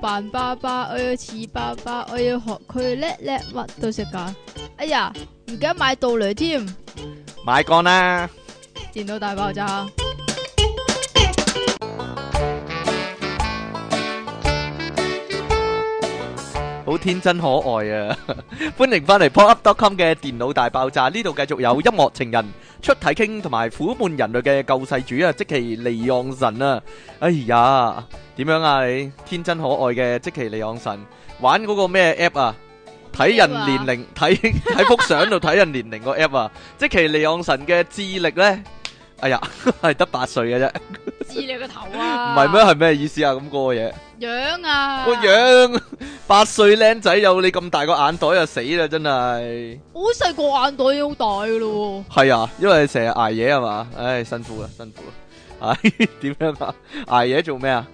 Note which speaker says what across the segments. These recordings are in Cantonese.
Speaker 1: 扮爸爸，我要似爸爸，我要學佢叻叻乜都識㗎。哎呀，而家買到嚟添，
Speaker 2: 買干啦！
Speaker 1: 電腦大爆炸。
Speaker 2: 好天真可愛 啊！歡迎翻嚟 popup.com 嘅電腦大爆炸，呢度繼續有音樂情人出體 king 同埋苦悶人類嘅救世主啊，即其利昂神啊！哎呀，點樣啊你？天真可愛嘅即其利昂神玩嗰個咩 app 啊？睇人年齡， 睇睇幅相度睇人年齡個 app 啊！即其利昂神嘅智力呢？哎 呀，係得八歲嘅啫，
Speaker 1: 知你個頭
Speaker 2: 唔
Speaker 1: 啊！
Speaker 2: 係咩？係咩意思啊？咁嗰個嘢。
Speaker 1: 樣啊！
Speaker 2: 個 樣八歲僆仔有你咁大個眼袋啊，死啦真係！à,
Speaker 1: 好細個眼袋已經好大噶咯
Speaker 2: 係啊，因為成日捱夜係嘛，唉辛苦啊辛苦 啊！唉點樣啊？捱夜做咩啊？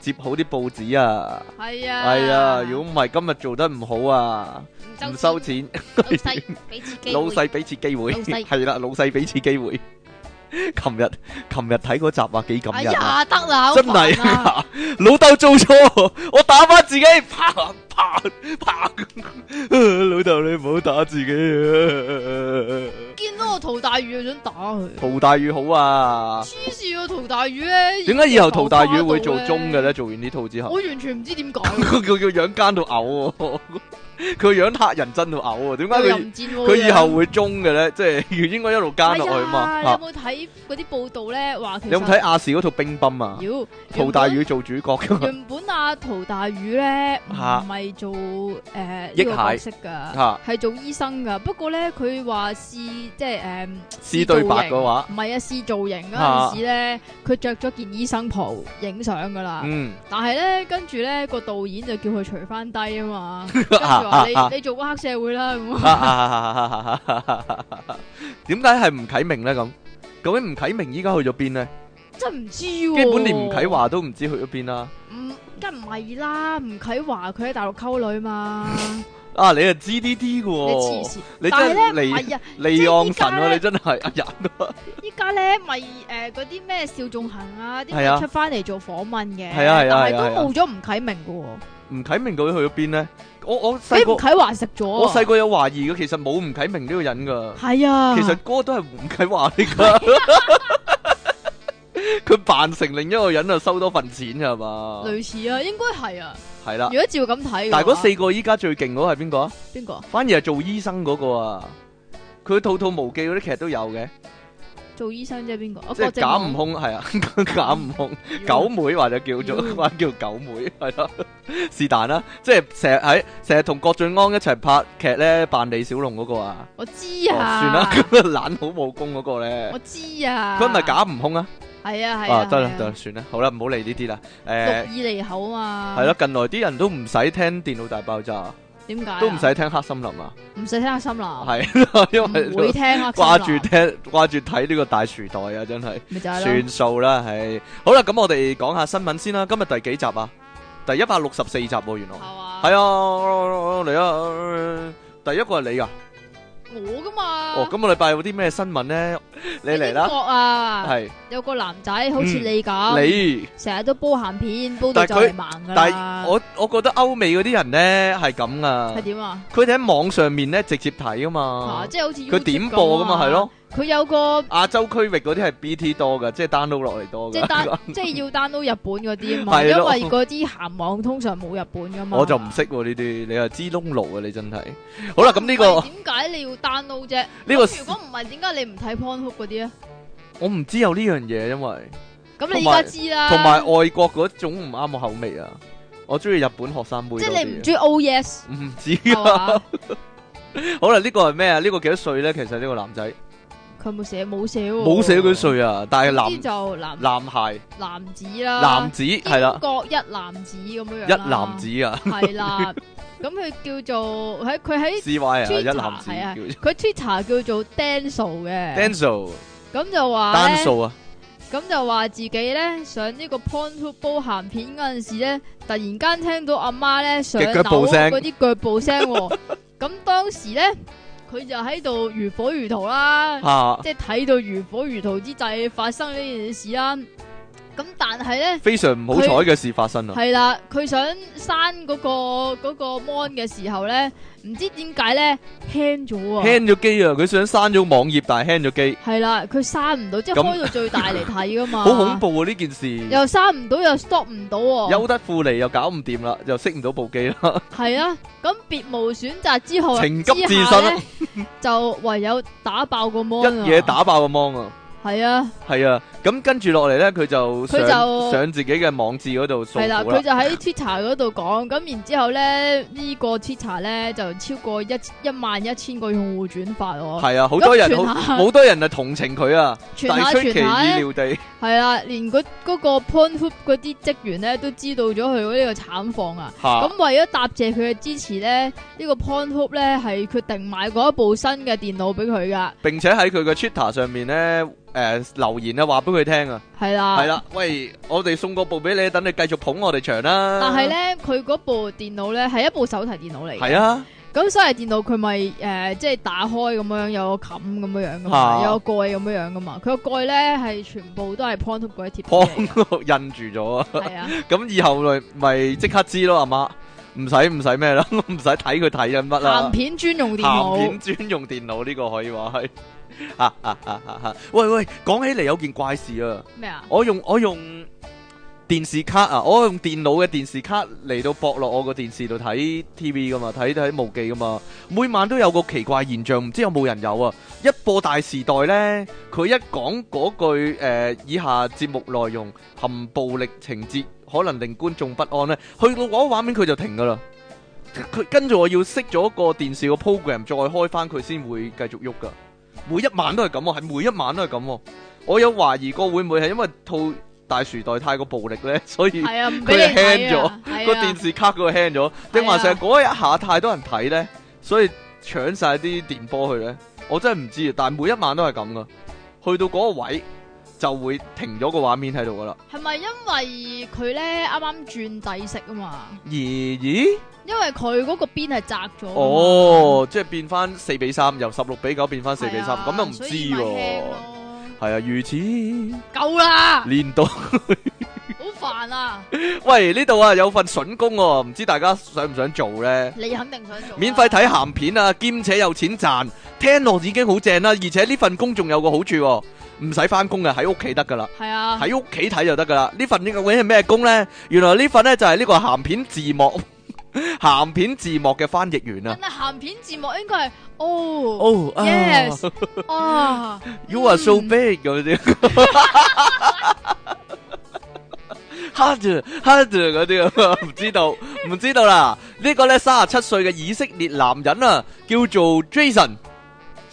Speaker 2: 接好啲報紙啊！
Speaker 1: 喎。係啊。
Speaker 2: 係啊，如果唔係今日做得唔好啊，唔收錢，
Speaker 3: 老細俾次機會
Speaker 2: 老細俾次機會，
Speaker 3: 老細
Speaker 2: 係啦，老細俾次機 會。琴日琴日睇嗰集啊，幾
Speaker 1: 哎
Speaker 2: 感人啊！
Speaker 1: 呀，得啦，好
Speaker 2: 真係
Speaker 1: 煩啊！
Speaker 2: 老豆做錯，我打翻自己，啪啪啪！老豆你唔好打自己
Speaker 1: 見到我陶大宇就想打佢。
Speaker 2: 啊！陶大宇好啊，
Speaker 1: 黐線啊！陶大宇咧，
Speaker 2: 點解以後陶大宇會做中嘅咧？？做完呢套之後，，
Speaker 1: 我完全唔知點解
Speaker 2: 佢佢個樣奸到嘔喎，佢樣黑人真到嘔啊！點解
Speaker 1: 佢
Speaker 2: 佢
Speaker 1: 淫賤喎
Speaker 2: 佢以後會中嘅咧？即係應該一路奸落去嘛
Speaker 1: 哎呀
Speaker 2: 嚇！
Speaker 1: 你有冇睇嗰啲報道咧？話其
Speaker 2: 你
Speaker 1: 實
Speaker 2: 有冇睇亞視嗰套乒乓啊？
Speaker 1: 妖
Speaker 2: 陶大 宇做主角㗎
Speaker 1: 原本？
Speaker 2: 嘛
Speaker 1: 原本阿陶大宇咧唔
Speaker 2: 嚇
Speaker 1: 係做誒
Speaker 2: 益
Speaker 1: 呢個角色㗎，
Speaker 2: 嚇，
Speaker 1: 係做醫生㗎。不過咧，佢話試即係誒
Speaker 2: 試對白嘅話，
Speaker 1: 唔係啊，試造型嗰陣時咧，佢着咗件醫生袍影相㗎啦。
Speaker 2: 嗯
Speaker 1: 但係咧，跟住咧個導演就叫佢除翻低啊 嘛，跟住話
Speaker 2: 啊
Speaker 1: 你你做個黑社會啦咁。
Speaker 2: 點解係吳啟明咧咁？究竟吳啟明依家去咗邊咧？
Speaker 1: 真唔知喎、
Speaker 2: 基本連吳啟華都唔知去咗邊啦。
Speaker 1: 唔，梗唔係啦，吳啟華佢喺大陸溝女嘛，
Speaker 2: 啊，你係知呢啲嘅
Speaker 1: 你黐線。
Speaker 2: 喎，哦你真
Speaker 1: 但係
Speaker 2: 係
Speaker 1: 咧唔
Speaker 2: 離
Speaker 1: 係啊，
Speaker 2: 離岸神
Speaker 1: 即係依家
Speaker 2: 喎，
Speaker 1: 咧
Speaker 2: 你真係哎呀，
Speaker 1: 依家咧咪誒嗰啲咩邵仲恒啊，啲
Speaker 2: 係啊
Speaker 1: 人出翻嚟做訪問嘅，
Speaker 2: 係啊係啊
Speaker 1: 但係
Speaker 2: 係啊
Speaker 1: 都冇咗吳啟明嘅
Speaker 2: 吳啟明究竟去咗邊咧？我我
Speaker 1: 喎，
Speaker 2: 細
Speaker 1: 俾吳
Speaker 2: 個
Speaker 1: 啟華食咗啊。
Speaker 2: 我細個有懷疑嘅，其實冇吳啟明呢個人噶，
Speaker 1: 係啊，
Speaker 2: 其實嗰個都係吳啟華 嚟噶。佢扮成另一個人啊，收多份錢㗎係嘛？
Speaker 1: 類似啊，應該係啊。
Speaker 2: 係啦
Speaker 1: 如，果照咁睇嘅話，
Speaker 2: 但係嗰四個依家最勁嗰個係邊個啊？
Speaker 1: 邊個啊
Speaker 2: 反而係做醫生嗰個啊，佢套套無記嗰啲劇都有嘅，
Speaker 1: 做醫生即係邊個？
Speaker 2: 即係假悟空係啊， 假悟空九
Speaker 1: 狗
Speaker 2: 妹或者叫做
Speaker 1: 妖
Speaker 2: 或者叫九妹係咯，是但啦，即係成日喺成日同郭晉安一齊拍劇咧，扮李小龍嗰個啊，
Speaker 1: 我知
Speaker 2: 哦
Speaker 1: 啊，
Speaker 2: 算啦，咁啊懶好武功嗰個
Speaker 1: 我
Speaker 2: 咧，
Speaker 1: 知啊，
Speaker 2: 佢咪假悟空啊，
Speaker 1: 係啊係
Speaker 2: 啊
Speaker 1: 啊，
Speaker 2: 得啦
Speaker 1: 係啊
Speaker 2: 得啦，算啦，好啦，唔好理呢啲啦，
Speaker 1: 六
Speaker 2: 誒
Speaker 1: 耳利口啊嘛，
Speaker 2: 係咯，，近來啲人都唔使聽電腦大爆炸，
Speaker 1: 點解啊
Speaker 2: 都唔使聽黑森林啊，
Speaker 1: 唔使聽黑心啦，
Speaker 2: 係咯，因
Speaker 1: 唔會
Speaker 2: 為
Speaker 1: 聽黑心啦
Speaker 2: 掛住聽掛住睇呢個大時代啊，真係。
Speaker 1: 咪就係咯
Speaker 2: 算數啦，係好啦，咁我哋講下新聞先啦。今日第幾集啊？第一百六十四集喎，原來
Speaker 1: 係嘛，
Speaker 2: 係啊嚟啊！第一個係你噶，
Speaker 1: 我噶嘛，
Speaker 2: 哦，今個禮拜有啲咩新聞咧？你嚟
Speaker 1: 英
Speaker 2: 啦，
Speaker 1: 國啊，
Speaker 2: 係
Speaker 1: 有個男仔好似你咁，
Speaker 2: 嗯你。
Speaker 1: 成日都煲鹹片，煲到就嚟盲噶
Speaker 2: 但
Speaker 1: 啦
Speaker 2: 係，我我覺得歐美嗰啲人咧係咁啊
Speaker 1: 係，點啊？
Speaker 2: 佢哋喺網上面咧直接睇啊
Speaker 1: 啊，
Speaker 2: 嘛，
Speaker 1: 即係好似 YouTube
Speaker 2: 佢點播噶嘛，係咯。
Speaker 1: 咁啊，佢有 個
Speaker 2: 亞洲區域嗰啲係 BT 多噶，即係 download 落嚟多
Speaker 1: 即
Speaker 2: 噶
Speaker 1: 係。單即係要 download 日本嗰啲啊嘛，因
Speaker 2: 係咯
Speaker 1: 為嗰啲鹹網通常冇日本噶嘛，
Speaker 2: 我就唔。識喎呢啲，你係知窿路啊！你真係。好啦，咁呢個
Speaker 1: 點解你要 download 啫？
Speaker 2: 呢個
Speaker 1: 咁如果唔係，點解你唔睇 Pornhub 嗰啲啊？
Speaker 2: 我唔知有呢樣嘢，因為
Speaker 1: 咁你依家
Speaker 2: 同埋
Speaker 1: 知啦。
Speaker 2: 同埋外國嗰種唔啱我口味啊！我中意日本學生妹多
Speaker 1: 即
Speaker 2: 啲啊。
Speaker 1: 係你唔 中意 O Yes
Speaker 2: 唔知
Speaker 1: 係
Speaker 2: 啊！
Speaker 1: 嘛？
Speaker 2: 好啦，呢個係咩啊？呢個幾多歲咧？其實呢個男仔
Speaker 1: 佢有冇寫冇寫喎，
Speaker 2: 冇寫幾。歲啊，但係
Speaker 1: 呢
Speaker 2: 男
Speaker 1: 就男
Speaker 2: 男孩
Speaker 1: 男子啦，
Speaker 2: 男子係啦
Speaker 1: 英，國一男子咁樣樣啦
Speaker 2: 一男子啊
Speaker 1: 係啦。咁佢叫做喺佢喺
Speaker 2: ，C Y 啊，
Speaker 1: Twitter，
Speaker 2: 一男子
Speaker 1: 係啊
Speaker 2: 叫
Speaker 1: 佢 Twitter 叫做 Denzel 嘅，
Speaker 2: Denzel
Speaker 1: 咁就話
Speaker 2: 單
Speaker 1: 咧，
Speaker 2: 數啊，
Speaker 1: 咁就話自己咧上呢個 Pornhub 煲鹹片嗰陣時咧，突然間聽到阿媽咧上
Speaker 2: 嘅腳步聲
Speaker 1: 樓嗰啲腳步聲 喎，咁當時咧佢就喺度如火如荼啦。
Speaker 2: 嚇
Speaker 1: 即係睇到如火如荼之際發生呢件事啦。咁但係咧。
Speaker 2: 非常唔好彩嘅事發生啦。
Speaker 1: 係啦，佢想刪嗰、個嗰、個 mon 嘅時候咧，唔知點解咧 hang 咗啊！
Speaker 2: 輕咗機啊！佢想刪咗網頁，但係輕咗機，
Speaker 1: 係啦，佢刪唔到，即係
Speaker 2: 咁
Speaker 1: 開到最大嚟睇噶嘛。
Speaker 2: 好恐！怖啊！呢件事
Speaker 1: 又刪唔到，又 stop 唔到喎。
Speaker 2: 有得富嚟又搞唔掂啦，又熄唔到部機啦。
Speaker 1: 係啊，咁別無選擇之後啊
Speaker 2: 情急
Speaker 1: 之
Speaker 2: 自
Speaker 1: 下
Speaker 2: 殺啊
Speaker 1: 咧， 就唯有打爆個 mon 啊
Speaker 2: 一嘢打爆個芒啊！
Speaker 1: 係啊，
Speaker 2: 係啊，咁跟住落嚟咧，佢就上
Speaker 1: 佢就
Speaker 2: 上自己嘅網誌嗰度
Speaker 1: 係
Speaker 2: 訴
Speaker 1: 啦，
Speaker 2: 苦
Speaker 1: 佢
Speaker 2: 啦。
Speaker 1: 就喺 Twitter 嗰度講，咁然之後咧呢個 Twitter 咧就超過一一萬一千個用戶轉發喎，
Speaker 2: 係啊，好多人
Speaker 1: 咁傳
Speaker 2: 好
Speaker 1: 下
Speaker 2: 好多人啊同情佢啊，
Speaker 1: 傳
Speaker 2: 但
Speaker 1: 下
Speaker 2: 係出
Speaker 1: 傳
Speaker 2: 其
Speaker 1: 下
Speaker 2: 意
Speaker 1: 咧。
Speaker 2: 料地
Speaker 1: 系啦，啊連嗰嗰個 PornHub 嗰啲職員咧都知道咗佢呢個慘況啊！
Speaker 2: 嚇
Speaker 1: 咁為咗答謝佢嘅支持咧，呢、個 PornHub 咧係決定買過一部新嘅電腦俾佢噶，
Speaker 2: 並且喺佢嘅 Twitter 上面咧誒留言啊，話俾佢聽啊，
Speaker 1: 係啦。
Speaker 2: 係。啦，喂，我哋送個部俾你，等你繼續捧我哋場啦。
Speaker 1: 但啊係咧，佢嗰部電腦咧係一部手提電腦嚟嘅，
Speaker 2: 係啊。
Speaker 1: 咁手提電腦佢咪誒即係打開咁樣有個冚咁樣樣噶嘛，
Speaker 2: 啊
Speaker 1: 有個蓋咁樣樣噶嘛，佢個蓋咧係全部都係 PornHub 嗰啲貼
Speaker 2: 幫
Speaker 1: 紙嚟
Speaker 2: 我印住咗啊！
Speaker 1: 嘅，係 啊，
Speaker 2: 咁以後咪咪即刻知咯，阿媽唔使唔使咩啦， 唔使睇佢睇緊乜啦
Speaker 1: 鹹。片專用電
Speaker 2: 鹹
Speaker 1: 腦
Speaker 2: 片專用電腦呢個可以話係。啊啊啊啊啊！喂喂，講起嚟有件怪事啊！
Speaker 1: 咩啊？
Speaker 2: 我用我用電視卡啊，我用電腦嘅電視卡嚟到駁落我個電視度睇 TV 噶嘛，睇睇無記噶嘛。每晚都有個奇怪現象，唔知有冇人有啊？一播大時代呢，佢一講嗰句誒、呃以下節目內容含暴力情節，可能令觀眾不安呢，去到嗰個畫面佢就停噶啦。佢跟住我要熄咗個電視個 program，再開翻佢先會繼續喐噶。每一晚都係咁喎，係每一晚都係咁喎。我有懷疑過會唔會係因為套大時代太過暴力呢， 所以
Speaker 1: 係啊，唔俾你
Speaker 2: 佢係
Speaker 1: 睇
Speaker 2: hang
Speaker 1: 啊，係
Speaker 2: 個
Speaker 1: 啊
Speaker 2: 電視卡嗰個 hang 咗，定還是係嗰一下太多人睇呢？所以搶晒啲電波去呢？我真係唔知啊！但係每一晚都係咁噶，去到嗰個位就會停咗個畫面喺度噶啦。
Speaker 1: 系咪因為佢咧啱啱轉底色啊嘛？
Speaker 2: 咦咦，
Speaker 1: 因為佢嗰個邊係窄咗。，
Speaker 2: 哦，即係變翻四比三，由十六比九變翻四比三，咁又唔知
Speaker 1: 啊所以咪
Speaker 2: 喎
Speaker 1: hang。
Speaker 2: 係啊，如此
Speaker 1: 咯夠啦，
Speaker 2: 練到。
Speaker 1: 好煩啊！
Speaker 2: 喂，呢度啊有份筍工喎，唔知大家想唔想做呢？
Speaker 1: 你肯定想做啊
Speaker 2: 免費睇鹹片啊，兼且有錢賺，聽落已經好正啦。而且呢份工仲有個好處、喎，唔使翻工嘅，喺屋企得噶啦，
Speaker 1: 係啊，
Speaker 2: 喺屋企睇就得噶啦。呢份呢個究竟係咩工呢？原來呢份呢就係呢個鹹片字幕， 鹹片字幕嘅翻譯員啊
Speaker 1: 但。係鹹片字幕應該係哦
Speaker 2: 哦、啊
Speaker 1: yes 啊，
Speaker 2: You are so big 咁 啲，hard hard 嗰 啲啊，唔知道唔知道啦。呢個咧三十七歲嘅以色列男人啊，叫做 à, Jason。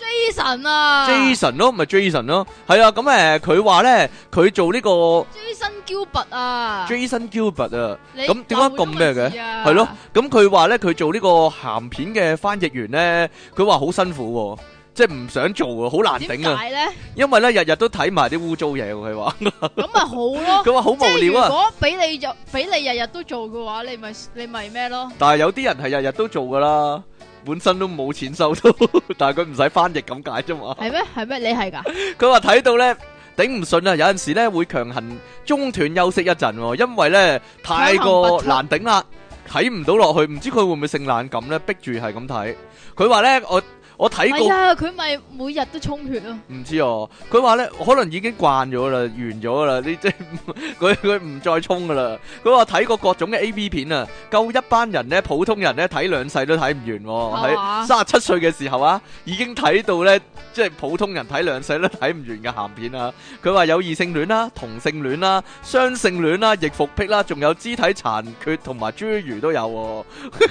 Speaker 1: Jason 啊
Speaker 2: Jason 咯，咪 Jason 咯，係啊，咁誒佢話咧，佢做呢個
Speaker 1: Jason Gilbert 啊，
Speaker 2: Jason Gilbert à. 啊，
Speaker 1: 你
Speaker 2: 咁點解咁
Speaker 1: 漏
Speaker 2: 咩嘅
Speaker 1: 咗個字啊
Speaker 2: 係咯，咁佢話咧佢做呢個鹹片嘅翻譯員咧，佢話好辛苦喎，即係唔想做啊，好難
Speaker 1: 點
Speaker 2: 頂啊，
Speaker 1: 解咧？
Speaker 2: 因為咧日日都睇埋啲污糟嘢喎，佢話，
Speaker 1: 咁咪好 咯。
Speaker 2: 佢話好
Speaker 1: 即
Speaker 2: 無
Speaker 1: 係如
Speaker 2: 聊啊，
Speaker 1: 果俾你日俾你日日都做嘅話，你咪你咪咩咯？
Speaker 2: 但係有啲人係日日都做噶啦，本身都冇錢收到， 但係佢唔使翻譯咁解啫嘛。
Speaker 1: 係咩？係咩？你係㗎？
Speaker 2: 佢話睇到咧頂唔順啊，有陣時咧會強行中斷休息一陣喎，因為咧太過難頂啦，睇唔到落去，唔知佢會唔會性冷感咧，逼住係咁睇。佢話咧我我睇
Speaker 1: 係
Speaker 2: 過
Speaker 1: 啊，佢咪每日都充血咯。
Speaker 2: 唔知哦，佢話咧可能已經慣咗啦，完咗啦，呢即係 佢佢唔再衝噶啦。佢話睇過各種嘅 A V 片啊，夠一班人咧，普通人咧睇兩世都睇唔完喎、
Speaker 1: 係
Speaker 2: 喺
Speaker 1: 嘛
Speaker 2: 三十七歲嘅時候啊，已經睇到咧，即係普通人睇兩世都睇唔完嘅鹹片啊。佢話有異性戀啦、同性戀啦、雙性戀啦、逆服癖啦，仲有肢體殘缺同埋侏儒都有、喎。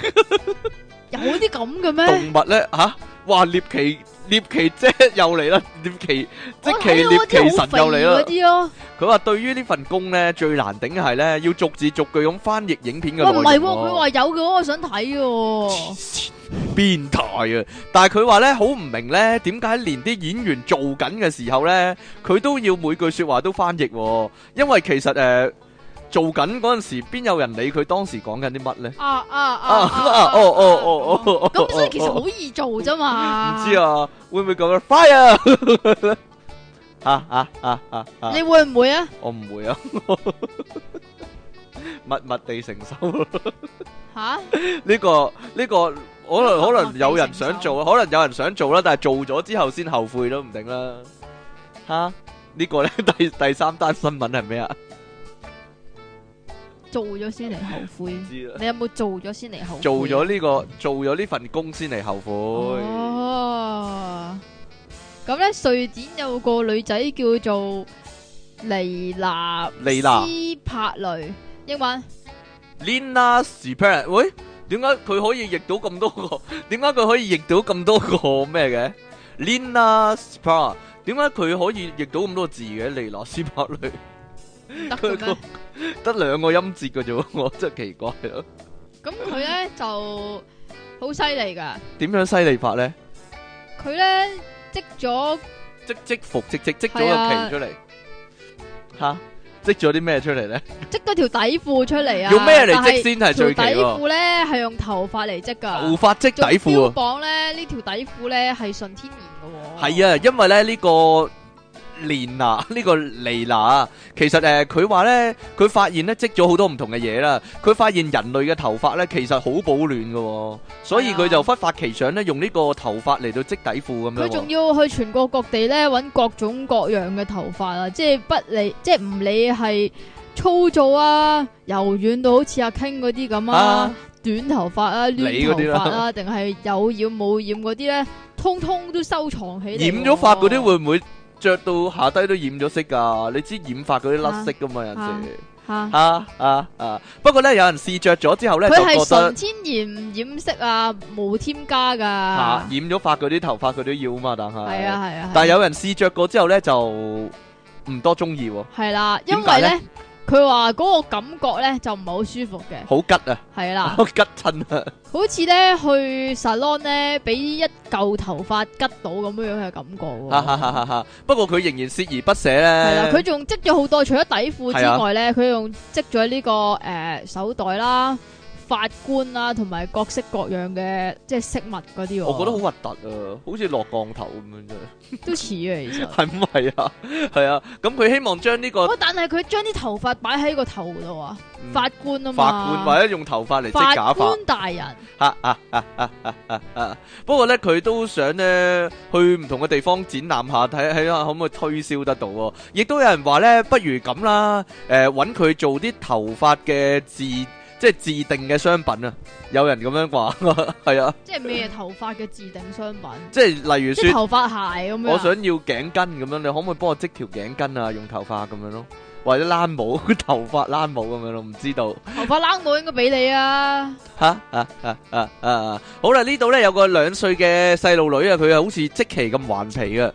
Speaker 1: 有啲咁嘅咩？
Speaker 2: 動物咧吓、哇！獵奇獵奇姐又嚟啦，獵奇即
Speaker 1: 啊我
Speaker 2: 奇
Speaker 1: 睇
Speaker 2: 獵
Speaker 1: 到嗰啲
Speaker 2: 奇
Speaker 1: 好
Speaker 2: 神
Speaker 1: 肥啊
Speaker 2: 又嚟啦
Speaker 1: 嗰。啲咯。
Speaker 2: 佢話對於呢份工咧，最難頂係咧，要逐字逐句咁翻譯影片嘅
Speaker 1: 喂，唔係
Speaker 2: 內
Speaker 1: 喎，
Speaker 2: 容喎
Speaker 1: 佢話有嘅話，我想睇喎。
Speaker 2: 變態啊！但係佢話咧，好唔明咧，點解連啲演員做緊嘅時候咧，佢都要每句説話都翻譯喎？因為其實誒、呃做緊嗰陣時，邊有人理佢當時講緊啲乜咧？
Speaker 1: 啊啊啊
Speaker 2: 啊啊！哦哦哦
Speaker 1: 哦。
Speaker 2: 哦哦！
Speaker 1: 咁所以其實
Speaker 2: 哦
Speaker 1: 好易做啫嘛。
Speaker 2: 唔知。啊，會唔會咁樣 fire？啊啊啊啊啊！
Speaker 1: 你會唔會啊？
Speaker 2: 我唔會啊，默默地承受咯。
Speaker 1: 吓，
Speaker 2: 呢個呢個可能可能有人想做，可能有人想做啦，但係做咗之後先後悔都唔定啦。吓，呢 個咧第第三單新聞係咩啊？
Speaker 1: 做咗先嚟後悔。
Speaker 2: 知啦，
Speaker 1: 你有冇做咗先嚟後悔？
Speaker 2: 做咗呢個做咗呢份工先嚟後悔。
Speaker 1: 哦，咁咧，瑞典有個女仔叫做尼娜
Speaker 2: 尼娜
Speaker 1: 斯帕雷，英文
Speaker 2: Lina s p e r 喂，點解佢可以譯到咁多個？ 點解佢可以譯到咁多個咩嘅？Lina s p e r 點解佢可以譯到咁多字嘅？尼娜斯帕雷
Speaker 1: 得
Speaker 2: 佢
Speaker 1: 嘅咩？
Speaker 2: 得兩個音節嘅啫喎，我真係奇怪咯。
Speaker 1: 咁佢咧就好犀利噶，
Speaker 2: 點樣犀利法咧？
Speaker 1: 佢咧積咗
Speaker 2: 積積服積積積咗
Speaker 1: 係啊
Speaker 2: 個期出嚟，吓積咗啲咩出嚟咧？
Speaker 1: 積咗條底褲出嚟啊！
Speaker 2: 用咩嚟
Speaker 1: 但
Speaker 2: 積
Speaker 1: 係
Speaker 2: 先係
Speaker 1: 條
Speaker 2: 最奇
Speaker 1: 底
Speaker 2: 喎？
Speaker 1: 褲咧係用頭髮嚟積噶，
Speaker 2: 護髮積底
Speaker 1: 仲
Speaker 2: 褲
Speaker 1: 標
Speaker 2: 啊！
Speaker 1: 榜咧呢條底褲咧係純天然嘅喎。
Speaker 2: 係啊，因為咧呢、個連娜 呢、個尼娜啊，其實誒佢話咧，佢發現咧積咗好多唔同嘅嘢啦。佢發現人類嘅頭髮咧其實好保暖嘅、喎，所以
Speaker 1: 係
Speaker 2: 佢
Speaker 1: 啊
Speaker 2: 就忽發奇想咧，用呢個頭髮嚟到積底褲咁樣
Speaker 1: 佢仲
Speaker 2: 喎。
Speaker 1: 要去全國各地咧揾各種各樣嘅頭髮啊，即係不理，即係唔理係粗糙啊、柔軟到好似阿 King 嗰啲咁啊
Speaker 2: 啊，
Speaker 1: 短頭髮啊、
Speaker 2: 你
Speaker 1: 亂
Speaker 2: 嗰
Speaker 1: 頭
Speaker 2: 啲
Speaker 1: 髮
Speaker 2: 啦
Speaker 1: 啊，定係有染冇染嗰啲咧，通通都收藏起嚟
Speaker 2: 染
Speaker 1: 喎。
Speaker 2: 咗髮嗰啲會唔會着到下低都染咗色㗎？你知染髮嗰啲甩色㗎嘛？有
Speaker 1: 啊
Speaker 2: 陣時。
Speaker 1: 嚇，
Speaker 2: 啊啊啊！不過咧，有人試着咗之後咧，就
Speaker 1: 佢
Speaker 2: 覺
Speaker 1: 係
Speaker 2: 得
Speaker 1: 純天然唔染色啊，冇添加噶。係
Speaker 2: 嚇、
Speaker 1: 啊
Speaker 2: 染咗髮嗰啲頭髮佢都要嘛，但係
Speaker 1: 係啊係啊。
Speaker 2: 但係有人試着過之後咧，就唔多中意喎，
Speaker 1: 係啦，因
Speaker 2: 點解
Speaker 1: 為
Speaker 2: 呢
Speaker 1: 咧，佢話嗰個感覺咧就唔係好舒服嘅，
Speaker 2: 好吉啊，
Speaker 1: 係啦。
Speaker 2: 好吉親啊，
Speaker 1: 好似咧去 salon 咧，俾一嚿頭髮吉到咁樣樣嘅感覺喎。
Speaker 2: 哈哈哈哈！不過佢仍然鍥而不捨
Speaker 1: 係啦，佢
Speaker 2: 咧，
Speaker 1: 仲積咗好多，除咗底褲
Speaker 2: 係啊
Speaker 1: 之外咧，佢仲積咗呢個诶手袋啦、法官啦，同埋各式各樣嘅即係飾物嗰啲喎。
Speaker 2: 我覺得好核突啊，好似落降頭咁樣啫，
Speaker 1: 都似嘅，其實。
Speaker 2: 係唔係啊？係啊，咁佢希望將呢、個
Speaker 1: 不過但係佢將啲頭髮擺喺個頭度啊，
Speaker 2: 嗯
Speaker 1: 法官啊
Speaker 2: 法官
Speaker 1: 嘛，
Speaker 2: 或者用頭髮嚟
Speaker 1: 法
Speaker 2: 織假髮。
Speaker 1: 官大人
Speaker 2: 啊啊啊啊啊啊啊！不過咧，佢都想咧去唔同嘅地方展覽下，睇睇下可唔可以推銷得到喎。亦都有人話咧，不如咁啦，誒揾佢做啲頭髮嘅自即係自定嘅商品啊！有人咁樣話， 係啊，
Speaker 1: 即係咩頭髮嘅自定商品，
Speaker 2: 即係例如
Speaker 1: 即係
Speaker 2: 説，
Speaker 1: 頭髮鞋咁樣啊。
Speaker 2: 我想要頸巾咁樣，你可唔可以幫我織條頸巾啊？用頭髮咁樣咯，或者冷帽 頭髮冷帽咁樣咯，唔知道。
Speaker 1: 頭髮冷我應該俾你啊。
Speaker 2: 吓啊啊啊啊！好啦，呢度咧有個兩歲嘅細路女啊，佢啊好似即期咁頑皮啊。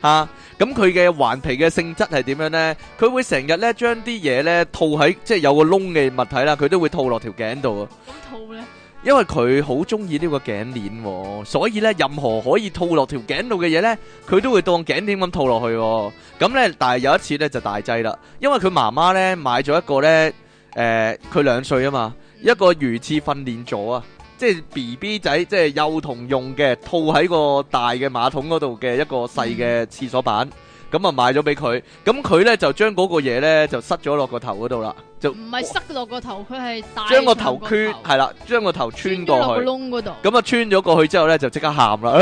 Speaker 2: 吓咁佢嘅頑皮嘅性質係點樣呢？佢會成日咧將啲嘢咧套喺即係有個窿嘅物體啦，佢都會套落條頸度啊。
Speaker 1: 咁套咧？
Speaker 2: 因為佢好中意呢個頸鏈、喎，所以咧任何可以套落條頸度嘅嘢咧，佢都會當頸鏈咁套落去、喎。咁咧，但係有一次咧就大劑啦，因為佢媽媽咧買咗一個咧，誒、佢兩歲啊嘛，一個魚翅訓練座啊，即係 B B 仔，即係幼童用嘅，套喺個大嘅馬桶嗰度嘅一個細嘅廁所板，咁啊買咗俾佢，咁佢咧就將嗰個嘢咧就塞咗落個頭嗰度啦，就
Speaker 1: 唔係塞落個頭，佢係帶
Speaker 2: 將個
Speaker 1: 上
Speaker 2: 頭圈係啦，將個頭穿
Speaker 1: 咗落
Speaker 2: 過
Speaker 1: 個
Speaker 2: 去。
Speaker 1: 窿嗰度。
Speaker 2: 咁啊穿咗過去之後咧，就即刻喊啦。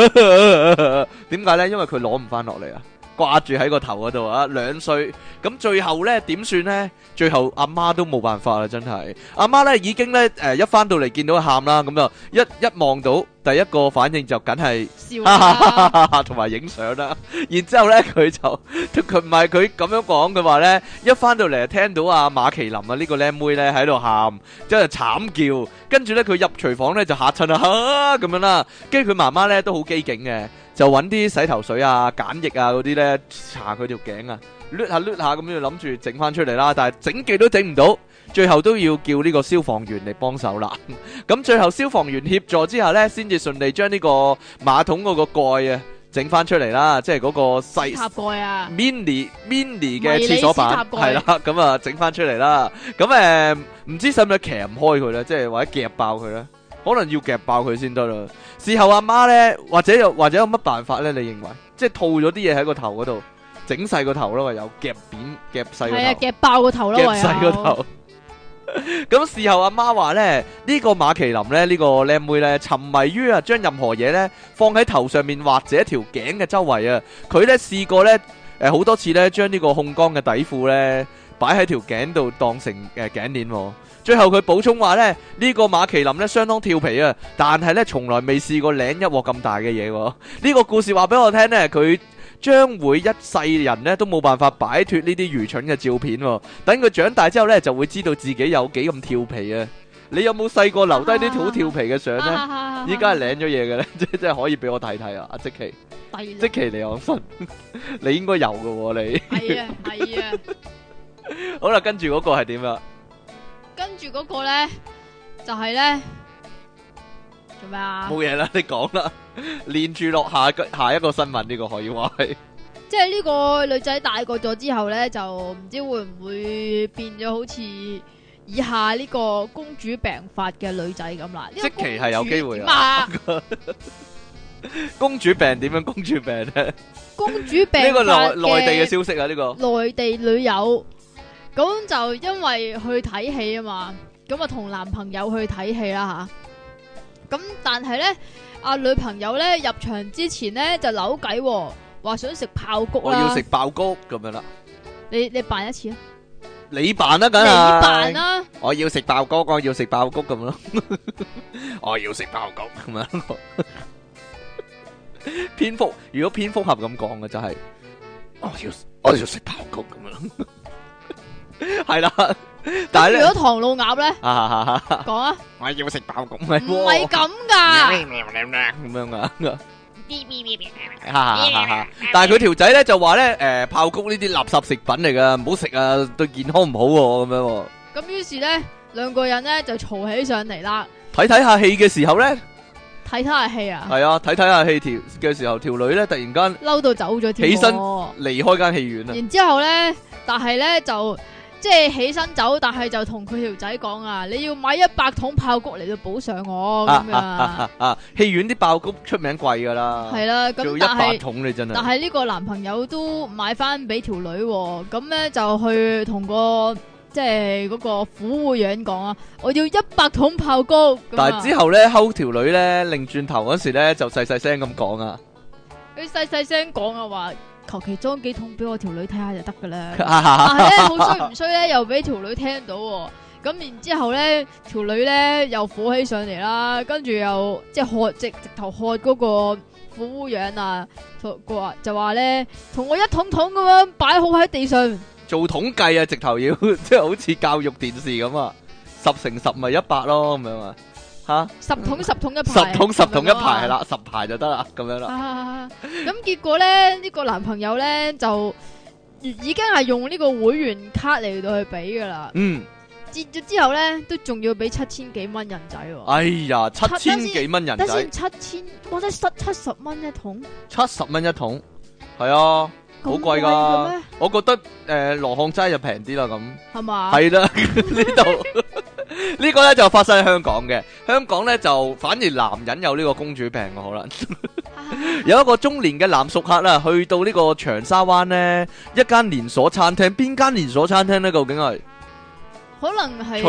Speaker 2: 點解咧？因為佢攞唔翻落嚟啊，掛住喺個頭嗰度啊，兩歲。咁最後咧點算咧？最後阿媽都冇辦法啦，真係。阿媽咧已經咧誒、一翻到嚟見到佢喊啦，咁就一一望到第一個反應就梗係。
Speaker 1: 笑 啦，
Speaker 2: 同埋影相啦，然之後咧佢就 佢唔係佢咁樣講，佢話咧一翻到嚟聽到阿馬麒麟啊呢個靚妹咧喺度喊，真係慘叫，跟住咧佢入廚房咧就嚇親啦咁樣啦，跟住佢媽媽咧都好機警嘅， 就揾啲洗頭水啊、梘液啊嗰啲咧搽佢條頸啊，捋下捋下咁樣諗住整翻出嚟啦，但係整極都整唔到。最後都要叫呢個消防員嚟幫手啦，咁最後消防員協助之下呢，先至順利將呢個馬桶嗰個蓋啊，整翻出嚟啦，即係嗰個細
Speaker 1: 塔蓋啊，
Speaker 2: mini mini 嘅
Speaker 1: 迷你
Speaker 2: 廁所
Speaker 1: 屎
Speaker 2: 板
Speaker 1: 塔蓋
Speaker 2: 係啦，咁啊整翻出嚟啦。咁誒唔知使唔使騎唔開佢咧，即係或者夾爆佢咧，可能要夾爆佢先得啦。事後阿媽咧，或者又或者有乜辦法咧？你認為即係套咗啲嘢喺個頭嗰度，整細個頭啦，唯有夾扁夾細個
Speaker 1: 係啊，
Speaker 2: 頭。
Speaker 1: 夾爆個頭咯，
Speaker 2: 夾
Speaker 1: 唯
Speaker 2: 細個
Speaker 1: 有。
Speaker 2: 頭。 咁事後阿啊媽話咧，呢、個馬麒麟咧，呢、個靚妹咧，沉迷於啊將任何嘢咧放喺頭上面或者條頸嘅周圍啊，佢咧試過咧誒好多次咧將呢個控光嘅底褲咧擺喺條頸度當成誒頸鏈喎。最後佢補充話咧，呢、個馬麒麟咧相當調皮啊，但係咧從來未試過領一鑊咁大嘅嘢喎。 呢個故事話俾我聽咧，佢將會一世人咧都冇辦法擺脱呢啲愚蠢嘅照片喎。等佢長大之後咧，就會知道自己有幾咁調皮啊！你有冇細個留低啲好調皮嘅相咧？
Speaker 1: 啊
Speaker 2: 依家係領咗嘢嘅咧， 即即係可以俾我睇睇啊！阿即奇，
Speaker 1: 第
Speaker 2: 即奇你講身， 你應該有嘅喎
Speaker 1: 係啊係 啊，
Speaker 2: 你。好啦，跟住嗰個係點啊？
Speaker 1: 跟住嗰個咧就係咧做咩啊？
Speaker 2: 冇嘢啦，你講啦，連住落下個下一個新聞呢個可以話係
Speaker 1: 即係呢個女仔大個咗之後咧，就唔知會唔會變咗好似以下呢個公主病發嘅女仔咁啦。呢個
Speaker 2: 即期係有機會啊
Speaker 1: 公主點啊！
Speaker 2: 公主病點樣公主病咧？
Speaker 1: 公主 病
Speaker 2: 呢個
Speaker 1: 發
Speaker 2: 內內地嘅消息啊，呢個
Speaker 1: 內地女友，咁就因為去睇戲啊嘛，咁啊同男朋友去睇戲啦吓。咁但係呢，阿女朋友呢入場之前呢就扭計喎，話想食爆谷
Speaker 2: 我
Speaker 1: 啦
Speaker 2: 要。食爆谷咁樣啦，
Speaker 1: 你你扮一次啊！
Speaker 2: 你扮啦，梗
Speaker 1: 你
Speaker 2: 係
Speaker 1: 扮啦，
Speaker 2: 我要食爆谷，我要食爆谷咁咯， 我要食爆谷咁樣咯。 蝙蝠如果蝙蝠俠咁講 嘅就係、我要我要食爆谷咁樣咯，係啦。但係
Speaker 1: 咁如
Speaker 2: 咧
Speaker 1: 果唐老鴨呢？
Speaker 2: 啊啊啊啊，
Speaker 1: 講 啊，
Speaker 2: 我要食爆谷，唔
Speaker 1: 唔係
Speaker 2: 係
Speaker 1: 咁噶，
Speaker 2: 咁樣啊。
Speaker 3: 哔哔哔哔，
Speaker 2: 哈哈哈哈但係佢條仔咧就話咧，誒、爆谷呢啲垃圾食品嚟噶，唔好食啊，對健康唔好喎、咁樣喎、
Speaker 1: 咁於是呢，兩個人呢就嘈起上嚟啦，
Speaker 2: 睇睇下戲嘅時候咧，
Speaker 1: 睇睇下戲啊，
Speaker 2: 係啊，睇睇下戲條嘅時候，條女咧突然間。
Speaker 1: 嬲到走咗添喎。
Speaker 2: 起身離開間戲院啊！
Speaker 1: 然之后咧，但系咧就即系起身走，但系就同佢條仔講啊，你要買一百桶爆谷嚟到補上我
Speaker 2: 啊
Speaker 1: 咁
Speaker 2: 啊
Speaker 1: 樣，
Speaker 2: 啊啊啊！戲院啲爆谷出名貴噶啦，
Speaker 1: 係啦。
Speaker 2: 做
Speaker 1: 咁
Speaker 2: 一
Speaker 1: 但
Speaker 2: 百
Speaker 1: 係
Speaker 2: 桶你啊真
Speaker 1: 但
Speaker 2: 係
Speaker 1: 係呢個男朋友都買翻俾條女喎，咁咧就去同個即係嗰個苦會樣講啊，我要一百桶爆谷咁
Speaker 2: 但係
Speaker 1: 啊。
Speaker 2: 之後咧，溝條女咧，擰轉頭嗰時咧，就細細聲咁講啊，
Speaker 1: 佢細細聲講啊，話求其裝幾桶俾我條女睇下就得噶 啦。
Speaker 2: 哈哈哈
Speaker 1: 但係咧好衰唔衰咧，又俾條女聽到喎。咁然之後咧，條女咧又火起上嚟啦，跟住又即係喝直直頭喝嗰個苦烏樣啊，就話就話咧，同我一桶桶咁樣擺好喺地上，
Speaker 2: 做統計啊，直頭要 即係好似教育電視咁啊，十乘十咪一百咯，咁樣啊，吓
Speaker 1: 十桶十桶一排，啊
Speaker 2: 十桶十桶一排係
Speaker 1: 啦。
Speaker 2: 啦，十排就得啦，咁樣啦，
Speaker 1: 啊咁結果咧，呢、個男朋友咧就已已經係用呢個會員卡嚟到去俾噶啦，
Speaker 2: 嗯，
Speaker 1: 折咗之後咧都仲要俾七千幾蚊人仔喎。
Speaker 2: 哎呀，七
Speaker 1: 等
Speaker 2: 千
Speaker 1: 先
Speaker 2: 幾蚊人
Speaker 1: 等
Speaker 2: 仔
Speaker 1: 先，，七千，我得七七十蚊一桶，
Speaker 2: 七十蚊一桶，係啊，好
Speaker 1: 咁
Speaker 2: 貴
Speaker 1: 貴嘅
Speaker 2: 噶
Speaker 1: 咩？，
Speaker 2: 我覺得誒羅漢齋就平啲啦咁。
Speaker 1: 係嘛？
Speaker 2: 系啦， 呢度呢個咧就發生喺香港嘅，香港咧就反而男人有呢個公主病嘅可能。有一個中年嘅男熟客啦，去到呢個長沙灣呢一間連鎖餐廳，邊間連鎖餐廳呢？究竟係
Speaker 1: 可能係脆嗰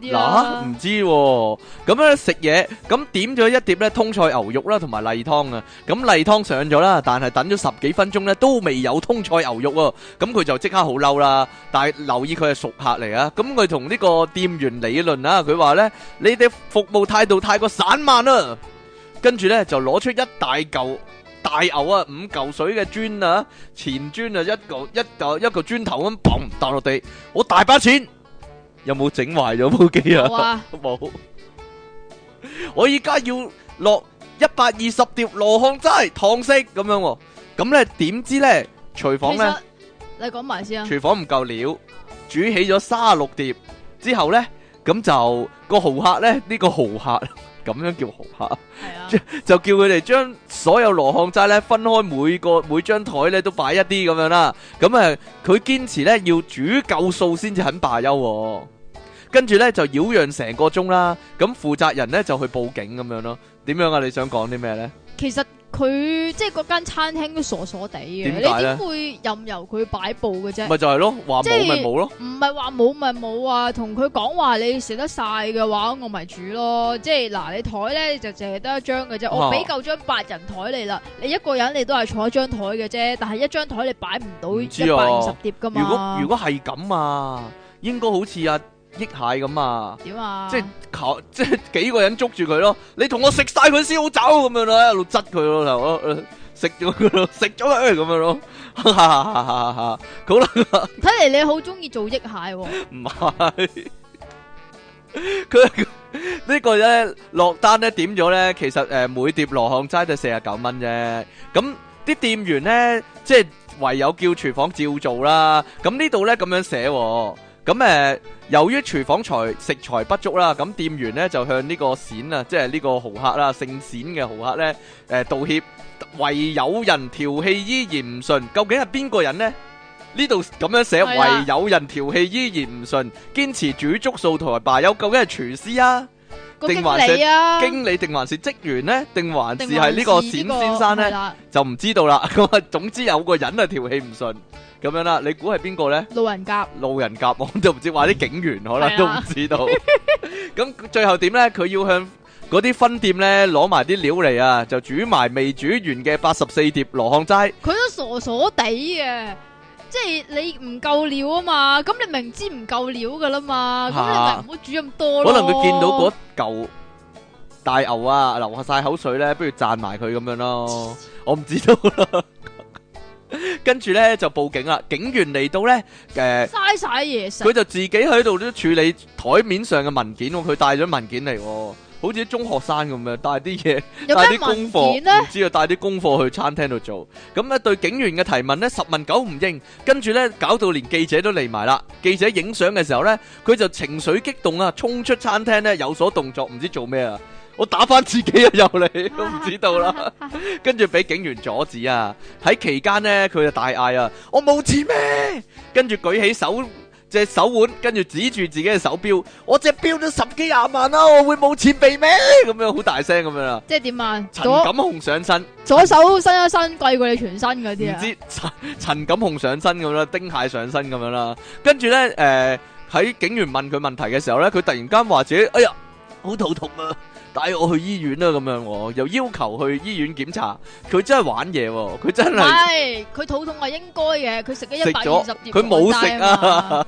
Speaker 1: 啲
Speaker 2: 嗱
Speaker 1: 啦
Speaker 2: 唔，知喎咁咧食嘢，咁點咗一碟咧通菜牛肉啦，同埋例湯啊。咁例湯上咗啦，但係等咗十幾分鐘咧都未有通菜牛肉喎。咁佢就即刻好嬲啦。但係留意佢係熟客嚟啊，咁佢同呢個店員理論啊，佢話咧你哋服務態度太過散漫啦。跟住咧就攞出一大嚿。大牛啊，五嚿水嘅磚啊，前磚啊，一嚿一嚿一嚿磚頭咁嘣彈落地，我大把錢，有冇整壞咗部機啊？
Speaker 1: 哇！
Speaker 2: 冇。我依家要落一百二十碟羅漢齋糖色咁樣喎、咁咧點知咧廚
Speaker 1: 其
Speaker 2: 房咧
Speaker 1: 實你講埋 先啊，
Speaker 2: 廚房唔夠料，煮起咗卅六碟之後咧，咁就個豪客咧呢、呢個豪客咁樣叫豪客，
Speaker 1: 係啊
Speaker 2: 即，就叫佢哋將所有羅漢齋咧分開每個每張台咧都擺一啲咁樣啦。咁啊，佢堅持咧要煮夠數先至肯罷休、喎。跟住咧就擾攘成個鐘啦。咁負責人咧就去報警咁樣咯。點樣啊？你想講啲咩咧？
Speaker 1: 其實佢即係嗰間餐廳都傻傻地嘅，
Speaker 2: 點
Speaker 1: 你
Speaker 2: 解
Speaker 1: 點
Speaker 2: 咧
Speaker 1: 會任由佢擺佈嘅啫？
Speaker 2: 咪就係咯，話
Speaker 1: 即係
Speaker 2: 冇咪冇咯，
Speaker 1: 唔係話冇咪冇啊，同佢講話你食得晒嘅話，我咪煮咯。即係嗱，你台咧就淨係得一張嘅啫，
Speaker 2: 啊
Speaker 1: 我俾夠張八人台你啦。你一個人你都係坐一張台嘅啫，但係一張台你擺唔到
Speaker 2: 唔
Speaker 1: 一
Speaker 2: 知啊
Speaker 1: 百二十碟噶嘛。
Speaker 2: 如果如果係咁啊，應該好似阿益蟹咁啊。
Speaker 1: 點啊？
Speaker 2: 即係求 即係幾個人捉住佢咯，你同我食晒佢先好走咁樣咯，一路窒佢咯，就 呃食咗佢咯，食咗佢咁樣咯，哈哈哈哈哈！好啦，
Speaker 1: 睇嚟你好中意做益蟹喎。
Speaker 2: 唔係佢呢個咧落單咧點咗咧，其實誒每碟羅漢齋就四十九蚊啫，咁啲店員咧即係唯有叫廚房照做啦。咁呢度咧咁樣寫喎。咁誒、呃由於廚房材食材不足啦，咁店員咧就向呢個閃啊，即係呢個豪客啦，姓閃嘅豪客咧，誒、道歉，為有人調戲依然唔順，究竟係邊個人呢？呢度咁樣寫，
Speaker 1: 係啦
Speaker 2: 為有人調戲依然唔順，堅持煮足素同埋罷休，究竟係廚師啊、
Speaker 1: 個
Speaker 2: 定
Speaker 1: 經
Speaker 2: 還是
Speaker 1: 理啊，
Speaker 2: 經理定還是職員呢？定還是
Speaker 1: 定
Speaker 2: 係呢個
Speaker 1: 還
Speaker 2: 閃
Speaker 1: 是呢個
Speaker 2: 先生
Speaker 1: 係
Speaker 2: 呢？
Speaker 1: 啦
Speaker 2: 就唔知道啦。 咁啊，總之有個人啊調戲唔順咁樣啦。你估係邊個呢？
Speaker 1: 路人甲
Speaker 2: 路人甲我都唔知，或者警員可能都唔知道。 咁最後點呢？佢要向嗰啲分店呢攞埋啲料嚟啊，就煮埋未煮完嘅八十四碟羅漢齋。
Speaker 1: 佢都傻傻地嘅，即係你唔夠料啊嘛，咁你明知唔夠料噶啦嘛，咁你咪
Speaker 2: 嚇
Speaker 1: 唔好煮咁多咯。
Speaker 2: 可能佢見到嗰嚿大牛啊，流下晒口水呢，不如讚埋佢咁樣咯。我唔知道啦。 跟住呢，就報警啦，警員嚟到呢。誒、
Speaker 1: 嘥晒嘢食
Speaker 2: 佢，就自己喺度都處理台面上嘅文件喎，佢帶咗文件嚟喎，好似啲中學生咁樣帶啲嘢，
Speaker 1: 有
Speaker 2: 帶
Speaker 1: 咩
Speaker 2: 啲功
Speaker 1: 文
Speaker 2: 課，
Speaker 1: 件咧？
Speaker 2: 唔知啊，帶啲功課去餐廳度做。咁咧對警員嘅提問咧，十問九唔應，跟住咧搞到連記者都嚟埋啦。記者影相嘅時候咧，佢就情緒激動啊，衝出餐廳咧有所動作，唔知做咩啊！我打翻自己啊，又嚟， 都唔知道啦。 跟住俾警員阻止啊！喺期間呢，佢就大嗌啊：我冇錢咩？跟住舉起手隻手腕，跟住指住自己嘅手錶，我隻錶都十幾廿萬啦，我會冇錢俾咩？咁樣好大聲咁樣啦。
Speaker 1: 即係點啊？
Speaker 2: 陳
Speaker 1: 左
Speaker 2: 錦雄上身，
Speaker 1: 左手伸一伸貴過你全身嗰
Speaker 2: 唔
Speaker 1: 啲啊！
Speaker 2: 知陳陳錦雄上身咁啦，丁蟹上身咁樣啦。跟住呢，誒、喺警員問佢問題嘅時候呢，佢突然間話自己：哎呀，好肚痛啊！帶我去醫院啊啦，咁樣喎，又要求去醫院檢查。佢真係玩嘢喎，佢真
Speaker 1: 唔
Speaker 2: 係。
Speaker 1: 係佢肚痛係應該嘅，佢食咗
Speaker 2: 食
Speaker 1: 一百二
Speaker 2: 咗
Speaker 1: 十碟，
Speaker 2: 佢冇食啊！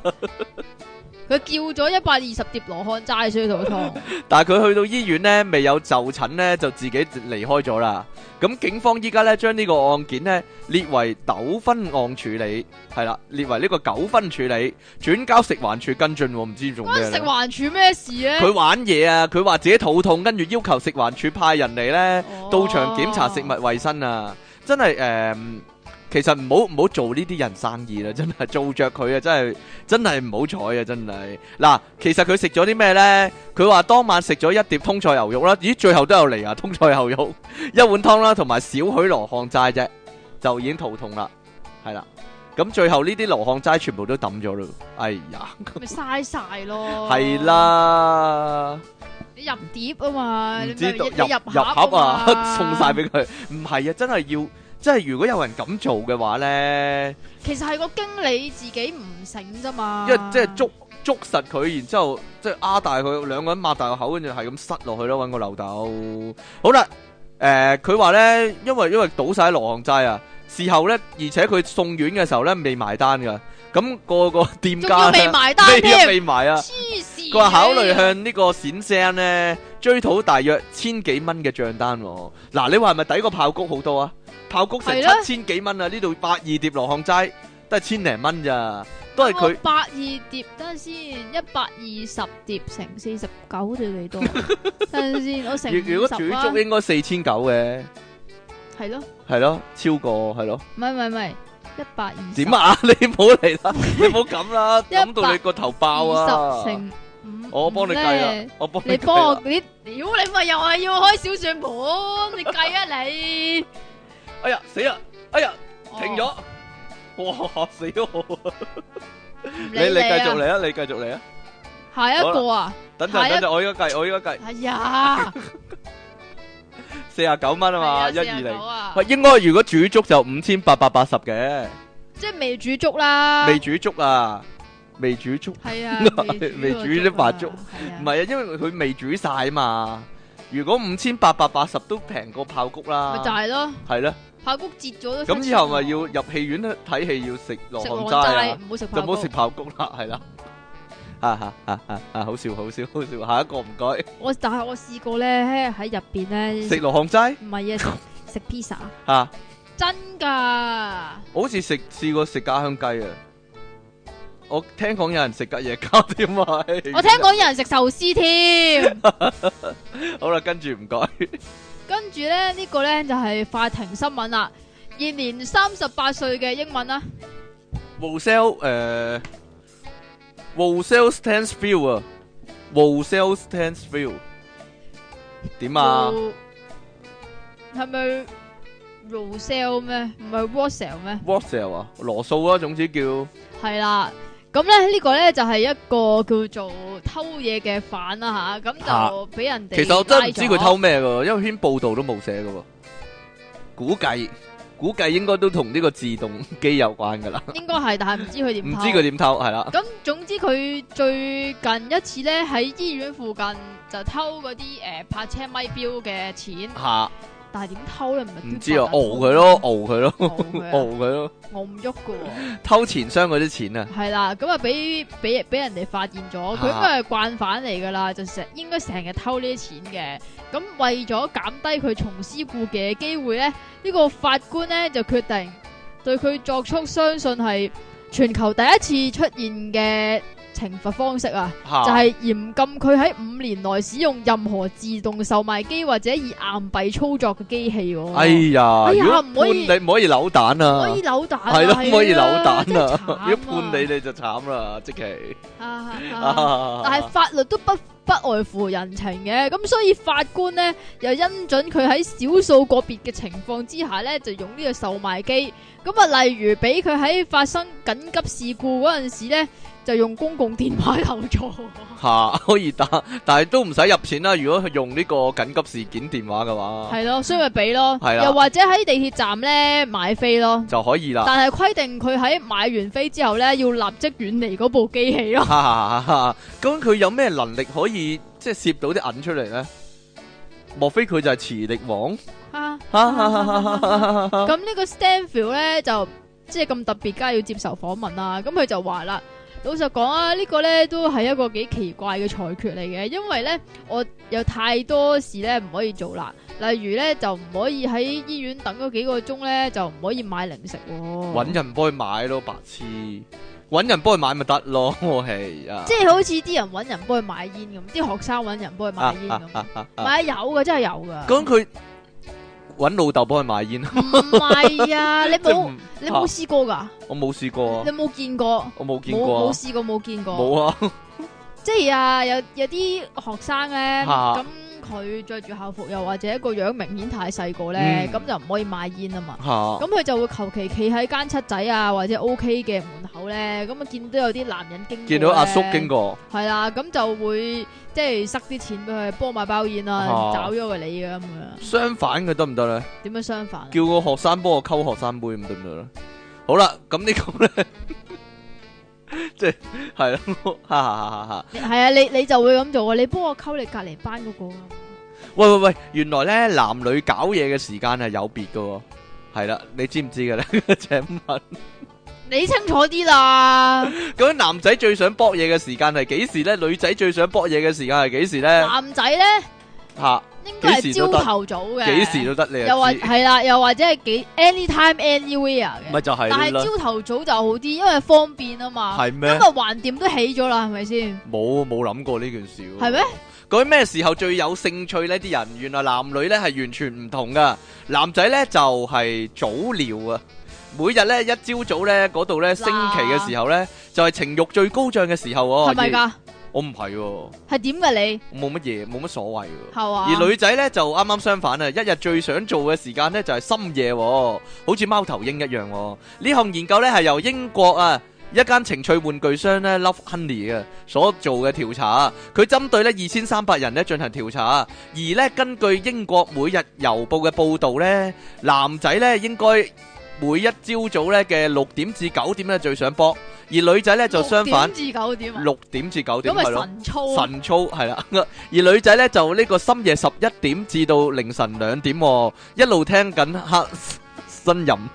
Speaker 1: 佢叫咗一百二十碟羅漢齋，所以肚痛。
Speaker 2: 但係佢去到醫院呢，未有就診呢，就自己離開咗啦。咁警方依家呢，將呢個案件呢列為糾紛案處理，係啦，列為呢個糾紛處理，轉交食環署跟進喎，唔知做
Speaker 1: 關
Speaker 2: 咩
Speaker 1: 食
Speaker 2: 呢
Speaker 1: 環署咩事 咧？
Speaker 2: 佢玩嘢啊！佢話自己肚痛，跟住要求食環署派人嚟呢，到場檢查食物
Speaker 1: 哦
Speaker 2: 衞生啊！真係誒、嗯其實唔好唔好做呢啲人生意啦，真係 做着佢啊！真係真係唔好彩啊！ 真係嗱，其實佢食咗啲咩呢？佢話當晚食咗一碟通菜牛肉啦，咦，最後都有嚟啊！通菜牛肉 一碗湯啦，同埋少許羅漢齋啫，就已經肚痛啦，係啦。咁最後呢啲羅漢齋全部都抌咗咯，哎呀，
Speaker 1: 咪嘥晒咯。
Speaker 2: 係。啦。
Speaker 1: 你入碟啊嘛，
Speaker 2: 唔
Speaker 1: 你
Speaker 2: 知
Speaker 1: 咪
Speaker 2: 道
Speaker 1: 入
Speaker 2: 入入盒
Speaker 1: 盒
Speaker 2: 啊， 送晒
Speaker 1: 俾。
Speaker 2: 俾佢。唔係啊，真係要，真係如果有人咁做嘅話咧，
Speaker 1: 其實係個經理自己唔醒啫嘛。
Speaker 2: 因為即係捉捉實佢，然之後即係啊大佢，兩個人擘大個口，跟住係咁塞落去咯，揾個漏斗。好啦，誒佢話咧，因為因為倒晒羅漢齋啊，事後咧，而且佢送院嘅時候咧未埋單㗎，咁個個店
Speaker 1: 仲要
Speaker 2: 家
Speaker 1: 未
Speaker 2: 呢
Speaker 1: 埋單
Speaker 2: 未
Speaker 1: 添，
Speaker 2: 未埋啊。
Speaker 1: 黐線。
Speaker 2: 佢話考慮向呢個閃聲咧追討大約千幾蚊嘅帳單喎。嗱，你話係咪抵過炮谷好多啊？炮谷成
Speaker 1: 係啦
Speaker 2: 七千幾蚊啊，呢度百二碟羅漢齋都係千零蚊咋，都係佢
Speaker 1: 百二碟，等陣先，一百二十碟乘四十九對 幾多啊？等陣先，我乘
Speaker 2: 如如果
Speaker 1: 五
Speaker 2: 煮
Speaker 1: 十啊
Speaker 2: 足，應該四千九嘅，
Speaker 1: 係咯，
Speaker 2: 係咯，超過係咯。
Speaker 1: 唔係唔係唔係，一百二十
Speaker 2: 點啊？ 你唔好 嚟啦，你唔好咁啦，
Speaker 1: 一百
Speaker 2: 諗到你個頭爆
Speaker 1: 二
Speaker 2: 啊
Speaker 1: 十！乘五，
Speaker 2: 我幫你計
Speaker 1: 咧
Speaker 2: 啦，我幫
Speaker 1: 你
Speaker 2: 計
Speaker 1: 幫我
Speaker 2: 啦。
Speaker 1: 你，屌你咪又係要開小算盤，你計啊你！
Speaker 2: 哎呀，死啦！哎呀，
Speaker 1: 哦
Speaker 2: 停，咗！哇，死我！
Speaker 1: 唔
Speaker 2: 你
Speaker 1: 理
Speaker 2: 你繼
Speaker 1: 啊
Speaker 2: 續嚟啊！你繼續嚟啊！
Speaker 1: 下一個啊，哎
Speaker 2: 等
Speaker 1: 下
Speaker 2: 陣
Speaker 1: 一
Speaker 2: 等陣，我依家計，我依家計。
Speaker 1: 哎呀，
Speaker 2: 49蚊啊
Speaker 1: 係
Speaker 2: 嘛，
Speaker 1: 啊，
Speaker 2: 120
Speaker 1: 49啊，
Speaker 2: 喂，應該如果煮粥就5880嘅，
Speaker 1: 即系未煮粥啦，
Speaker 2: 未煮粥啊，未煮粥。，
Speaker 1: 系啊
Speaker 2: 未煮啲白粥
Speaker 1: 嗰個啊，係啊
Speaker 2: 唔係啊，因為佢未煮晒嘛。如果5880都平過爆谷啦。
Speaker 1: 咪就係咯，
Speaker 2: 啊係咯，咁
Speaker 1: 炮谷截咗都七千
Speaker 2: 以後咪
Speaker 1: 喎
Speaker 2: 要入戲院睇戲要食羅
Speaker 1: 食
Speaker 2: 漢
Speaker 1: 黃
Speaker 2: 齋啊。
Speaker 1: 齋，唔好食
Speaker 2: 就
Speaker 1: 炮
Speaker 2: 唔
Speaker 1: 谷
Speaker 2: 好食。爆谷啦， 係啦。啊啊啊啊啊！好笑好笑好笑，下一個唔該。
Speaker 1: 我但係我試過咧喺入邊咧
Speaker 2: 食，羅漢齋
Speaker 1: 唔係 啊，食食 pizza
Speaker 2: 啊，
Speaker 1: 真㗎，
Speaker 2: 我好似食試過食家鄉雞啊！我聽講有人食隔夜膠添啊！
Speaker 1: 我聽講有人食壽司 添。
Speaker 2: 好啦，跟住唔該。
Speaker 1: 跟住咧呢個咧就係法庭新聞啦，現年三十八歲嘅英文啦，
Speaker 2: Wholesale 誒，Wholesale Stansfield 啊，Wholesale Stansfield 點啊？
Speaker 1: 就係咪 Rosell 咩？唔係 Rosell 咩？
Speaker 2: Wholesale 啊，羅素啊，總之叫
Speaker 1: 係啦。咁咧呢個咧就係一個叫做偷嘢嘅犯啦吓，咁就俾人哋
Speaker 2: 其實我真係唔知
Speaker 1: 拉咗
Speaker 2: 佢偷咩噶，因為篇報道都冇寫噶。估計估計應該都同呢個自動機有關噶啦，
Speaker 1: 應該係，但係唔知佢點
Speaker 2: 唔
Speaker 1: 偷
Speaker 2: 知佢點偷係啦。
Speaker 1: 咁總之佢最近一次咧喺醫院附近就偷嗰啲誒泊車咪表嘅錢，
Speaker 2: 吓，
Speaker 1: 但係點偷咧？唔係
Speaker 2: 唔知啊，熬佢咯，，熬佢咯，
Speaker 1: 熬
Speaker 2: 熬
Speaker 1: 佢 啊，
Speaker 2: 佢哦咯，
Speaker 1: 熬唔喐嘅喎，
Speaker 2: 偷錢箱嗰啲錢啊，
Speaker 1: 係啦，咁啊俾俾俾人哋發現咗，佢應該係慣犯嚟㗎啦，就成應該成日偷呢啲錢嘅。咁為咗減低佢重施故技嘅機會咧，呢個法官咧就決定對佢作出相信係全球第一次出現嘅懲罰方式啊！就
Speaker 2: 吓，
Speaker 1: 係嚴禁佢喺五年內使用任何自動售賣機或者以硬幣操作嘅機器喎。
Speaker 2: 哎呀，
Speaker 1: 哎呀
Speaker 2: 如果
Speaker 1: 唔可以
Speaker 2: 判你唔可以扭蛋
Speaker 1: 唔
Speaker 2: 啊
Speaker 1: 可以，扭蛋啊，
Speaker 2: 係咯，唔可以扭
Speaker 1: 啊
Speaker 2: 蛋啊， 如
Speaker 1: 真係慘
Speaker 2: 果判你你就慘啦，即其，
Speaker 1: 啊啊啊但係
Speaker 2: 但
Speaker 1: 法律都不不外乎人情嘅，咁所以法官呢，又恩準佢喺少數個別嘅情況之下呢，就用呢個售賣機。咁啊，例如俾佢喺發生緊急事故嗰陣時呢，就用公共電話求助。
Speaker 2: 吓可以打，但係都唔使入錢啦。如果佢用呢個緊急事件電話嘅話，
Speaker 1: 係咯，所以咪俾咯。
Speaker 2: 係啦啊
Speaker 1: 又或者喺地鐵站呢買飛咯。
Speaker 2: 就可以啦。
Speaker 1: 但係規定佢喺買完飛之後咧，要立即遠離嗰部機器 咯。
Speaker 2: 哈哈哈！咁佢有咩能力可以即係攝到啲銀出嚟咧？莫非佢就係磁力王？
Speaker 1: 咁呢個 Stanfield 咧就即係咁特別，梗係要接受訪問啦。咁佢就話啦，老實講啊，呢個咧都係一個幾奇怪嘅裁決嚟嘅，因為咧我有太多事咧唔可以做啦。例如咧就唔可以喺醫院等嗰幾個鐘咧，就唔可以買零食喎。
Speaker 2: 揾人幫佢買咯，白痴！揾人幫佢買咪得咯， 係啊
Speaker 1: 即！係好似啲人揾人幫佢買煙咁，啲學生揾人幫佢買煙
Speaker 2: 啊
Speaker 1: 咁，買有嘅真係有㗎。
Speaker 2: 咁佢揾老豆幫佢買煙，啊
Speaker 1: 唔係啊，你
Speaker 2: 即係
Speaker 1: 冇
Speaker 2: 唔
Speaker 1: 你冇試過㗎？
Speaker 2: 我冇試過啊
Speaker 1: 你，冇見過？
Speaker 2: 我冇見
Speaker 1: 冇
Speaker 2: 過
Speaker 1: 冇
Speaker 2: 啊，
Speaker 1: 試過冇見過？
Speaker 2: 冇啊，
Speaker 1: 即係啊，有有啲學生咧，
Speaker 2: 嚇
Speaker 1: 咁佢着住校服，又或者個樣明顯太細個咧
Speaker 2: 嗯，
Speaker 1: 咁就唔可以買煙啊嘛。
Speaker 2: 嚇
Speaker 1: 咁佢就會求其企喺間七仔啊，或者 O K 嘅門口咧，咁啊見到有啲男人經過
Speaker 2: 見到阿叔
Speaker 1: 咧
Speaker 2: 經，過，
Speaker 1: 係啦，咁就會即係塞啲錢俾佢，幫我買包煙啦，
Speaker 2: 嚇
Speaker 1: 找咗個你嘅咁樣，
Speaker 2: 相反佢得唔得咧？
Speaker 1: 點樣相反啊？
Speaker 2: 叫個學生幫我溝學生妹咁得唔得咧？好啦，咁呢個咧， 即係係咯， 哈哈哈哈！
Speaker 1: 你係啊，你你就會咁做啊，你幫我溝你隔離班嗰個啊。
Speaker 2: 喂喂喂，原來咧男女搞嘢嘅時間係有別嘅喎，係啦，你知唔知嘅咧？ 請問，
Speaker 1: 你清楚啲啦，
Speaker 2: 咁男仔最想搏嘢嘅時間係幾時咧？女仔最想搏嘢嘅時間係幾時咧？
Speaker 1: 男仔咧
Speaker 2: 嚇，
Speaker 1: 應該
Speaker 2: 幾
Speaker 1: 係
Speaker 2: 時都
Speaker 1: 朝
Speaker 2: 得
Speaker 1: 頭早嘅，
Speaker 2: 幾時都得你
Speaker 1: 又
Speaker 2: 又
Speaker 1: 或
Speaker 2: 知，
Speaker 1: 係啦，又或者係幾 anytime anywhere 嘅，
Speaker 2: 咪就
Speaker 1: 但
Speaker 2: 係
Speaker 1: 係
Speaker 2: 啦，
Speaker 1: 朝頭早就好啲，因為方便啊嘛。
Speaker 2: 係
Speaker 1: 今
Speaker 2: 咩
Speaker 1: 日？橫掂都起咗啦，係咪先？
Speaker 2: 冇冇諗過呢件事喎。
Speaker 1: 係咩？
Speaker 2: 究竟咩時候最有興趣呢？啲人原來男女呢係完全唔同噶。男仔呢就係、早療啊，每日呢一朝早呢嗰度呢升旗嘅時候呢，就係、情慾最高漲嘅時候
Speaker 1: 係
Speaker 2: 喎。
Speaker 1: 咪
Speaker 2: 哦而
Speaker 1: 㗎？
Speaker 2: 我唔係喎，我
Speaker 1: 係點㗎你？
Speaker 2: 冇乜嘢，冇乜所謂喎。
Speaker 1: 係嘛？
Speaker 2: 而女仔呢就啱啱相反啊！一日最想做嘅時間呢就係、深夜、喎，好似貓頭鷹一樣、喎。呢項研究呢係由英國啊一間情趣玩具商咧 Love Honey 啊所做嘅調查啊，佢針對咧二千三百人咧進行調查啊，而咧根據英國每日郵報嘅報導咧，男仔咧應該每一朝早咧嘅六點至九點咧最上波，而女仔咧就相反
Speaker 1: 六點至九點啊，
Speaker 2: 六點至九點
Speaker 1: 咁咪
Speaker 2: 係咯。
Speaker 1: 神操啊，
Speaker 2: 晨操係啦， 而女仔咧就呢個深夜十一點至到凌晨兩點、喎，一路聽緊黑呻吟，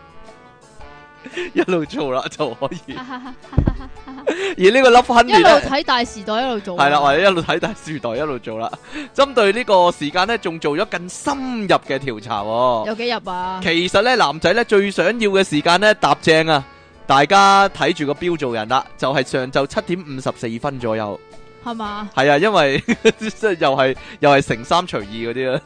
Speaker 2: 一路做啦就可以。而呢 個 Love
Speaker 1: 一路
Speaker 2: Honey 咧，
Speaker 1: 睇大時代一路做，啊
Speaker 2: 係啦，，或者一路睇大書袋一路做啦。針對呢個時間咧，仲做咗更深入嘅調查、喎。
Speaker 1: 有幾入啊？
Speaker 2: 其實咧，男仔咧最想要嘅時間咧，搭正啊！大家睇住個表做人啦，就係上晝七點五十四分左右。
Speaker 1: 係嘛？
Speaker 2: 係啊，因為 即係又係又係乘三除二嗰啲啦，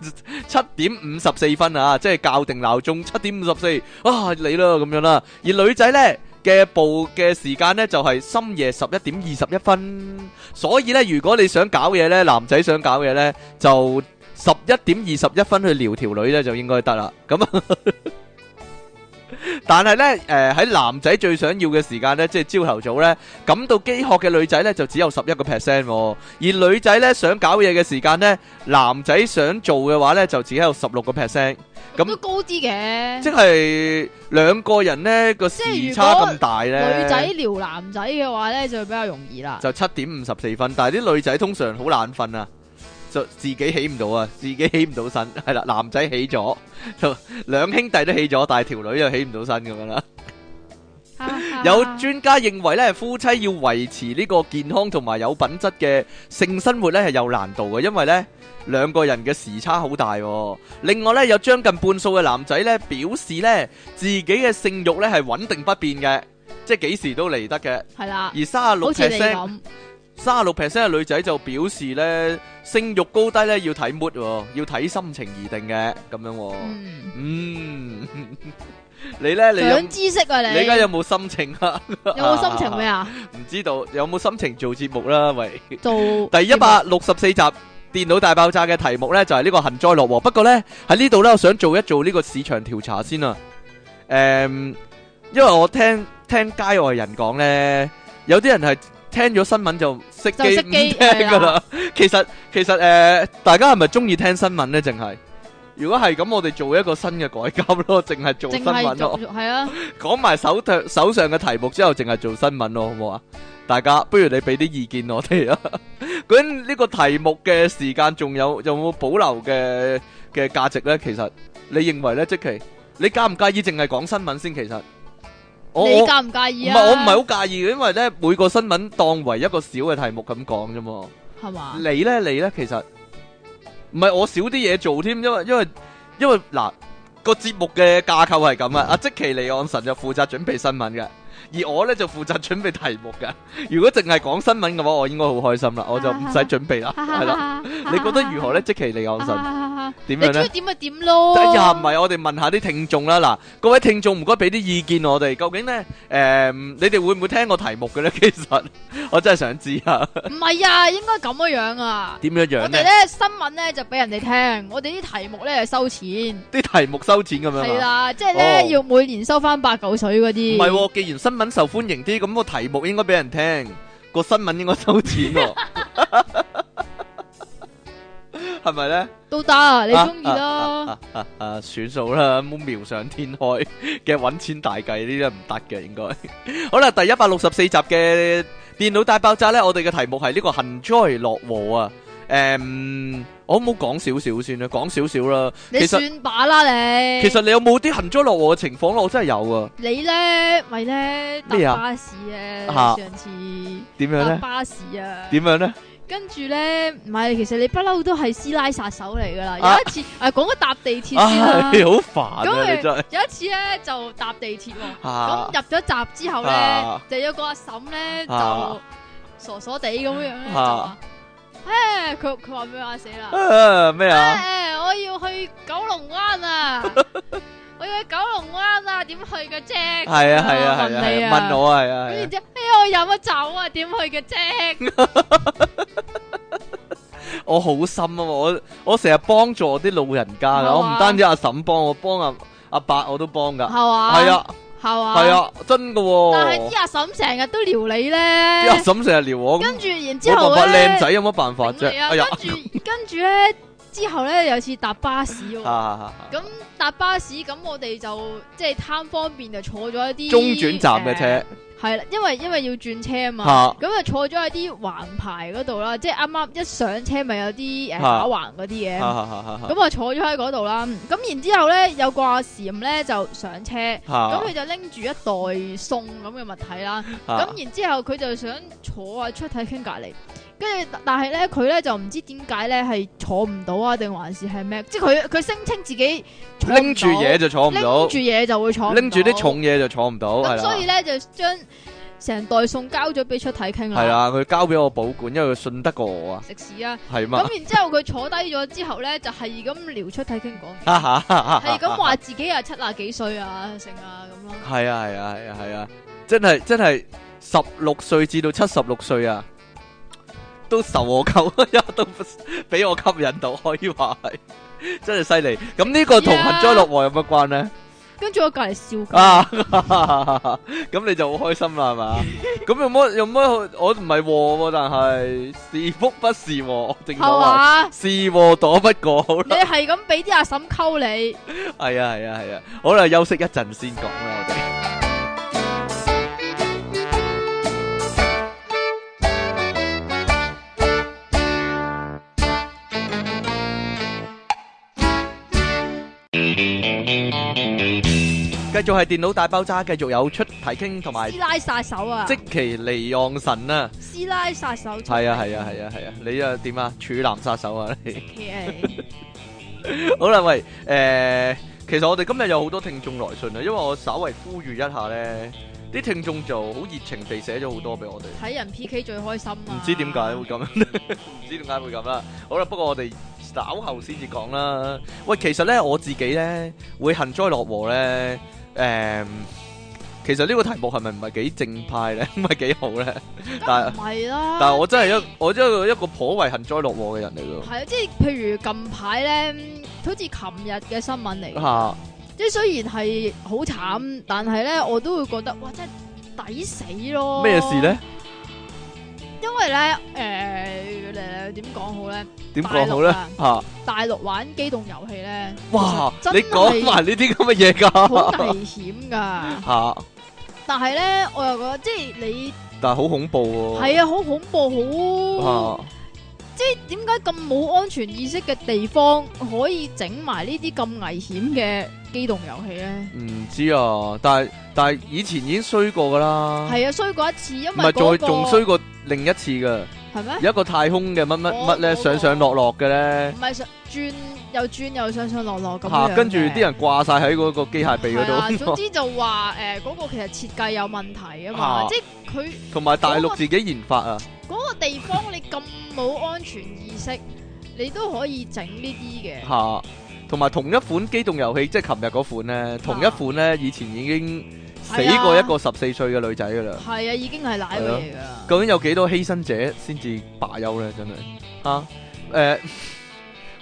Speaker 2: 七點五十四分啊，即係校定鬧鐘七點五十四啊，你啦咁樣啦。而女仔呢嘅步嘅時間呢，就係、深夜十一點二十一分，所以呢，如果你想搞嘢呢，男仔想搞嘢呢，就十一點二十一分去撩條女呢，就應該得啦。咁啊。 但係呢，誒、喺男仔最想要嘅時間呢，即係朝頭早呢。感到飢渴嘅女仔呢，就只有十一個 percent，而女仔呢，想搞嘢嘅時間呢，男仔想做嘅話呢，就只有十六個 percent，咁
Speaker 1: 咁都高啲嘅
Speaker 2: 即。係兩個人呢個時差咁大呢，
Speaker 1: 嗯女仔撩男仔嘅話咧，就比較容易啦。
Speaker 2: 就七點五十四分，但係啲女仔通常好懶瞓啊，就自己起唔到啊，自己起唔到身，係啦，男仔起咗，就兩兄弟都起咗，但係條女又起唔到身咁樣啦。
Speaker 1: 啊
Speaker 2: 有專家認為咧，夫妻要維持呢個健康同埋有品質嘅性生活咧係有難度嘅，因為咧兩個人嘅時差好大、喎。另外咧，有將近半數嘅男仔咧表示咧自己嘅性欲咧係穩定不變嘅，即係幾時都嚟得嘅。
Speaker 1: 係啦，
Speaker 2: 而三十
Speaker 1: 啊
Speaker 2: 六
Speaker 1: 好似你
Speaker 2: percent，
Speaker 1: 咁，
Speaker 2: 三十六 percent 嘅女仔就表示咧性欲高低咧要睇 mood，喎要睇心情而定嘅咁樣、喎。
Speaker 1: 嗯，
Speaker 2: 嗯， 你咧你有
Speaker 1: 長知識啊
Speaker 2: 你而
Speaker 1: 你
Speaker 2: 家，有冇心情啊？
Speaker 1: 有冇心情咩啊？
Speaker 2: 唔知道有冇心情做節目啦？喂，
Speaker 1: 做啊
Speaker 2: 第一百六十四集《電腦大爆炸》嘅題目呢，就係、呢個幸災樂禍。不過呢，喺呢度呢，我想做一做呢個市場調查先啊。誒、嗯因為我聽聽街外人講呢，有啲人係聽咗新聞就熄
Speaker 1: 就
Speaker 2: 機
Speaker 1: 熄
Speaker 2: 唔
Speaker 1: 機啊
Speaker 2: 聽㗎啦。其實其實誒、大家係咪中意聽新聞呢？淨係如果係咁，我哋做一個新嘅改革咯，淨係做新
Speaker 1: 淨
Speaker 2: 聞
Speaker 1: 係
Speaker 2: 咯
Speaker 1: 做。係啊，
Speaker 2: 講埋手頭手上嘅題目之後，淨係做新聞咯，好唔好啊？大家不如你俾啲意見我哋啊。 究竟呢個題目嘅時間仲有有冇保留嘅嘅價值呢？其實你認為呢？即其你介唔介意淨係講新聞先？其實我
Speaker 1: 你
Speaker 2: 我
Speaker 1: 介唔介
Speaker 2: 唔
Speaker 1: 意啊？
Speaker 2: 係我唔係好介意嘅，因為呢每個新聞當為一個小嘅題目咁講啫嘛。
Speaker 1: 係嘛？
Speaker 2: 你呢？你呢？其實唔係我少啲嘢做添，因為因為因為嗱個節目嘅架構係咁啊，阿即其尼岸神就負責準備新聞嘅，而我呢就負責準備題目嘅。 如果淨係講新聞嘅話，我應該好開心啦，我就唔使準備啦，係啦。
Speaker 1: 啦，
Speaker 2: 你覺得如何呢？即其尼岸神
Speaker 1: 神？
Speaker 2: 點
Speaker 1: 你
Speaker 2: 樣
Speaker 1: 中
Speaker 2: 呢
Speaker 1: 意？點咪點咯？
Speaker 2: 哎呀，唔係，我哋問下啲聽眾啦。嗱，各位聽眾唔該俾啲意見我哋，究竟呢？誒，你哋會唔會聽過題目嘅呢？其實我真係想知啊，
Speaker 1: 唔係啊，應該咁樣樣啊。
Speaker 2: 點樣樣
Speaker 1: 我
Speaker 2: 呢
Speaker 1: 哋？咧新聞咧就俾人哋聽，我哋啲題目咧係收錢，
Speaker 2: 啲題目收錢咁樣啊
Speaker 1: 係啦，即係
Speaker 2: 哦
Speaker 1: 咧要每年收翻八九水嗰啲。
Speaker 2: 唔係喎，既然新聞受歡迎啲，咁、個題目應該俾人聽，個新聞應該收錢喎、係咪咧？
Speaker 1: 都得，你中意
Speaker 2: 啊
Speaker 1: 啦。
Speaker 2: 啊啊啊啊算數啦，冇妙想天開嘅揾錢大計呢啲唔得嘅，應該。 好啦，第一百六十四集嘅電腦大爆炸呢，我哋嘅題目係呢個幸災樂禍啊。誒、嗯我冇講少少先啦，講少少啦。
Speaker 1: 你
Speaker 2: 其實
Speaker 1: 算把啦你。
Speaker 2: 其實你有冇啲幸災樂禍嘅情況咧？我真係有啊。
Speaker 1: 你咧咪咧搭
Speaker 2: 咩啊
Speaker 1: 巴士咧，
Speaker 2: 嚇
Speaker 1: 上次
Speaker 2: 點樣
Speaker 1: 搭
Speaker 2: 呢？
Speaker 1: 巴士啊，
Speaker 2: 點樣呢？
Speaker 1: 跟住咧唔係，其實你不嬲都係師奶殺手嚟噶啦。
Speaker 2: 啊
Speaker 1: 有一次誒講咗搭地鐵 先啦
Speaker 2: 唉，，啊好煩啊！
Speaker 1: 咁
Speaker 2: 你真係。
Speaker 1: 有一次咧就搭地鐵喎。咁
Speaker 2: 啊
Speaker 1: 入咗閘之後
Speaker 2: 啊
Speaker 1: 咧，就有個阿嬸咧
Speaker 2: 啊
Speaker 1: 就傻傻地咁樣咧就
Speaker 2: 啊
Speaker 1: 話，誒佢佢話咩話死啦？
Speaker 2: 啊咩啊？
Speaker 1: 誒我要去九龍灣 啊！我要去九龍灣啊！點去嘅啫？
Speaker 2: 係啊係啊係
Speaker 1: 問
Speaker 2: 啊
Speaker 1: 你
Speaker 2: 係
Speaker 1: 啊
Speaker 2: 啊！問我啊係啊
Speaker 1: 咁
Speaker 2: 係
Speaker 1: 然
Speaker 2: 啊，
Speaker 1: 之後，哎呀我飲咗酒啊，點去嘅 啫？
Speaker 2: 我好心啊！我我成日幫助啲老人家
Speaker 1: 係嘛
Speaker 2: 噶，我唔單止阿嬸幫我，幫阿阿伯我都幫噶，
Speaker 1: 係嘛？
Speaker 2: 係，啊，
Speaker 1: 系嘛？
Speaker 2: 係，啊，真噶喎。
Speaker 1: 但係啲阿嬸成日都撩你
Speaker 2: 啲阿
Speaker 1: 咧，
Speaker 2: 嬸成日撩我，咁
Speaker 1: 跟住然之
Speaker 2: 我
Speaker 1: 後
Speaker 2: 爸
Speaker 1: 咧
Speaker 2: 爸，靚仔有乜辦法啫？
Speaker 1: 咁你啊
Speaker 2: 哎呀，
Speaker 1: 跟住跟住咧，之後咧有次搭巴士喎。
Speaker 2: 啊
Speaker 1: 咁搭巴士咁，我哋就即係貪方便就坐咗一啲
Speaker 2: 中轉站嘅車，
Speaker 1: 係啦，因為因為要轉車啊嘛。咁
Speaker 2: 嚇
Speaker 1: 啊坐咗喺啲橫排嗰度啦，即係啱啱一上車咪有啲誒
Speaker 2: 啊
Speaker 1: 打橫嗰啲嘢，
Speaker 2: 嚇嚇嚇嚇
Speaker 1: 咁啊坐咗喺嗰度啦。咁然之後咧有個阿禪咧就上車，咁
Speaker 2: 嚇
Speaker 1: 佢就拎住一袋餸咁嘅物體啦。
Speaker 2: 嚇
Speaker 1: 咁然之後佢就想坐啊出體傾隔離，跟住但係咧佢咧就唔知點解咧係坐唔到啊，定還是係咩？即係佢佢聲稱自己坐唔到
Speaker 2: 拎住嘢就坐唔
Speaker 1: 拎
Speaker 2: 到
Speaker 1: 住，嘢就會坐唔到，
Speaker 2: 拎住啲重嘢就坐唔到，係
Speaker 1: 咁，
Speaker 2: 啦。
Speaker 1: 所以咧就將成袋餸交咗俾出體傾啦。
Speaker 2: 係啦，佢交俾我保管，因為佢信得過我啊，
Speaker 1: 食屎啊！
Speaker 2: 係嘛？
Speaker 1: 咁然之後佢坐低咗之後咧，就係咁聊出體傾講，
Speaker 2: 哈哈哈哈
Speaker 1: 係咁話自己啊七啊幾歲啊，成啊咁咯。
Speaker 2: 係啊係啊係啊係啊，真係真係十六歲至到七十六歲啊，都受我吸， 一都俾我吸引到，可以話係真係犀利。咁呢個同幸災樂禍有乜關呢？
Speaker 1: 跟住我隔離笑佢，
Speaker 2: 啊，咁你就好開心啦，係嘛？咁有乜有乜好？我唔係禍喎，但係是福不是禍，正
Speaker 1: 係
Speaker 2: 所謂
Speaker 1: 嘛？
Speaker 2: 是禍躲不過，好啦
Speaker 1: 你係咁俾啲阿嬸溝你，
Speaker 2: 系啊系啊系啊，好啦，休息一陣先講啦，我哋。繼續係電腦大爆炸，繼續有出體傾同埋
Speaker 1: 師奶殺手啊！
Speaker 2: 即其離岸神啊，
Speaker 1: 師奶殺手出
Speaker 2: 係啊係啊係啊係啊，你啊點啊？處男殺手啊你？
Speaker 1: 奇嚟，
Speaker 2: 好啦，喂，誒、其實我哋今日有好多聽眾來信啊，因為我稍微呼籲一下咧，啲聽眾就好熱情地寫咗好多俾我哋，
Speaker 1: 睇人 P K 最開心
Speaker 2: 唔
Speaker 1: 啊！
Speaker 2: 知點解會咁樣，唔知點解會咁啦。好啦，不過我哋稍後先至講啦。喂，其實咧我自己咧會幸災樂禍咧，誒、其實呢個題目係咪唔係幾正派咧，唔係幾好咧？ 但
Speaker 1: 梗唔係啦。
Speaker 2: 但係我真係一我真係一個頗為幸災樂禍嘅人嚟
Speaker 1: 係啊，即係譬如近排咧，嗯好似琴日嘅新聞嚟
Speaker 2: 㗎，嚇、，
Speaker 1: 即係雖然係好慘，但係咧我都會覺得哇，真係抵死咯！
Speaker 2: 咩事咧？？
Speaker 1: 因為咧，誒誒點講好咧？
Speaker 2: 點講好咧？
Speaker 1: 大陸
Speaker 2: 嚇、
Speaker 1: 大陸玩機動遊戲 咧，
Speaker 2: 哇！
Speaker 1: 其實
Speaker 2: 你
Speaker 1: 真
Speaker 2: 講
Speaker 1: 係
Speaker 2: 埋呢啲咁嘅嘢
Speaker 1: 好
Speaker 2: 㗎，。
Speaker 1: 危險㗎
Speaker 2: 嚇！
Speaker 1: 但係咧，我又覺得即係你
Speaker 2: 但係好恐怖喎，
Speaker 1: 係啊啊，好恐怖，
Speaker 2: 啊
Speaker 1: 好即係點解咁冇安全意識嘅地方可以整埋呢啲咁危險嘅機動遊戲咧？
Speaker 2: 嚇唔知啊，但係但係以前已經衰過㗎啦，
Speaker 1: 係啊，衰過一次，因為
Speaker 2: 唔係
Speaker 1: 嗰
Speaker 2: 再
Speaker 1: 個
Speaker 2: 仲衰過另一 次㗎，
Speaker 1: 係咩？
Speaker 2: 有一個太空嘅乜乜乜咧
Speaker 1: 哦嗰個
Speaker 2: 上上落落嘅咧
Speaker 1: 唔係上轉又轉又上上落落咁
Speaker 2: 嚇，
Speaker 1: 樣
Speaker 2: 跟住
Speaker 1: 嘅
Speaker 2: 啲人掛晒喺嗰個機械臂
Speaker 1: 係啊
Speaker 2: 嗰
Speaker 1: 總
Speaker 2: 度，
Speaker 1: 之就話誒嗰個其實設計有問題啊嘛，
Speaker 2: 啊
Speaker 1: 即係佢
Speaker 2: 同埋大陸自己研發啊，
Speaker 1: 嗰個地方你咁冇安全意識，你都可以整呢啲嘅。
Speaker 2: 嚇，同埋同一款機動遊戲，即係琴日嗰款咧，同一款咧以前已經死
Speaker 1: 啊
Speaker 2: 過一個十四歲嘅女仔㗎啦。
Speaker 1: 係啊，已經係奶嘢㗎啦。
Speaker 2: 究竟有幾多犧牲者先至罷休咧？真係吓，誒、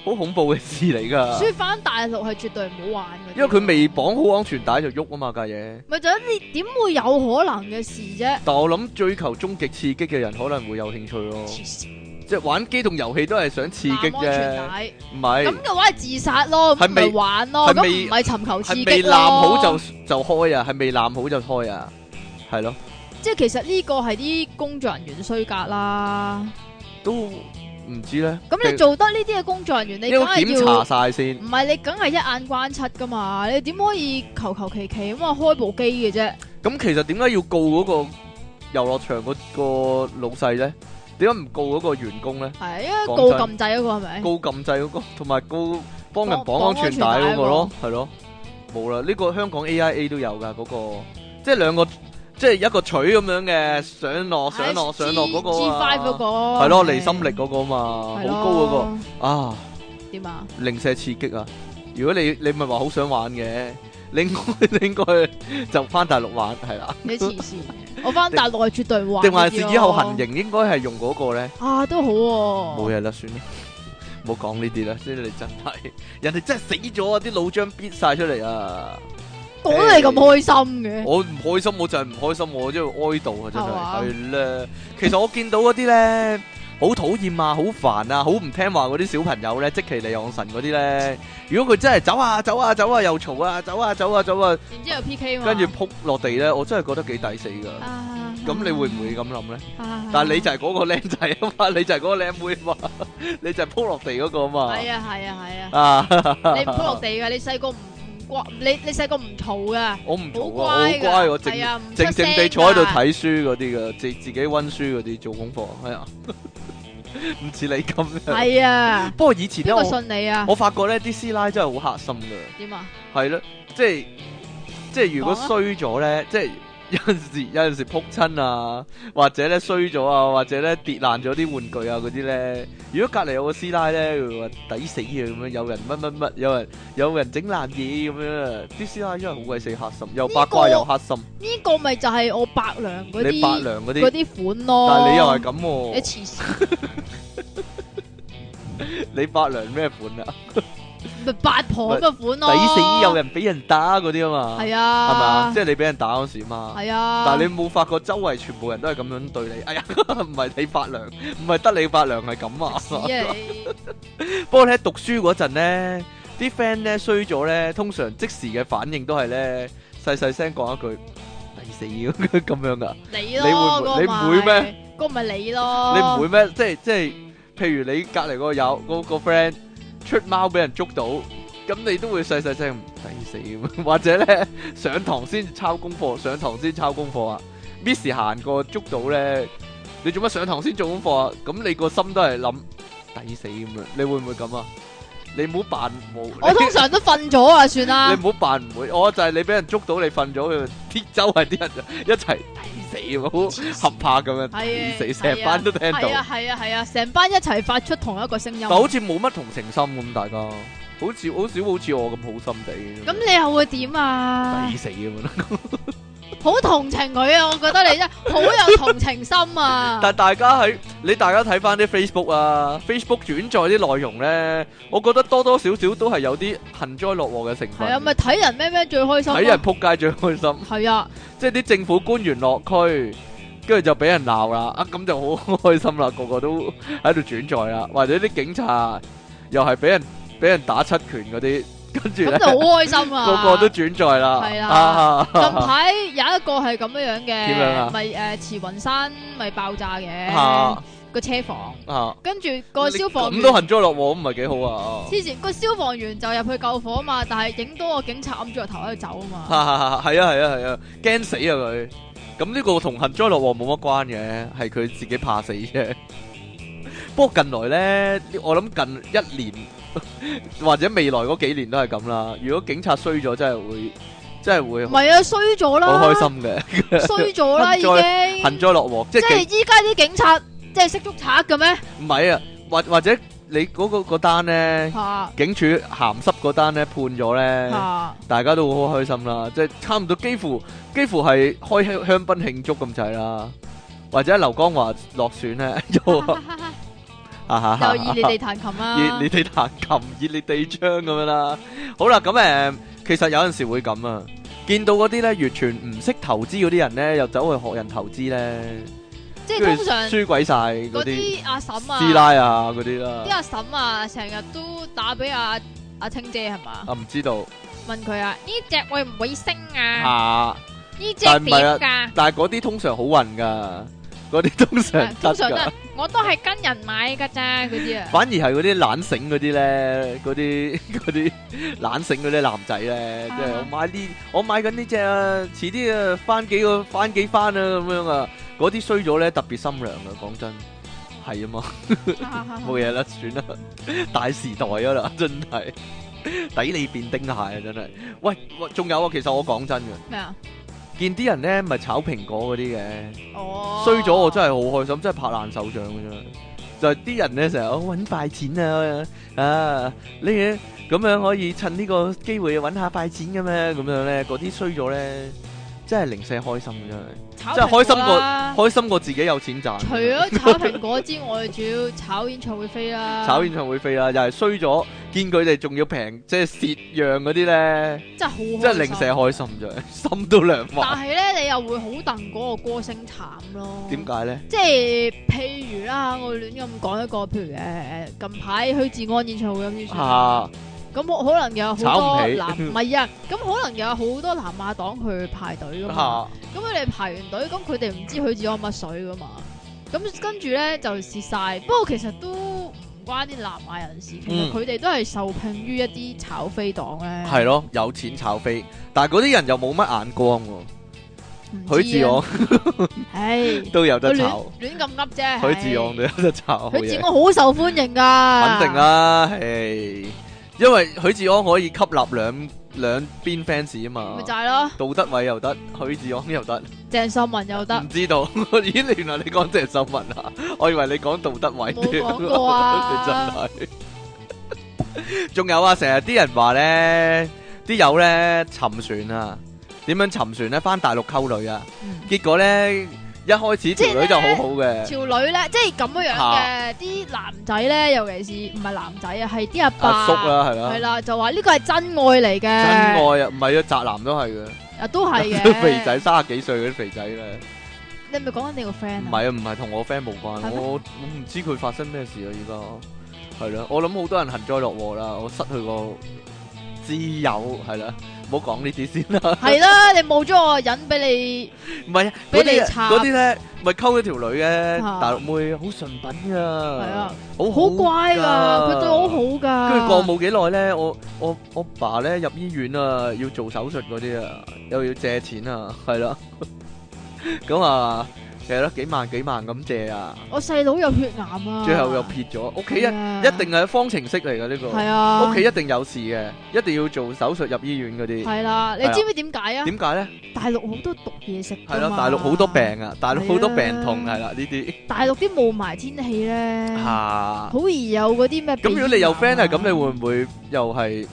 Speaker 2: 好恐怖嘅事嚟
Speaker 1: 所
Speaker 2: 㗎。
Speaker 1: 以翻大陸係絕對唔好玩嘅。
Speaker 2: 因為佢未綁好安全帶就喐啊嘛架嘢。
Speaker 1: 咪就係你點會有可能嘅事啫？
Speaker 2: 但我諗追求終極刺激嘅人可能會有興趣咯，
Speaker 1: 黐線
Speaker 2: 即係玩機動遊戲都係想刺激
Speaker 1: 攬安全
Speaker 2: 啫，
Speaker 1: 帶
Speaker 2: 唔係
Speaker 1: 咁嘅話係自殺咯，咁
Speaker 2: 係未
Speaker 1: 咪玩咯，
Speaker 2: 係
Speaker 1: 咁
Speaker 2: 未
Speaker 1: 唔係尋求刺
Speaker 2: 係
Speaker 1: 激
Speaker 2: 未
Speaker 1: 咯
Speaker 2: 攬好就就開啊，係未攬好就開啊，係咯，
Speaker 1: 即係其實呢個係啲工作人員衰格啦。
Speaker 2: 都唔知咧。
Speaker 1: 咁你做得呢啲嘅工作人員，你
Speaker 2: 應
Speaker 1: 梗
Speaker 2: 該
Speaker 1: 係
Speaker 2: 檢查
Speaker 1: 要
Speaker 2: 晒先。
Speaker 1: 唔係你梗係一眼關七噶嘛？你點可以求求其其咁啊開部機嘅啫？
Speaker 2: 咁其實點解要告嗰個遊樂場嗰個老細咧？點解唔告嗰個員工咧？
Speaker 1: 係因為
Speaker 2: 講
Speaker 1: 告禁
Speaker 2: 真
Speaker 1: 制嗰個係咪？
Speaker 2: 告禁制嗰、個，同埋告幫人綁
Speaker 1: 綁
Speaker 2: 安全帶嗰個咯，係咯，冇啦。呢、個香港 AIA 都有㗎，嗰、個即係兩個，即係一個錘咁樣嘅上落上落上落嗰個
Speaker 1: G Five 嗰個
Speaker 2: 啊，係咯，離心力嗰個嘛，好
Speaker 1: 係咯
Speaker 2: 高嗰個啊，
Speaker 1: 點啊？
Speaker 2: 零舍刺激啊！如果你你咪話好想玩嘅，你應該 你應該就翻大陸玩係啦，
Speaker 1: 你黐線嘅！我翻大陸係絕對玩呢啲咯。
Speaker 2: 定還是以後行刑應該係用嗰個咧？
Speaker 1: 啊？都好喎。
Speaker 2: 冇嘢啦，算啦，唔 好講呢啲啦，即係你真係，人哋真係死咗啊！啲腦漿逼晒出嚟啊！
Speaker 1: 講得你咁開心嘅，
Speaker 2: 我唔開心，我就係唔開心，我真係哀悼
Speaker 1: 係嘛
Speaker 2: 啊，真係係咧。其實我見到嗰啲咧，好討厭啊，好煩啊，好唔聽話嗰啲小朋友咧，即其利昂神嗰啲咧，如果佢真係走啊走啊走啊又嘈啊走啊走啊走啊，
Speaker 1: 然之後 P K 嘛，
Speaker 2: 跟住撲落地咧，我真係覺得幾抵死噶。
Speaker 1: 啊，
Speaker 2: 咁你會唔會咁諗咧？
Speaker 1: 啊？
Speaker 2: 但係你就係嗰個僆仔啊嘛， 你就係嗰個僆妹啊嘛， 你就係撲落地嗰個啊嘛。
Speaker 1: 係啊係啊 係啊，
Speaker 2: 啊！
Speaker 1: 你唔鋪落地嘅，你細個唔唔瓜，你你細個唔嘈噶，
Speaker 2: 我唔
Speaker 1: 好
Speaker 2: 做啊，我好
Speaker 1: 㗎
Speaker 2: 乖，我靜
Speaker 1: 係啊，唔出
Speaker 2: 靜靜地
Speaker 1: 聲
Speaker 2: 坐喺度
Speaker 1: 㗎。
Speaker 2: 睇書嗰啲噶，自自己温書嗰啲做功課，係啊， 唔似你咁樣。
Speaker 1: 係啊，
Speaker 2: 不過以前咧，
Speaker 1: 邊個
Speaker 2: 我
Speaker 1: 信你啊？
Speaker 2: 我發覺咧啲師奶真係好黑心噶，
Speaker 1: 點啊？
Speaker 2: 係咯，即係即係如果
Speaker 1: 講啊
Speaker 2: 衰咗咧，即係有陣時 有陣時撲親啊，或者咧衰咗啊，或者咧跌爛咗啲玩具啊嗰啲咧，如果隔離有個師奶咧，佢話抵死啊咁樣，有人乜乜乜，有人有人整爛嘢咁樣啊，啲師奶真係好鬼死黑心，又八
Speaker 1: 呢
Speaker 2: 卦
Speaker 1: 個
Speaker 2: 又黑心。
Speaker 1: 呢個咪就係我伯娘嗰
Speaker 2: 你伯
Speaker 1: 啲
Speaker 2: 娘嗰
Speaker 1: 嗰
Speaker 2: 啲，
Speaker 1: 啲款咯。
Speaker 2: 但係你又係咁喎，
Speaker 1: 你黐線，
Speaker 2: 你伯娘咩款啊？
Speaker 1: 咪八婆咁嘅款咯。
Speaker 2: 抵死有人俾人打嗰啲啊嘛，
Speaker 1: 哦係
Speaker 2: 係嘛？
Speaker 1: 啊，
Speaker 2: 即係你俾人打嗰時嘛。
Speaker 1: 係啊。
Speaker 2: 但係你冇發覺周圍全部人都係咁樣對你，哎呀， 唔係你伯娘，唔係得你伯娘係咁啊！
Speaker 1: 屎啊你！
Speaker 2: 不過咧讀書嗰陣咧，啲 friend 咧衰咗咧，通常即時嘅反應都係咧細細聲講一句抵死咁 咁樣啊噶。
Speaker 1: 你咯，
Speaker 2: 你會唔你唔會咩？
Speaker 1: 嗰個咪你咯，
Speaker 2: 你唔會咩？即係即係，譬如你隔離個友嗰個 friend 出貓俾人捉到，咁你都會細細聲抵死咁，或者咧上堂先抄功課，上堂先抄功課啊！Miss 行過捉到咧，你做乜上堂先做功課啊？咁你個心都係諗抵死咁樣，你會唔會咁啊？你唔好扮冇，
Speaker 1: 我通常都瞓咗啊，算啦
Speaker 2: 你。唔好扮唔會，我就係你俾人捉到你瞓咗，佢啲周圍啲人就一齊抵死咁，好合拍咁樣
Speaker 1: 係啊
Speaker 2: 抵死，成班都聽到
Speaker 1: 係。啊係啊係啊，成班一齊發出同一個聲音。
Speaker 2: 但好
Speaker 1: 咁
Speaker 2: 似冇乜同情心咁，大家好似好少好似我咁好心地。
Speaker 1: 你又會點啊
Speaker 2: 抵？死咁樣啦！
Speaker 1: 好同情佢啊！我覺得你真係好有同情心啊！
Speaker 2: 但係大家喺你大家睇翻啲 Facebook 啊，Facebook 轉載啲內容咧，我覺得多多少少都係有啲幸災樂禍嘅成
Speaker 1: 係啊，咪
Speaker 2: 分。
Speaker 1: 睇人咩咩最開心咯。
Speaker 2: 睇人撲街最開心，
Speaker 1: 係啊，
Speaker 2: 即係啲政府官員落區，跟住就俾人鬧啦，啊咁就好開心啦，個個都 喺度轉載啦，或者啲警察又係俾人俾人打七拳嗰啲，跟住
Speaker 1: 咁
Speaker 2: 咧
Speaker 1: 就好開心啊！
Speaker 2: 個個都轉載啦，
Speaker 1: 係啦
Speaker 2: 啊
Speaker 1: 近排有一個係咁樣樣
Speaker 2: 點樣啊
Speaker 1: 嘅，咪誒慈雲山咪爆炸嘅
Speaker 2: 啊
Speaker 1: 個車房，
Speaker 2: 啊！
Speaker 1: 跟住個消防
Speaker 2: 咁
Speaker 1: 員
Speaker 2: 都幸災樂禍，唔係幾好啊！
Speaker 1: 之前個消防員就入去救火嘛，但係影到個警察揞住個頭喺度走啊嘛，
Speaker 2: 啊係啊係啊係啊，驚死啊佢！咁呢個同幸災樂禍冇乜關嘅，係佢自己怕死啫。不過近來呢，我諗近一年 或者未來嗰幾年都係咁啦。如果警察衰咗，真係會真係會
Speaker 1: 唔係啊衰咗啦，
Speaker 2: 好開心嘅，
Speaker 1: 衰咗啦已經，
Speaker 2: 幸災樂禍。即
Speaker 1: 即
Speaker 2: 係
Speaker 1: 係依家啲警察即係識捉賊 嘅咩？
Speaker 2: 警唔係啊，或或者你嗰個嗰單呢，
Speaker 1: 嚇
Speaker 2: 警署鹹濕嗰單呢，判咗呢。
Speaker 1: 嚇
Speaker 2: 大家都好開心啦，即係差唔多幾乎幾乎係開香香檳慶祝咁滯啦，或者劉江華落選咧，又啊
Speaker 1: 又以你哋彈琴
Speaker 2: 熱
Speaker 1: 啊
Speaker 2: 烈，地彈琴， 熱烈地唱咁樣啦。好啦，咁誒、其實有陣時會咁啊，見到嗰啲咧完全唔識投資嗰啲人咧，又走去學人投資咧，
Speaker 1: 即係
Speaker 2: 跟
Speaker 1: 通
Speaker 2: 住
Speaker 1: 常
Speaker 2: 輸鬼晒嗰
Speaker 1: 嗰
Speaker 2: 啲
Speaker 1: 啲阿嬸
Speaker 2: 師
Speaker 1: 啊，
Speaker 2: 奶啊嗰啲啦
Speaker 1: 啲，阿嬸啊，成日都打俾阿阿青姐係嘛？
Speaker 2: 啊唔知道
Speaker 1: 問佢啊，呢只會唔會升啊？
Speaker 2: 啊，
Speaker 1: 呢只
Speaker 2: 但係唔係啊
Speaker 1: 點 㗎？
Speaker 2: 但係嗰啲通常好運噶，嗰啲通
Speaker 1: 啊通
Speaker 2: 常
Speaker 1: 常
Speaker 2: 得
Speaker 1: 都
Speaker 2: 㗎
Speaker 1: 係。我都係跟人買㗎咋嗰啲啊。
Speaker 2: 反而係嗰啲懶醒嗰啲咧，嗰啲 嗰啲懶醒嗰啲男仔咧，即係我買呢，我買緊呢只啊，遲啲啊翻幾個翻幾番啊咁樣啊，嗰啲衰咗咧特別心涼啊，講真係啊嘛， 冇嘢啦，算啦， 大時代啊啦，真係抵你變丁蟹啊，真係。喂，喂仲有啊，其實我講真嘅，
Speaker 1: 咩啊？
Speaker 2: 見啲人咧咪炒蘋果嗰啲嘅。
Speaker 1: 哦，
Speaker 2: 衰咗我真係好開心，真係拍爛手掌嘅啫。就係啲人咧成日哦揾快錢啊啊呢嘢咁樣可以趁呢個機會揾下快錢嘅咩？咁樣咧嗰啲衰咗咧，真係零舍開心真係，
Speaker 1: 炒
Speaker 2: 真係開心過
Speaker 1: 蘋果啦
Speaker 2: 開心過自己有錢賺。
Speaker 1: 除咗炒蘋果之外，仲要炒演唱會飛啦，
Speaker 2: 炒演唱會飛啦，又係衰咗，見佢哋仲要平，即係蝕讓嗰啲咧，
Speaker 1: 真係好開心，
Speaker 2: 真係零舍開心啫，心都涼
Speaker 1: 但係
Speaker 2: 埋。
Speaker 1: 咧，你又會好戥嗰個歌星慘咯。
Speaker 2: 點解咧？
Speaker 1: 即係譬如啦，我亂咁講一個，譬如誒、呃近排許志安演唱會咁先算啦。
Speaker 2: 啊，
Speaker 1: 咁我可能有好
Speaker 2: 炒唔
Speaker 1: 多
Speaker 2: 起
Speaker 1: 男，唔係啊，咁可能有好多南亞黨去排隊噶嘛。
Speaker 2: 嚇
Speaker 1: 咁佢哋排完隊，咁佢哋唔知許志安乜水噶嘛。咁跟住咧就蝕晒。不過其實都唔關啲南亞人士，其實
Speaker 2: 嗯
Speaker 1: 佢哋都係受聘於一啲炒飛黨咧。
Speaker 2: 係咯，有錢炒飛，但係嗰啲人又冇乜眼光喎，
Speaker 1: 唔知啊，
Speaker 2: 許志昂
Speaker 1: 唉，
Speaker 2: 都有
Speaker 1: 我
Speaker 2: 得炒
Speaker 1: 亂，亂咁噏啫。
Speaker 2: 許志昂
Speaker 1: 昂，
Speaker 2: 都有得炒好
Speaker 1: 許志
Speaker 2: 嘢。
Speaker 1: 安啊好受歡迎噶，
Speaker 2: 肯定。啦，係因為許志安可以吸納兩兩邊 fans 啊嘛
Speaker 1: 咪，就係咯，
Speaker 2: 杜德偉又得，許志安又得，唔
Speaker 1: 鄭秀文又得，
Speaker 2: 知道 咦？原來你講鄭秀文啊，我以為你講杜德偉
Speaker 1: 冇
Speaker 2: 添，
Speaker 1: 講過 啊
Speaker 2: 你真係。仲有啊，成日啲人話咧，啲友咧沉船啊，點樣沉船咧？翻大陸溝女啊，
Speaker 1: 嗯
Speaker 2: 結果咧一開始條女就好好嘅，
Speaker 1: 條女咧，即係咁樣樣
Speaker 2: 嚇
Speaker 1: 嘅，啲男仔咧，尤其是唔係男仔啊，係啲阿伯，
Speaker 2: 阿叔啦，係
Speaker 1: 係
Speaker 2: 啦，
Speaker 1: 啦，就話呢個係真愛嚟嘅，
Speaker 2: 真愛啊，唔係啊，宅男都係嘅。
Speaker 1: 啊都 係嘅，
Speaker 2: 肥仔，三十幾歲嗰啲肥仔咧，
Speaker 1: 你係咪講緊你個
Speaker 2: 唔
Speaker 1: friend 啊？
Speaker 2: 係啊，唔係同我 friend 冇
Speaker 1: 係
Speaker 2: 關，
Speaker 1: 咩
Speaker 2: 我我唔知佢發生咩事啊，而家係啦，我諗好多人幸災樂禍啦，我失去個摯友係啦，唔好講呢啲先啦，
Speaker 1: 係啦，你冇咗我引俾
Speaker 2: 唔係啊
Speaker 1: 俾
Speaker 2: 嗰
Speaker 1: 你
Speaker 2: 啲
Speaker 1: 插
Speaker 2: 嗰啲咧，咪溝咗條女嘅
Speaker 1: 啊
Speaker 2: 大陸妹，好純品
Speaker 1: 你，係
Speaker 2: 噶
Speaker 1: 啊，，
Speaker 2: 好
Speaker 1: 好乖
Speaker 2: 㗎
Speaker 1: 噶，佢對我好好噶，
Speaker 2: 跟住過冇幾耐咧，我我我爸咧入醫院啊，要做手術嗰啲啊，又要借錢啊，係啦， 咁啊，係咯，幾萬幾萬咁借啊，
Speaker 1: 我細佬有血癌啊，
Speaker 2: 最後又撇咗，屋企
Speaker 1: 係
Speaker 2: 人
Speaker 1: 啊，
Speaker 2: 一定係方程式嚟嘅呢
Speaker 1: 係
Speaker 2: 個，
Speaker 1: 啊，
Speaker 2: 屋企一定有事嘅，一定要做手術入醫院嗰啲，
Speaker 1: 係啦，你
Speaker 2: 係啊
Speaker 1: 知唔知點解啊？
Speaker 2: 點解咧？
Speaker 1: 大陸好多毒嘢食㗎
Speaker 2: 係咯，
Speaker 1: 嘛
Speaker 2: 大陸好多，病啊，大陸好多
Speaker 1: 係啊嗯
Speaker 2: 病痛係啦，呢啲啊
Speaker 1: 大陸啲霧霾天氣咧。
Speaker 2: 嚇。
Speaker 1: 好易有嗰啲咩鼻
Speaker 2: 咁
Speaker 1: 炎啊？
Speaker 2: 如果你有 friend 係咁，你會唔會又係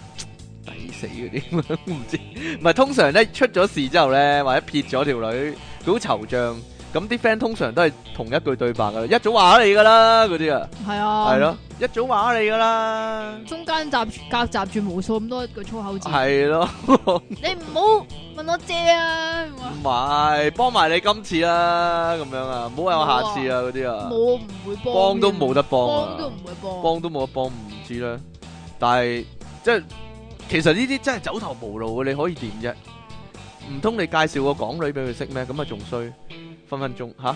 Speaker 2: 抵死嗰啲？ 我唔知，唔係通常咧出咗事之後咧，或者撇咗條女，佢好惆悵。咁啲 friend 通常都係同一句對白噶啦，一早話咗你噶啦嗰啲啊，
Speaker 1: 係啊，
Speaker 2: 係，咯，一早話咗你噶啦，
Speaker 1: 中間夾夾雜住無數咁多句粗口字，
Speaker 2: 係咯，
Speaker 1: 你唔好問我借啊！咁啊
Speaker 2: 唔係幫埋你今次啦，咁樣啊，唔好有下次啊嗰啲啊，
Speaker 1: 我唔會幫，
Speaker 2: 幫都冇得幫啊
Speaker 1: 幫都唔會幫，
Speaker 2: 幫都冇得幫，唔知啦。但係即係其實呢啲真係走投無路嘅，你可以點啫？唔通你介紹個港女俾佢識咩？咁啊仲衰，分分鐘吓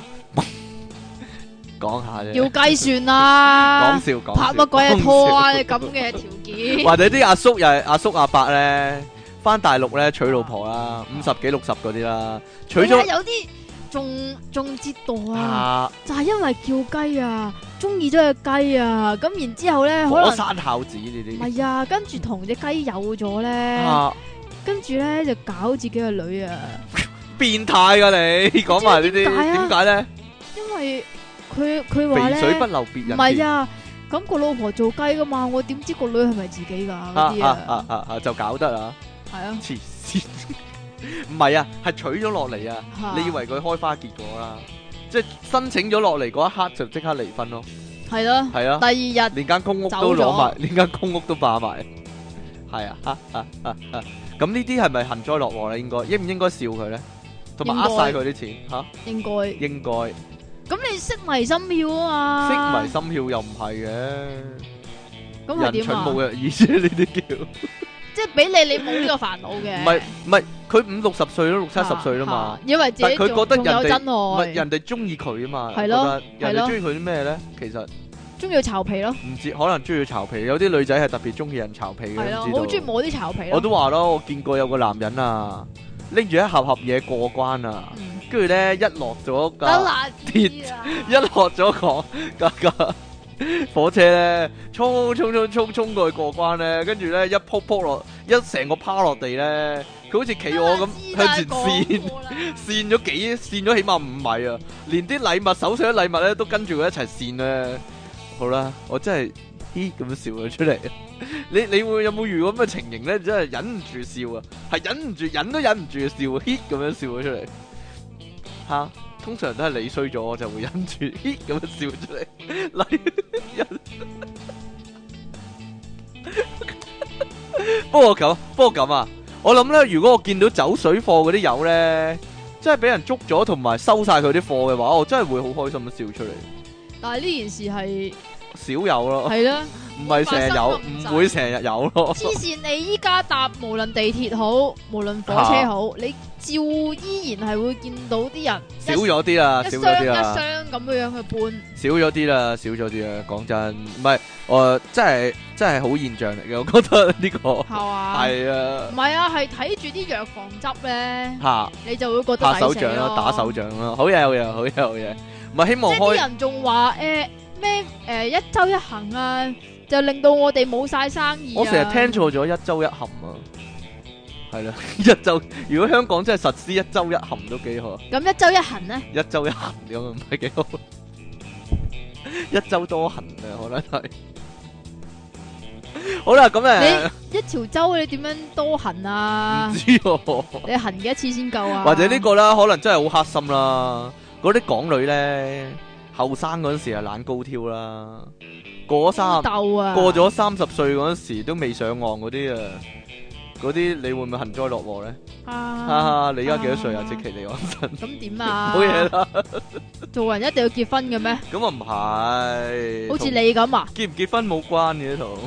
Speaker 2: 講下
Speaker 1: 要
Speaker 2: 啫，
Speaker 1: 計算
Speaker 2: 講
Speaker 1: 啦，
Speaker 2: 笑講
Speaker 1: 拍
Speaker 2: 笑
Speaker 1: 乜鬼嘢拖啊？
Speaker 2: 講
Speaker 1: 你咁嘅條
Speaker 2: 笑
Speaker 1: 件，
Speaker 2: 或者啲阿叔又係阿叔阿伯咧，翻大陸咧娶老婆啦，五十幾六十嗰啲啦，娶
Speaker 1: 係
Speaker 2: 咗
Speaker 1: 啊有啲仲仲折墮啊！
Speaker 2: 啊
Speaker 1: 就係因為叫雞啊，中意咗只雞啊，咁然之後咧可
Speaker 2: 火
Speaker 1: 能
Speaker 2: 山孝子呢
Speaker 1: 唔
Speaker 2: 啲
Speaker 1: 係啊，跟住同只雞有咗咧，
Speaker 2: 啊
Speaker 1: 跟住咧就搞自己個女啊！
Speaker 2: 變態噶你講埋呢啲
Speaker 1: 知點解啊
Speaker 2: 點解咧？
Speaker 1: 因為佢佢話
Speaker 2: 肥水
Speaker 1: 咧
Speaker 2: 不，流別
Speaker 1: 唔
Speaker 2: 人
Speaker 1: 係
Speaker 2: 田
Speaker 1: 啊，咁個老婆做雞噶嘛，我點知個女係咪自己噶嗰
Speaker 2: 啊
Speaker 1: 啲
Speaker 2: 啊
Speaker 1: 啊
Speaker 2: 啊？啊啊就搞得啊！
Speaker 1: 係啊，
Speaker 2: 黐 線，唔係啊，係取咗落嚟啊！
Speaker 1: 嚇
Speaker 2: 你以為佢開花結果啦？即係申請咗落嚟嗰一刻就即刻離婚咯，
Speaker 1: 係咯？
Speaker 2: 係啊，
Speaker 1: 第二日
Speaker 2: 連間公屋都攞埋，連間公屋都霸埋，係啊，啊啊啊啊！咁呢啲係咪幸災樂禍咧？應該應唔應該笑佢咧？同埋呃
Speaker 1: 應該
Speaker 2: 晒佢啲錢嚇，
Speaker 1: 應該
Speaker 2: 應該
Speaker 1: 咁你識迷心竅啊嘛，
Speaker 2: 識迷心竅又唔係嘅，
Speaker 1: 咁係
Speaker 2: 人
Speaker 1: 點
Speaker 2: 蠢
Speaker 1: 啊
Speaker 2: 冇？嘅意思呢啲叫。
Speaker 1: 即係俾你你冇呢個煩惱嘅，
Speaker 2: 唔係唔係，佢五六十歲咯，六七十歲啦嘛
Speaker 1: 啊，。以為自己
Speaker 2: 但
Speaker 1: 仲
Speaker 2: 佢覺得
Speaker 1: 仲有
Speaker 2: 人哋
Speaker 1: 真
Speaker 2: 唔係
Speaker 1: 愛，
Speaker 2: 人哋中意佢啊嘛，
Speaker 1: 係咯
Speaker 2: 覺得
Speaker 1: 係
Speaker 2: 人哋
Speaker 1: 咯
Speaker 2: 中意佢啲咩咧？其實
Speaker 1: 中意巢皮咯，
Speaker 2: 唔知，可能中意巢皮，有啲女仔係特別中意人巢皮嘅，
Speaker 1: 係咯，
Speaker 2: 唔
Speaker 1: 好
Speaker 2: 知
Speaker 1: 中意
Speaker 2: 道。
Speaker 1: 摸啲巢皮咯。
Speaker 2: 我都話咯，我見過有個男人啊，拎住一盒盒嘢過關啊，
Speaker 1: 嗯
Speaker 2: 跟住咧一落咗
Speaker 1: 得
Speaker 2: 架，
Speaker 1: 啦，
Speaker 2: 跌
Speaker 1: 知啦
Speaker 2: 一落咗個架架火車咧，衝衝衝衝衝過去過關咧，跟住咧一撲撲落，一成個趴落地咧，佢好似企鵝咁
Speaker 1: 知啦
Speaker 2: 向前跣。
Speaker 1: 講過 啦
Speaker 2: 跣咗幾跣咗起碼五米啊！連啲禮物手上啲禮物咧都跟住佢一齊跣咧。好啦，我真係嘻咁笑咗出嚟。你你會有冇遇過咁嘅情形咧？真係忍唔住笑啊，係忍唔住，忍都忍唔住笑，嘻咁樣笑咗出嚟。吓、通常都係你衰咗，我就會忍住， 嘻咁樣笑出嚟。 例如不過咁，不過咁啊，我諗咧，如果我見到走水貨嗰啲友咧，真係俾人捉咗同埋收晒佢啲貨嘅話，我真係會好開心咁笑出嚟。
Speaker 1: 但系呢件事係
Speaker 2: 少有咯。
Speaker 1: 係啦，
Speaker 2: 唔係成日有，
Speaker 1: 唔
Speaker 2: 唔
Speaker 1: 發生
Speaker 2: 會成日有咯。
Speaker 1: 黐線！你依家搭無論地鐵好，無論火車好，你照依然係會見到啲人一
Speaker 2: 少咗啲啦，
Speaker 1: 一箱
Speaker 2: 少咗啲
Speaker 1: 一
Speaker 2: 啦，
Speaker 1: 箱咁樣樣去搬，
Speaker 2: 少咗啲啦，少咗啲啦。講真，唔係我真係真係好現象嚟嘅，我覺得呢個
Speaker 1: 係嘛？
Speaker 2: 係啊
Speaker 1: 唔係啊，係睇住啲藥房執咧，
Speaker 2: 嚇
Speaker 1: 你就會覺得
Speaker 2: 拍手
Speaker 1: 抵死
Speaker 2: 掌啦，
Speaker 1: 咯
Speaker 2: 打手掌啦，好嘢好嘢好嘢好嘢。唔係希
Speaker 1: 即
Speaker 2: 望
Speaker 1: 係啲
Speaker 2: 開
Speaker 1: 人仲話誒咩誒一周一行啊，就令到我哋冇晒生意啊。
Speaker 2: 我成日聽錯咗一周一含啊，係啦， 一周如果香港真係實施一周一含都幾好啊。
Speaker 1: 咁一周一行咧，
Speaker 2: 一周一行咁啊，唔係幾好。 一周多行啊，可能係。 好啦，咁誒，
Speaker 1: 一條周你點樣多行啊
Speaker 2: 唔？知喎，
Speaker 1: 你行幾多次先夠啊？
Speaker 2: 嗯或者呢個啦，可能真係好黑心啦。嗰啲港女咧，後生嗰陣時係懶高挑啦，過咗三
Speaker 1: 鬥啊，
Speaker 2: 過咗三十歲嗰陣時都未上岸嗰啲啊，嗰啲你會唔會幸災樂禍咧？
Speaker 1: 啊，
Speaker 2: 啊，你而家幾多歲啊
Speaker 1: 啊？
Speaker 2: 即其你安神，
Speaker 1: 咁點啊？
Speaker 2: 冇嘢啦。
Speaker 1: 做人一定要結婚嘅咩？
Speaker 2: 咁啊唔係，
Speaker 1: 好似你咁啊，
Speaker 2: 結唔結婚冇關嘅同。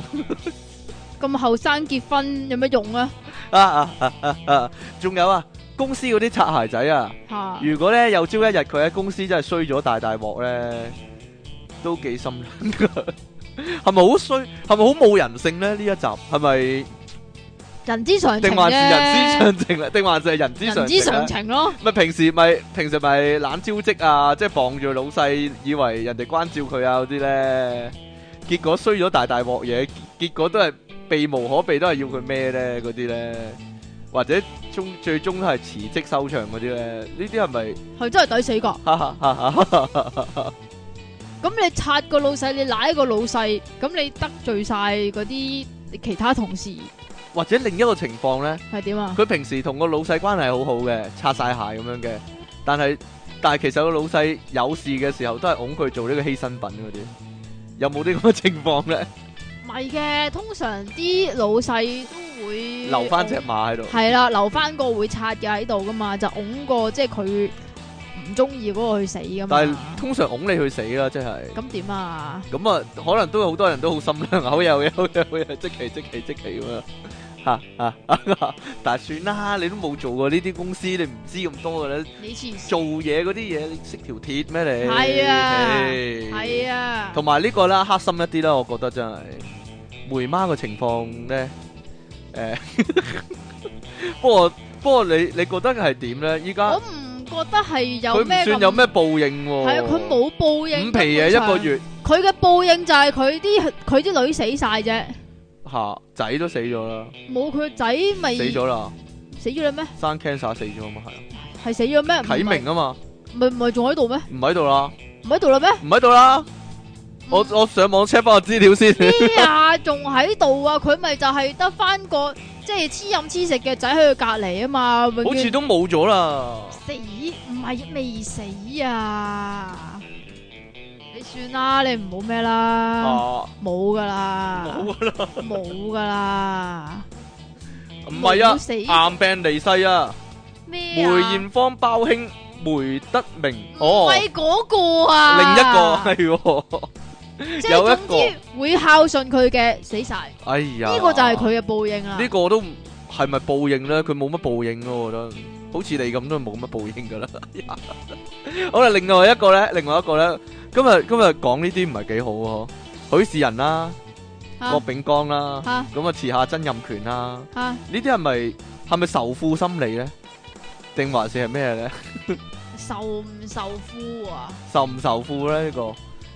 Speaker 1: 咁後生結婚有咩用啊？
Speaker 2: 啊啊啊啊啊！仲有啊，公司嗰啲擦鞋仔啊，
Speaker 1: 吓，
Speaker 2: 如果咧有朝一日佢喺公司真係衰咗大大鑊咧，都幾心 涼噶。係咪好衰？係咪好冇人性咧？呢一集係咪
Speaker 1: 人之常情
Speaker 2: 定還是人之
Speaker 1: 啫，
Speaker 2: 常情咧？定還是係人之常
Speaker 1: 人之
Speaker 2: 情啊
Speaker 1: 常
Speaker 2: 呢？
Speaker 1: 情咯。
Speaker 2: 咪啊平時咪平時咪懶招積啊，即係傍住老細，以為人哋關照佢啊嗰啲咧，結果衰咗大大鑊嘢，結果都係避無可避，都係要佢孭咧嗰啲咧，或者終最終都係辭職收場嗰啲咧，呢啲係咪？
Speaker 1: 係真係抵死噶，
Speaker 2: 哈哈哈哈哈哈
Speaker 1: 咁你擦個老細，你舐個老細，咁你得罪晒嗰啲其他同事
Speaker 2: 或者另一個情況咧，
Speaker 1: 係點啊？
Speaker 2: 佢平時同個老細關係好好嘅，擦晒鞋咁樣嘅，但係但係其實個老細有事嘅時候都係拱佢做呢個犧牲品嗰啲，有冇啲咁嘅情況咧？
Speaker 1: 唔係嘅，通常啲老細都會
Speaker 2: 留翻只馬喺度。
Speaker 1: 係啦，留翻個會擦嘅喺度噶嘛，就拱個即係佢唔中意嗰個去死噶
Speaker 2: 但係
Speaker 1: 嘛。
Speaker 2: 通常拱你去死啦，即係
Speaker 1: 咁點啊？
Speaker 2: 咁啊，可能都有好多人都好心涼，好有嘅，好有好有，即期即期即期咁啊，嚇嚇！但係算啦，你都冇做過呢啲公司，你唔知咁多嘅咧。
Speaker 1: 你黐線
Speaker 2: 做嘢嗰啲嘢，你識條鐵咩你？
Speaker 1: 係啊
Speaker 2: 係
Speaker 1: 係。啊，
Speaker 2: 同埋呢個啦，黑心一啲啦，我覺得真係梅媽嘅情況咧，誒， 不過不過你你覺得係點咧？依家
Speaker 1: 我唔覺得係有
Speaker 2: 佢
Speaker 1: 咩
Speaker 2: 唔算
Speaker 1: 咁
Speaker 2: 有咩報應喎。
Speaker 1: 係啊，佢冇報應。
Speaker 2: 五皮嘢一個，月
Speaker 1: 佢嘅報應就係佢啲佢啲女死晒啫，
Speaker 2: 吓仔都死咗啦，
Speaker 1: 冇佢仔咪
Speaker 2: 死咗啦，
Speaker 1: 死咗啦咩？
Speaker 2: 生 cancer 死咗嘛係啊，
Speaker 1: 係死咗咩？唔係
Speaker 2: 啟明啊嘛，
Speaker 1: 咪咪仲喺度咩？
Speaker 2: 唔喺度啦，
Speaker 1: 唔喺度啦咩？
Speaker 2: 唔喺度啦，我
Speaker 1: 嗯
Speaker 2: 我上網 check 翻個資料先，
Speaker 1: 咩啊？仲喺度啊？佢咪就係得翻個即係黐飲黐食嘅仔喺佢隔離啊嘛，永
Speaker 2: 好似
Speaker 1: 遠
Speaker 2: 都冇咗啦，
Speaker 1: 死唔係未死啊！你算啦，你唔好咩啦，
Speaker 2: 啊
Speaker 1: 冇噶啦，
Speaker 2: 冇啦，
Speaker 1: 冇噶啦，
Speaker 2: 唔係啊
Speaker 1: 冇，死
Speaker 2: 癌病離世啊，梅
Speaker 1: 咩啊？
Speaker 2: 艷芳胞兄梅德明，
Speaker 1: 唔
Speaker 2: 哦，
Speaker 1: 係嗰個啊，
Speaker 2: 另一哎個係喎，
Speaker 1: 即
Speaker 2: 有一
Speaker 1: 係總之會孝順佢嘅死晒，
Speaker 2: 哎呀，
Speaker 1: 呢個就係佢嘅報應啦
Speaker 2: 呢。個都唔係咪報應咧？佢冇乜報應咯，我覺得好似你咁都冇乜報應噶啦。 好啦，另外一個咧，另外一個咧，今日今日講呢啲唔係幾好喎。嗬許仕仁啦，
Speaker 1: 啊
Speaker 2: 郭炳江啦，
Speaker 1: 啊
Speaker 2: 咁啊遲下曾蔭權啦，
Speaker 1: 啊，
Speaker 2: 呢啲係咪係咪仇富心理咧？定還是係咩 咧？
Speaker 1: 受唔受苦啊？
Speaker 2: 仇唔仇富咧？呢個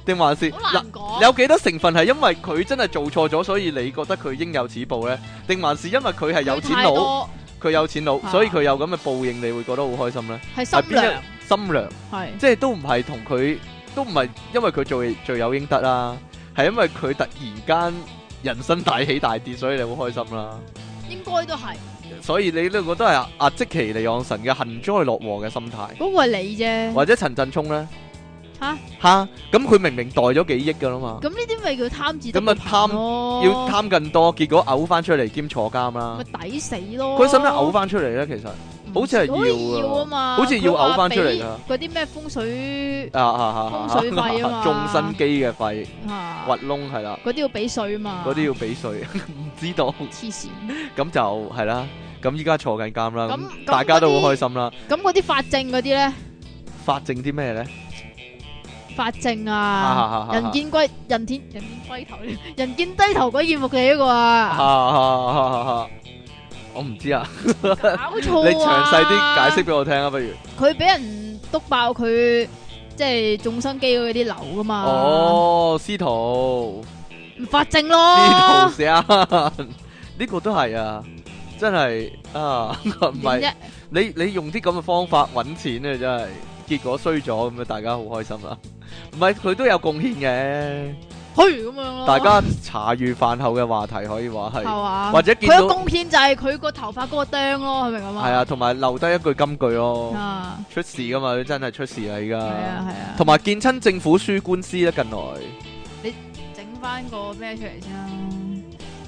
Speaker 2: 定還是
Speaker 1: 好難講。
Speaker 2: 有幾多成分係因為佢真係做錯咗，所以你覺得佢應有此報咧？定還是因為佢係有錢佬？佢有錢佬，
Speaker 1: 啊
Speaker 2: 所以佢有咁嘅報應，你會覺得好開心咧。
Speaker 1: 係心涼，
Speaker 2: 心涼，
Speaker 1: 係
Speaker 2: 即係都唔係同佢，都唔係因為佢罪罪有應得啦。係因為佢突然間人生大起大跌，所以你好開心啦。
Speaker 1: 應該都係
Speaker 2: 所以你呢個都係阿積淇離岸神嘅幸災樂禍嘅心態，
Speaker 1: 嗰個係你啫
Speaker 2: 或者陳振聰咧
Speaker 1: 吓，
Speaker 2: 吓，咁佢明明袋咗幾億噶啦嘛，
Speaker 1: 咁呢啲咪叫貪字得
Speaker 2: 咁咪貪
Speaker 1: 咯，
Speaker 2: 要貪更多，結果嘔翻出嚟兼坐監啦
Speaker 1: 哦咪。抵死咯。
Speaker 2: 佢使唔使嘔翻出嚟咧？其實
Speaker 1: 唔
Speaker 2: 好似係要
Speaker 1: 可以要啊嘛，
Speaker 2: 好似要
Speaker 1: 佢話
Speaker 2: 嘔返出嚟㗎
Speaker 1: 俾嗰啲咩風水
Speaker 2: 啊啊啊啊
Speaker 1: 風水費 啊嘛
Speaker 2: 中身機嘅費
Speaker 1: 啊，
Speaker 2: 掘窿係啦，
Speaker 1: 嗰啲要俾税嘛，
Speaker 2: 嗯嗰啲要俾 税，唔知道
Speaker 1: 黐線。
Speaker 2: 咁就係啦。咁依家坐緊監啦，
Speaker 1: 咁
Speaker 2: 咁
Speaker 1: 咁
Speaker 2: 大家都好
Speaker 1: 嗰啲
Speaker 2: 開心啦。
Speaker 1: 咁嗰啲法證嗰啲咧，
Speaker 2: 法證啲咩咧？
Speaker 1: 法證
Speaker 2: 啊
Speaker 1: 啊。
Speaker 2: 啊啊
Speaker 1: 人見歸人天人見龜頭，人見低頭鬼見木嘅呢個
Speaker 2: 啊
Speaker 1: 啊，
Speaker 2: 啊啊啊啊我唔知啊，
Speaker 1: 搞錯啊！你
Speaker 2: 你詳細啲解釋，俾我聽啊，不如。
Speaker 1: 佢俾人督爆佢，即係眾生機嗰啲流噶嘛，，
Speaker 2: 哦，司徒，
Speaker 1: 法證
Speaker 2: 司
Speaker 1: 咯
Speaker 2: 徒， 寫啊，呢個都係啊，真係啊， 唔
Speaker 1: 點
Speaker 2: 係
Speaker 1: 啫？
Speaker 2: 你你用啲咁嘅方法揾錢啊，真係結果衰咗咁啊，大家好開心啦。唔係佢都有貢獻嘅，
Speaker 1: 去咁樣咯，
Speaker 2: 大家茶餘飯後嘅話題可以話
Speaker 1: 係
Speaker 2: 係，
Speaker 1: 嘛？
Speaker 2: 或者見
Speaker 1: 啊佢
Speaker 2: 到
Speaker 1: 嘅貢獻就係佢個頭髮嗰個釘咯，係咪咁啊？
Speaker 2: 係啊，同埋留低一句金句咯，
Speaker 1: 啊，
Speaker 2: 出事噶嘛，佢真係出事啦依
Speaker 1: 係
Speaker 2: 家。
Speaker 1: 啊，係啊，
Speaker 2: 同埋見親政府輸官司咧，近來
Speaker 1: 整翻個咩出嚟先啦？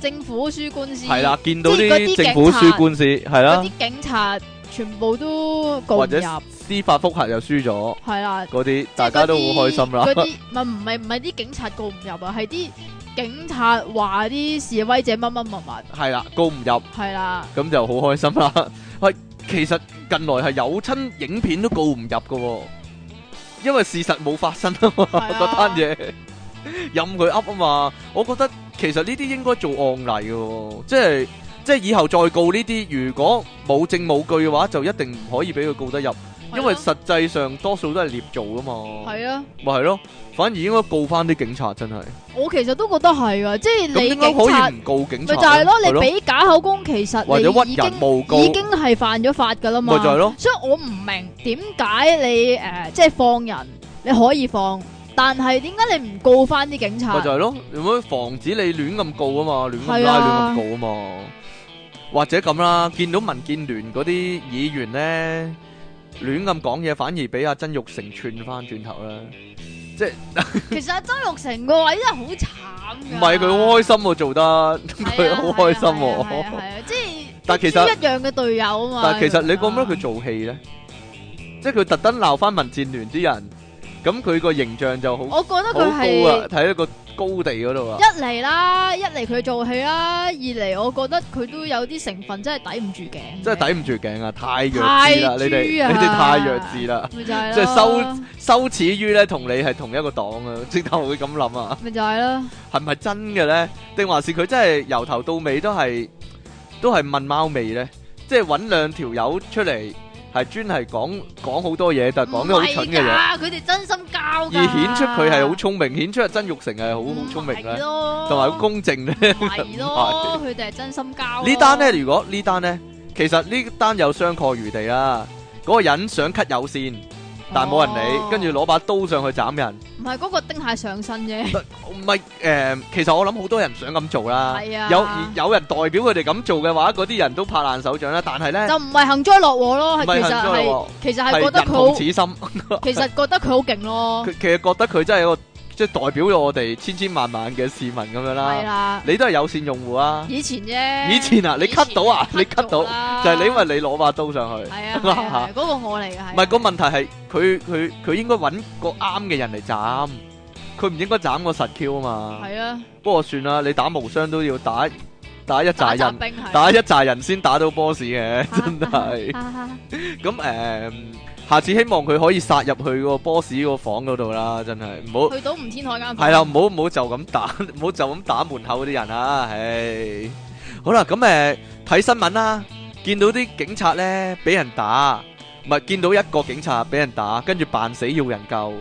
Speaker 1: 政府輸官司
Speaker 2: 係啦，，見到
Speaker 1: 嗯即係嗰
Speaker 2: 啲
Speaker 1: 啲
Speaker 2: 政府
Speaker 1: 警
Speaker 2: 輸
Speaker 1: 察
Speaker 2: 官司係啦
Speaker 1: 嗰。啲警察全部都告
Speaker 2: 或
Speaker 1: 唔
Speaker 2: 者
Speaker 1: 入，
Speaker 2: 司法覆核又輸咗，
Speaker 1: 係啦。
Speaker 2: 嗰啲大家都好開心啦
Speaker 1: 嗰。啲唔係唔係唔係啲警察告唔入啊，係啲警察話啲示威者乜乜乜 乜，
Speaker 2: 係啦，告唔入
Speaker 1: 係啦，
Speaker 2: 咁就好開心啦。 喂，其實近來係有親影片都告唔入嘅喎，因為事實冇發生啊嘛，
Speaker 1: 係啊
Speaker 2: 嗰單嘢任佢噏啊嘛。我覺得其實呢啲應該做案例嘅喎，即係即係以後再告呢啲，如果冇證冇據嘅話，就一定唔可以俾佢告得入，因為實際上多數都係捏造噶嘛，
Speaker 1: 係啊，
Speaker 2: 咪係咯。反而應該告翻啲警察，真係。
Speaker 1: 我其實都覺得係啊，即係
Speaker 2: 咁
Speaker 1: 你
Speaker 2: 點解可
Speaker 1: 警察
Speaker 2: 以唔告警
Speaker 1: 咪
Speaker 2: 察
Speaker 1: 就
Speaker 2: 呢？
Speaker 1: 係咯，
Speaker 2: 係
Speaker 1: 你俾假口供，其
Speaker 2: 或者
Speaker 1: 實你
Speaker 2: 屈
Speaker 1: 已經
Speaker 2: 人無告，
Speaker 1: 已經係犯咗法噶啦嘛，
Speaker 2: 咪就係咯。
Speaker 1: 所以我唔明點解你誒即係放人你可以放，但係點解你唔告翻啲警察
Speaker 2: 咪就？係咯，有冇防止你亂咁告啊嘛，亂咁
Speaker 1: 係
Speaker 2: 拉、
Speaker 1: 啊
Speaker 2: 亂咁告啊嘛？或者咁啦，見到民建聯嗰啲議員咧亂咁講嘢，反而俾阿曾玉成串翻轉頭啦。
Speaker 1: 其實阿曾玉成個位真係好慘
Speaker 2: 唔
Speaker 1: 㗎，
Speaker 2: 係佢好開心喎，做得
Speaker 1: 係啊
Speaker 2: 佢好開心
Speaker 1: 係啊係啊係
Speaker 2: 喎。
Speaker 1: 啊係啊即係
Speaker 2: 但
Speaker 1: 其
Speaker 2: 其
Speaker 1: 實
Speaker 2: 實
Speaker 1: 一樣嘅隊友啊嘛。
Speaker 2: 但係其實你覺唔覺
Speaker 1: 明
Speaker 2: 得佢做戲咧？即係佢特登鬧翻民建聯啲人，咁佢個形象就好
Speaker 1: 白嗎我覺得
Speaker 2: 好高
Speaker 1: 佢
Speaker 2: 啊，
Speaker 1: 係
Speaker 2: 睇喺個高地嗰度啊。
Speaker 1: 一嚟啦，一嚟佢做戲啦，二嚟我覺得佢都有啲成分真係抵唔住嘅，
Speaker 2: 真係抵唔住頸啊！太弱智
Speaker 1: 太
Speaker 2: 啦，你哋
Speaker 1: 豬啊
Speaker 2: 你哋太弱智啦，
Speaker 1: 咪就係咯
Speaker 2: 即係收羞恥於咧同你係同一個黨啊！直頭會咁諗啊，
Speaker 1: 咪就係啦，
Speaker 2: 係咪真嘅咧？定還是佢真係由頭到尾都係都係問貓味咧？即係揾兩條友出嚟係專係講講好多嘢，但係講啲好蠢嘅嘢，
Speaker 1: 唔係㗎佢哋真心教㗎，嗯
Speaker 2: 而顯出佢係好聰明，顯出阿曾玉成係好好聰明
Speaker 1: 唔係
Speaker 2: 咧，
Speaker 1: 咯，
Speaker 2: 同埋好公 正咧。
Speaker 1: 唔係 咯，佢哋係真心教咯。
Speaker 2: 呢單咧，如果呢單咧，其實呢單有商榷餘地啦。嗰、個人想 cut 有線，但冇人理
Speaker 1: 哦，
Speaker 2: 跟住攞把刀上去斬人。
Speaker 1: 唔係嗰個丁蟹上身啫，
Speaker 2: 唔係誒，其實我諗好多人想咁做啦。
Speaker 1: 係啊
Speaker 2: 有有人代表佢哋咁做嘅話，嗰啲人都拍爛手掌啦。但係咧，
Speaker 1: 就唔係幸災樂禍咯，
Speaker 2: 唔係
Speaker 1: 係其實
Speaker 2: 幸災樂禍
Speaker 1: 係其實係覺
Speaker 2: 係
Speaker 1: 得
Speaker 2: 人
Speaker 1: 佢好
Speaker 2: 同，此心。
Speaker 1: 其實覺得佢好勁咯，
Speaker 2: 佢其實覺得佢真係一個即係代表咗我哋千千萬萬嘅市民咁樣
Speaker 1: 係
Speaker 2: 啦。
Speaker 1: 啦。
Speaker 2: 你都係有線用戶啊，
Speaker 1: 以前啫，
Speaker 2: 以前啊你 cut 到啊你 cut 到就係你因為
Speaker 1: 為
Speaker 2: 你攞把刀上去。
Speaker 1: 係啊係啊，嗰個我嚟嘅係。
Speaker 2: 唔係個問題係佢佢佢應該揾個啱嘅人嚟斬，佢唔應該斬個實 Q 啊嘛。
Speaker 1: 係啊，
Speaker 2: 不過算啦，你打無雙都要打打一
Speaker 1: 打
Speaker 2: 紮人，
Speaker 1: 兵係
Speaker 2: 打一紮人先打到 boss 嘅，真係。
Speaker 1: 係。
Speaker 2: 咁誒，下次希望佢可以殺入去個 boss 個房嗰度啦，真係唔 好
Speaker 1: 去到吳天海間
Speaker 2: 係啦，唔好唔好就咁打，唔好就咁打門口嗰啲人啊，唉。好啦，咁誒睇新聞啦，見到啲警察咧俾人打，咪見到一個警察俾人打，跟住扮死要人救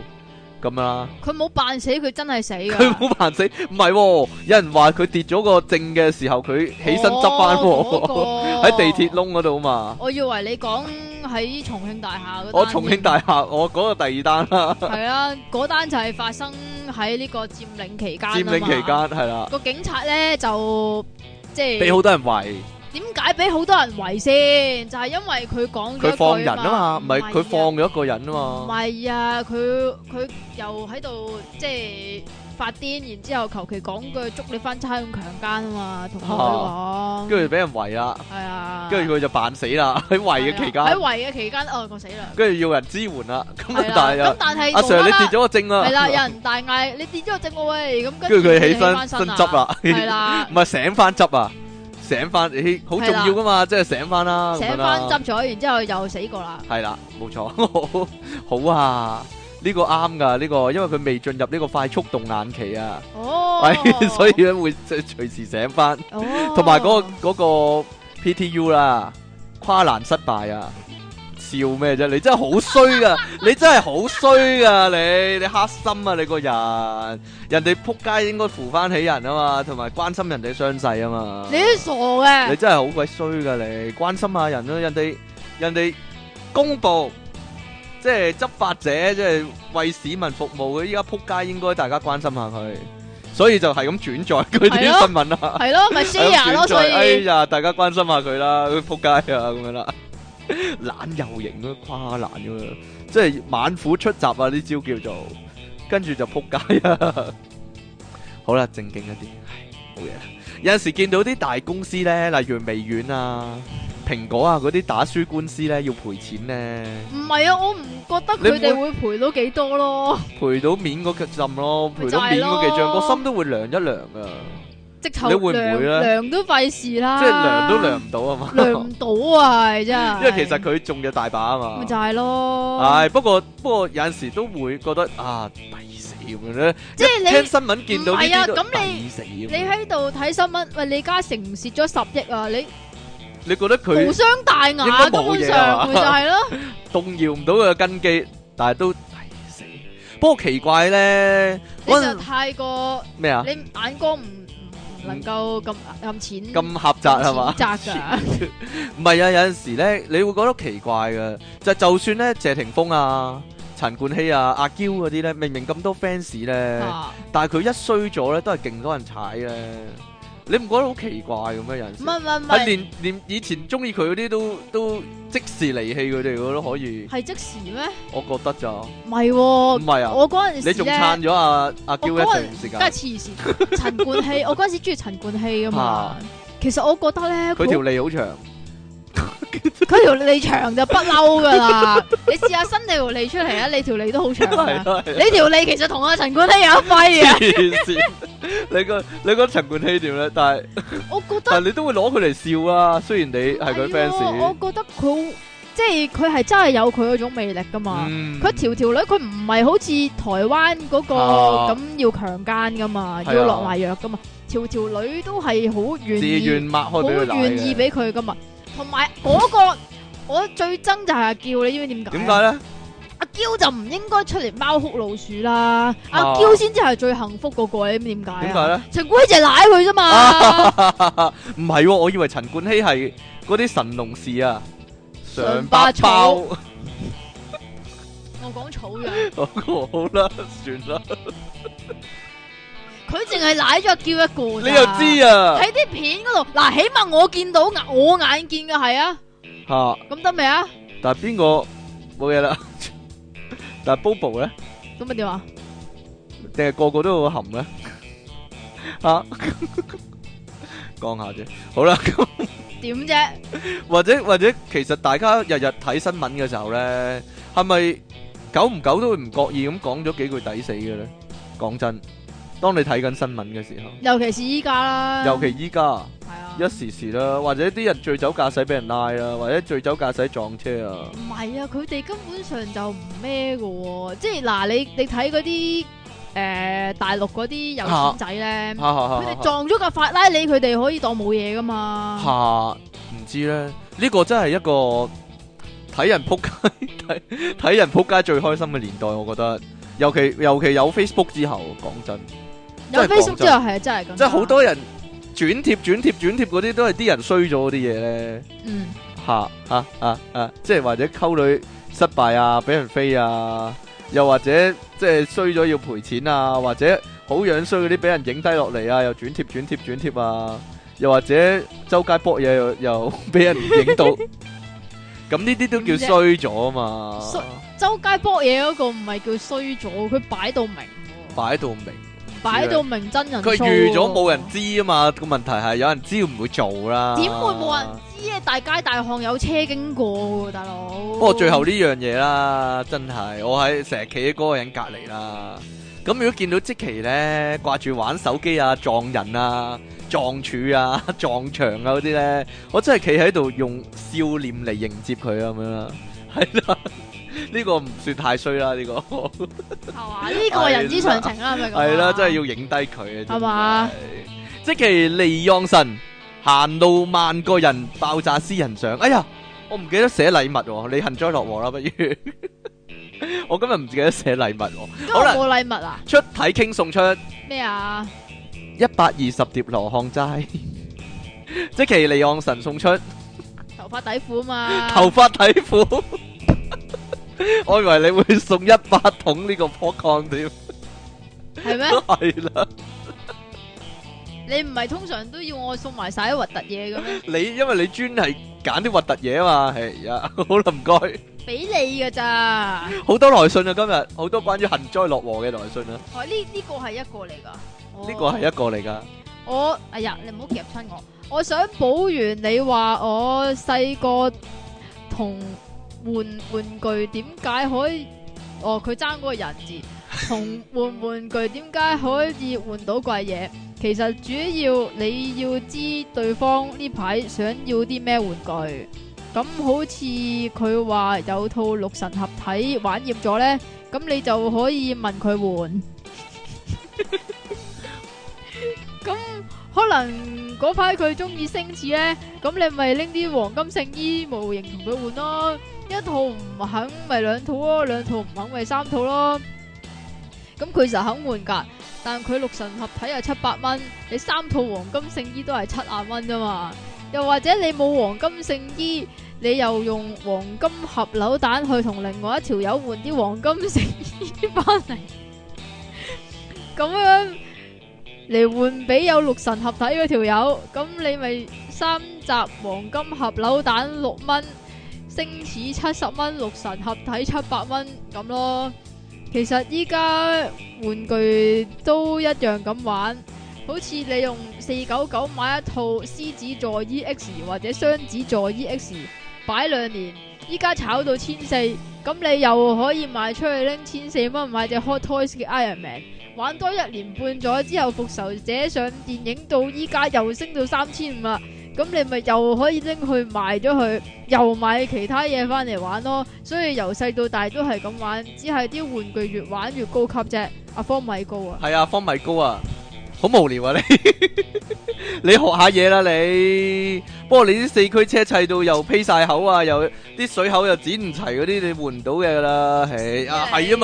Speaker 2: 咁啦。
Speaker 1: 佢冇扮死，佢真係死啊㗎。
Speaker 2: 佢冇扮死，唔係喎，有人話佢跌咗個證嘅時候，佢起身執翻
Speaker 1: 哦喎
Speaker 2: 喎，喺地鐵。窿嗰度嘛。
Speaker 1: 我以為你講喺重慶大廈嗰單。
Speaker 2: 我重慶大廈，我嗰個第二單啦。
Speaker 1: 係啊，嗰單就係發生喺呢個佔領期間
Speaker 2: 佔領
Speaker 1: 啊嘛
Speaker 2: 期間係啦，
Speaker 1: 個警察咧就即係
Speaker 2: 俾好多人圍，
Speaker 1: 點解俾好多人圍先？就係因為佢講咗
Speaker 2: 佢
Speaker 1: 一
Speaker 2: 放
Speaker 1: 句
Speaker 2: 人啊嘛，唔係佢放咗一個人啊
Speaker 1: 唔
Speaker 2: 嘛，
Speaker 1: 係啊，佢佢又喺度即係發癲，然之後求其講句捉你翻差咁強姦啊嘛，同佢講
Speaker 2: 跟住俾人圍啦，
Speaker 1: 係啊，
Speaker 2: 跟住佢就扮死啦，喺圍嘅期
Speaker 1: 係啊喺
Speaker 2: 間，
Speaker 1: 圍嘅期間，哦，我死啦！
Speaker 2: 跟住要人支援啦，咁
Speaker 1: 係
Speaker 2: 啊
Speaker 1: 啦
Speaker 2: 但係
Speaker 1: 咁
Speaker 2: 又
Speaker 1: 但係
Speaker 2: 阿 Sir
Speaker 1: 無
Speaker 2: 你
Speaker 1: 啦啦
Speaker 2: 跌咗個精啦，
Speaker 1: 係啦，有人大嗌你跌咗個正我喂，咁
Speaker 2: 跟
Speaker 1: 跟
Speaker 2: 住佢
Speaker 1: 就
Speaker 2: 起
Speaker 1: 返
Speaker 2: 身
Speaker 1: 身
Speaker 2: 身執啦，
Speaker 1: 係 啦
Speaker 2: 唔，係醒翻執啊，醒翻，咦好重要噶嘛，即係醒翻啦，咁
Speaker 1: 醒
Speaker 2: 樣
Speaker 1: 翻
Speaker 2: 啦。
Speaker 1: 執咗，然之後又死過啦，
Speaker 2: 系啦，冇錯， 好啊，呢、個啱噶，呢、個因為佢未進入呢個快速動眼期啊，
Speaker 1: 哦
Speaker 2: 係， 哎所以咧會即係隨時醒翻，同
Speaker 1: 同
Speaker 2: 埋嗰個嗰個 PTU 啦，跨欄失敗啊，笑咩啫？你真係好 衰噶，你真係好衰噶，你你黑心啊，你個人，人哋扑街應該扶翻起人啊嘛，同埋關心人哋傷勢啊嘛。
Speaker 1: 你都傻嘅
Speaker 2: 你。真係好鬼衰噶你，關心下人咯，人哋人哋公佈，即係執法者，即係為市民服務嘅。依家扑街應該大家關心下佢，所以就係咁轉載佢
Speaker 1: 係咯
Speaker 2: 啲新聞啦。
Speaker 1: 系咯， 咪 share 咯，
Speaker 2: 係咁轉載
Speaker 1: 所
Speaker 2: 哎
Speaker 1: 以
Speaker 2: 呀，大家關心下佢啦，佢扑街啊咁樣啦， 懶又型咯，跨懶咁樣，即係猛虎出閘啊！呢招叫做，跟住就扑街啊！ 好啦，正經一啲，唉冇嘢啦。有陣時見到啲大公司咧，例如微軟啊、蘋果啊嗰啲打輸官司咧，要賠錢咧，
Speaker 1: 唔係啊，我唔覺得佢哋會賠到幾多咯，
Speaker 2: 賠到面嗰幾陣咯，賠到面嗰幾張，
Speaker 1: 咪就係咯
Speaker 2: 個心都會涼一涼啊！
Speaker 1: 直頭
Speaker 2: 你會唔會咧
Speaker 1: 量都費事啦，
Speaker 2: 即係涼都涼唔到啊嘛，
Speaker 1: 量啊唔到啊，係真係。
Speaker 2: 因為其實佢中咗大把啊嘛
Speaker 1: 咪。就係咯，
Speaker 2: 唉，不過不過有陣時都會覺得啊抵死咁樣咧，
Speaker 1: 即係
Speaker 2: 一
Speaker 1: 你
Speaker 2: 聽新聞見到呢啲都
Speaker 1: 唔係啊咁你
Speaker 2: 抵死咁樣
Speaker 1: 你喺度睇新聞，喂，李嘉誠蝕咗十億啊，你
Speaker 2: 你覺得
Speaker 1: 無
Speaker 2: 佢
Speaker 1: 傷大雅，
Speaker 2: 應該冇嘢啊
Speaker 1: 根本上咪就係咯，
Speaker 2: 動搖唔到佢嘅根基，但係都抵死。不過奇怪咧，
Speaker 1: 你
Speaker 2: 嗰
Speaker 1: 就
Speaker 2: 陣
Speaker 1: 太過
Speaker 2: 咩啊
Speaker 1: 你眼光唔唔唔能夠咁咁淺
Speaker 2: 咁狹窄係嘛
Speaker 1: 咁？淺窄㗎，
Speaker 2: 唔係啊，有陣時咧，你會覺得奇怪嘅，就就算咧謝霆鋒啊、陳冠希啊、阿嬌嗰啲咧，明明咁多 fans 咧。
Speaker 1: 啊
Speaker 2: 但係佢一衰咗咧，都係勁多人踩咧。你唔覺得好奇怪咁咩？有陣時
Speaker 1: 唔係唔係唔
Speaker 2: 係
Speaker 1: 係，
Speaker 2: 啊連連以前中意佢嗰啲都都即時離棄佢哋嘅都可以，
Speaker 1: 係即時咩？
Speaker 2: 我覺得咋？唔
Speaker 1: 唔係喎，
Speaker 2: 係啊，
Speaker 1: 我嗰陣時
Speaker 2: 你仲
Speaker 1: 咧
Speaker 2: 撐咗阿阿嬌一
Speaker 1: 我嗰
Speaker 2: 段時
Speaker 1: 梗
Speaker 2: 間
Speaker 1: 係，黐 線。陳冠希，我嗰陣時中意陳冠希噶嘛
Speaker 2: 啊。
Speaker 1: 其實我覺得咧，
Speaker 2: 佢條
Speaker 1: 佢
Speaker 2: 脷 好長，
Speaker 1: 佢條脷長就不嬲噶 啦。你試下伸你條脷出嚟啊，你條脷都好長
Speaker 2: 係
Speaker 1: 㗎。
Speaker 2: 咯係咯
Speaker 1: 你條脷其實同阿陳冠希有一 揮啊！
Speaker 2: 黐線。你個你個陳冠希點咧？但係
Speaker 1: 我覺得
Speaker 2: 但係你都會攞佢嚟笑啊！雖然你係佢
Speaker 1: 係喎
Speaker 2: fans，
Speaker 1: 我覺得佢好即係佢係真係有佢嗰種魅力噶嘛。
Speaker 2: 嗯
Speaker 1: 佢條條女佢唔係好似台灣嗰個
Speaker 2: 啊
Speaker 1: 咁要強姦噶嘛，
Speaker 2: 係啊
Speaker 1: 要落埋藥噶嘛。條條女都係好願
Speaker 2: 自
Speaker 1: 意。
Speaker 2: 願擘開
Speaker 1: 好
Speaker 2: 俾佢奶
Speaker 1: 願意
Speaker 2: 嘅。
Speaker 1: 俾佢噶嘛。同埋嗰個我最憎就係阿嬌，你知唔知點解？
Speaker 2: 點解咧？
Speaker 1: 啊阿嬌就唔應該出嚟貓哭老鼠啦，阿
Speaker 2: 啊
Speaker 1: 嬌先至係最幸福嗰個，你知唔知點解啊？
Speaker 2: 點解咧？
Speaker 1: 陳冠希就係奶佢啫嘛，
Speaker 2: 唔係喎，我以為陳冠希係嗰啲神農氏啊，
Speaker 1: 上
Speaker 2: 八
Speaker 1: 巴草
Speaker 2: 包。
Speaker 1: 我講草嘅，
Speaker 2: 好啦，算啦，
Speaker 1: 佢淨係奶咗阿嬌一個
Speaker 2: 你
Speaker 1: 咋。
Speaker 2: 又知啊
Speaker 1: 喺啲片嗰度，嗱，起碼我見到我眼見嘅係啊，
Speaker 2: 吓，
Speaker 1: 咁得未啊？
Speaker 2: 但系边个冇嘢 啦，但系 Bobo 咧，
Speaker 1: 咁咪點啊？
Speaker 2: 定係個個都好 含咧？ 吓，講下啫，好 啦，咁
Speaker 1: 點啫？
Speaker 2: 或者或者，其實大家日日睇新聞嘅時候咧，係咪久唔久都會唔覺意咁講咗幾句抵死嘅咧？講真，當你睇緊新聞嘅時候，
Speaker 1: 尤其是依家啦，
Speaker 2: 尤其依家。
Speaker 1: 係啊，
Speaker 2: 一時時啦，或者啲人醉酒駕駛俾人拉啦，或者醉酒駕駛撞車啊，
Speaker 1: 唔係啊，佢哋根本上就唔咩嘅喎，即係嗱，你你睇嗰啲誒大陸嗰啲有
Speaker 2: 啊
Speaker 1: 錢仔咧，
Speaker 2: 嚇嚇
Speaker 1: 佢
Speaker 2: 嚇
Speaker 1: 哋撞咗架法拉利，佢哋可以當冇嘢噶
Speaker 2: 嚇
Speaker 1: 嘛，
Speaker 2: 嚇，唔知咧，呢個真係一個睇人撲街 睇睇人撲街最開心嘅年代，我覺得，尤其尤其有 Facebook 之後，講真，
Speaker 1: 有
Speaker 2: 真係講
Speaker 1: Facebook 之後係真係咁，
Speaker 2: 即係好，多人轉貼轉貼轉貼嗰啲都係啲人衰咗嗰啲嘢咧，
Speaker 1: 嗯，
Speaker 2: 啊啊嚇嚇嚇嚇，即係或者溝女失敗啊，俾人飛啊，又或者即係衰咗要賠錢啊，或者好樣衰嗰啲俾人影低落嚟啊，又轉貼轉貼轉貼啊， 又或者周街搏嘢又又俾人 影到，咁呢啲都叫衰咗啊
Speaker 1: 衰
Speaker 2: 嘛，
Speaker 1: 周街搏嘢嗰個唔係叫衰咗，佢擺到明喎，
Speaker 2: 擺到明，
Speaker 1: 擺到明真人 show
Speaker 2: 啊佢
Speaker 1: 喎。
Speaker 2: 預咗冇人知啊嘛，個問題係有人知唔會做啦，
Speaker 1: 點會冇人知啊？大街大巷有車經過喎，大佬。
Speaker 2: 不
Speaker 1: 不
Speaker 2: 過最後呢樣嘢啦，真係我喺成日企喺嗰個人隔離啦。咁如果見到即期咧掛住玩手機啊、撞人啊、撞柱啊、 撞牆啊嗰啲咧，我真係企喺度用笑臉嚟迎接佢啊咁樣啦。係啦，呢個唔算太衰啦，呢個
Speaker 1: 係嘛？呢個係人之常情啦，係咪咁啊？
Speaker 2: 係啦，真係要影低佢啊！
Speaker 1: 係嘛
Speaker 2: 真係？即期利昂神行路萬個人爆炸私人相，哎呀，我唔記得寫禮物喎，你幸災樂禍啦，不如。 我今日唔記得寫禮物喎，
Speaker 1: 今日
Speaker 2: 好啦
Speaker 1: 冇禮物啊？
Speaker 2: 出體傾送出
Speaker 1: 咩啊？
Speaker 2: 一百二十碟羅漢齋， 即其利昂神送出
Speaker 1: 頭髮底褲啊嘛。
Speaker 2: 頭髮底褲， 我以為你會送一百桶呢個 popcorn 添，
Speaker 1: 係咩？
Speaker 2: 係啦。
Speaker 1: 你唔係通常都要我送埋晒啲核突嘢嘅咩？
Speaker 2: 你因為你專係揀啲核突嘢啊嘛，係啊，好啦，唔該，
Speaker 1: 俾你嘅咋？
Speaker 2: 好多來信啊，今日好多關於幸災樂禍嘅來信啊，
Speaker 1: 哦，呢呢個係一個嚟㗎。哦
Speaker 2: 呢個係一個嚟噶，
Speaker 1: 我哎呀，你唔好夾親我。我想補完你話我細個同玩玩具點解可以？哦，佢爭嗰個人字，同換玩具點解可以換到貴嘢？其實主要你要知對方呢排想要啲咩玩具。咁好似佢話有套六神合體玩厭咗呢，咁你就可以問佢換。可能嗰排佢中意星矢咧，咁你咪拎啲黃金聖衣模型同佢換咯，一套唔肯咪兩套咯，兩套唔肯咪三套咯。咁佢就肯換噶，但佢六神合體係七百蚊，你三套黃金聖衣都係七廿蚊啫嘛。又或者你冇黃金聖衣，你又用黃金盒扭蛋去同另外一條友換啲黃金聖衣翻嚟，咁樣。嚟換俾有六神合體嗰條友，咁你咪三集黃金盒扭蛋六蚊，星矢七十蚊，六神合體七百蚊咁咯。其實依家玩具都一樣咁玩，好似你用四九九買一套獅子座 EX 或者雙子座 E EX，擺兩年，依家炒到千四，咁你又可以賣出去拎千四蚊買只 Hot Toys 嘅 Iron Man。玩多一年半咗之後，復仇者上電影到依家又升到三千五啦，啊咁你咪又可以拎去賣咗佢，又買其他嘢翻嚟玩咯。所以由細到大都係咁玩，只係啲玩具越玩越高級啫。阿方米高啊，
Speaker 2: 係啊，方米高啊，好無聊啊你， 你學下嘢啦你，不過你啲四驅車砌到又披晒口啊，又啲水口又剪唔齊嗰啲，你換唔到嘅啦，係啊，係啊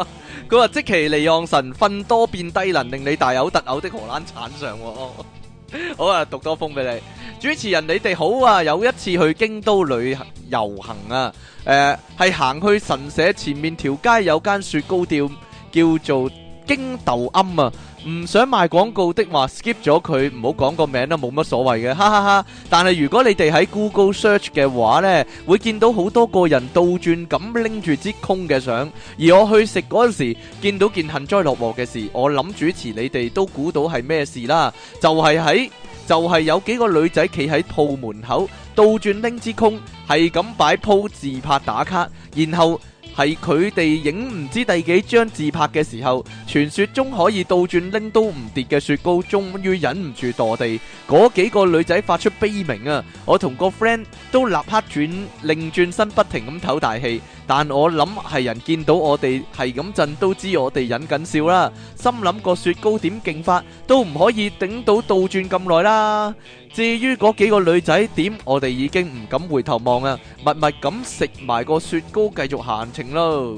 Speaker 2: 嘛。佢話即其利昂神瞓多變低能，令你大有特嘔的荷蘭產上、喎。好啊，讀多封俾你。主持人你哋好啊！有一次去京都旅行遊行啊，誒、係行去神社前面條街有間雪糕店叫做京豆庵啊。唔想賣廣告的話，skip 咗佢，唔好講個名啦，冇乜所謂嘅，哈哈哈！但係如果你哋喺 Google search 嘅話呢，會見到好多個人倒轉咁拎住支空嘅相。而我去食嗰陣時，見到件幸災樂禍嘅事，我諗主持你哋都估到係咩事啦，就係、喺就係、有幾個女仔企喺鋪門口，倒轉拎支空，係咁擺 po 自拍打卡，然後係佢哋影唔知第幾張自拍嘅時候，傳說中可以倒轉拎都唔跌嘅雪糕，終於忍唔住墮地，嗰幾個女仔發出悲鳴啊！我同個 friend 都立刻轉擰轉身，不停咁唞大氣。但我諗係人見到我哋係咁震都知我哋忍緊笑啦，心諗個雪糕點勁法都唔可以頂到倒轉咁耐啦。至於嗰幾個女仔點，我哋已經唔敢回頭望啊，默默咁食埋個雪糕繼續行程咯，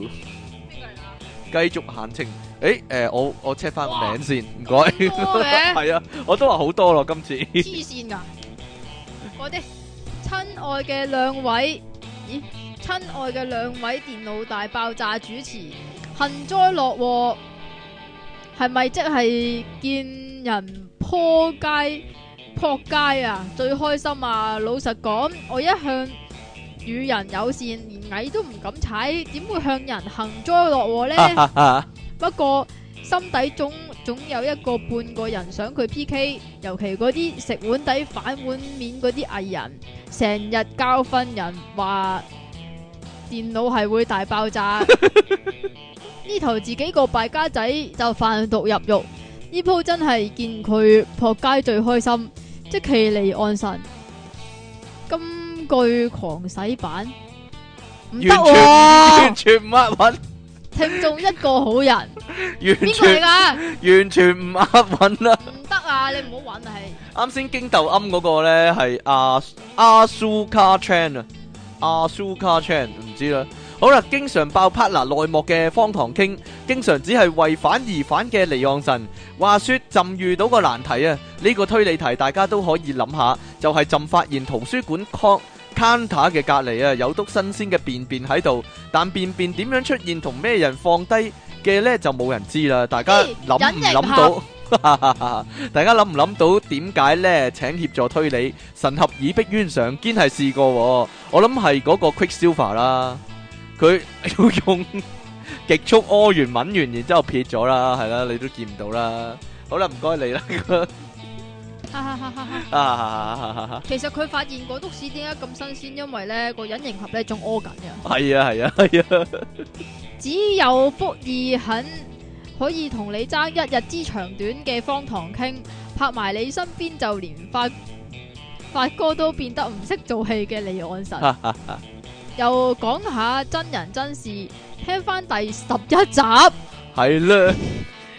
Speaker 2: 繼續行程。誒誒，我我 check 翻個名先，唔該。
Speaker 1: 多嘅
Speaker 2: 係啊，我都話好多咯，今次。
Speaker 1: 黐線㗎！我哋親愛嘅兩位，咦？親愛嘅兩位電腦大爆炸主持，幸災樂禍係咪即係見人撲街撲街啊？最開心啊！老實講，我一向與人友善，連蟻都唔敢踩，點會向人幸災樂禍
Speaker 2: 啊
Speaker 1: 呢？不過心底總總有一個半個人想佢 P K，尤其嗰啲食碗底反碗面嗰啲藝人，成日教訓人話電腦係會大爆 炸。呢頭自己個敗家仔就販毒入獄，呢鋪真係見佢撲街最開心，即其離岸神。金句狂洗版唔得
Speaker 2: 完全唔-
Speaker 1: 喎，
Speaker 2: 完全唔押韻，完全-
Speaker 1: 聽眾一個好人，邊個嚟㗎？唔得啊！你唔好揾啊，係
Speaker 2: 完全唔押韻啦。啱先經豆噏嗰個呢，係阿-阿Suka Chan啊，阿Suka Chan，唔知啦。好啦，經常爆拍嗱，內幕嘅荒唐傾，經常只係為反而反嘅離岸神。話說朕遇到個難題啊，呢個推理題大家都可以諗下，就係朕發現圖書館Con- counter嘅隔離啊，有篤新鮮嘅便便喺度，但便便點樣出現同咩人放低嘅呢，就冇人知啦，大家
Speaker 1: 咦，
Speaker 2: 諗唔諗到？大家諗唔諗到點解呢？請協助推理，神合耳逼冤上，堅係試過喎。我諗係嗰個Quicksilver啦，佢 要用極速屙完、抿完，然之後撇咗啦，係啦，你都見唔到啦。好啦，唔該你啦。
Speaker 1: 哈哈哈哈 其實佢發現嗰篤屎點解咁新鮮，因為咧個隱形盒咧仲屙緊嘅。
Speaker 2: 係啊，係啊，係啊，係啊，
Speaker 1: 只有福爾肯可以同你爭一日之長短嘅荒唐傾，拍埋你身邊就連發發哥都變得唔識做戲嘅離岸神。又講下真人真事，聽翻第十一集，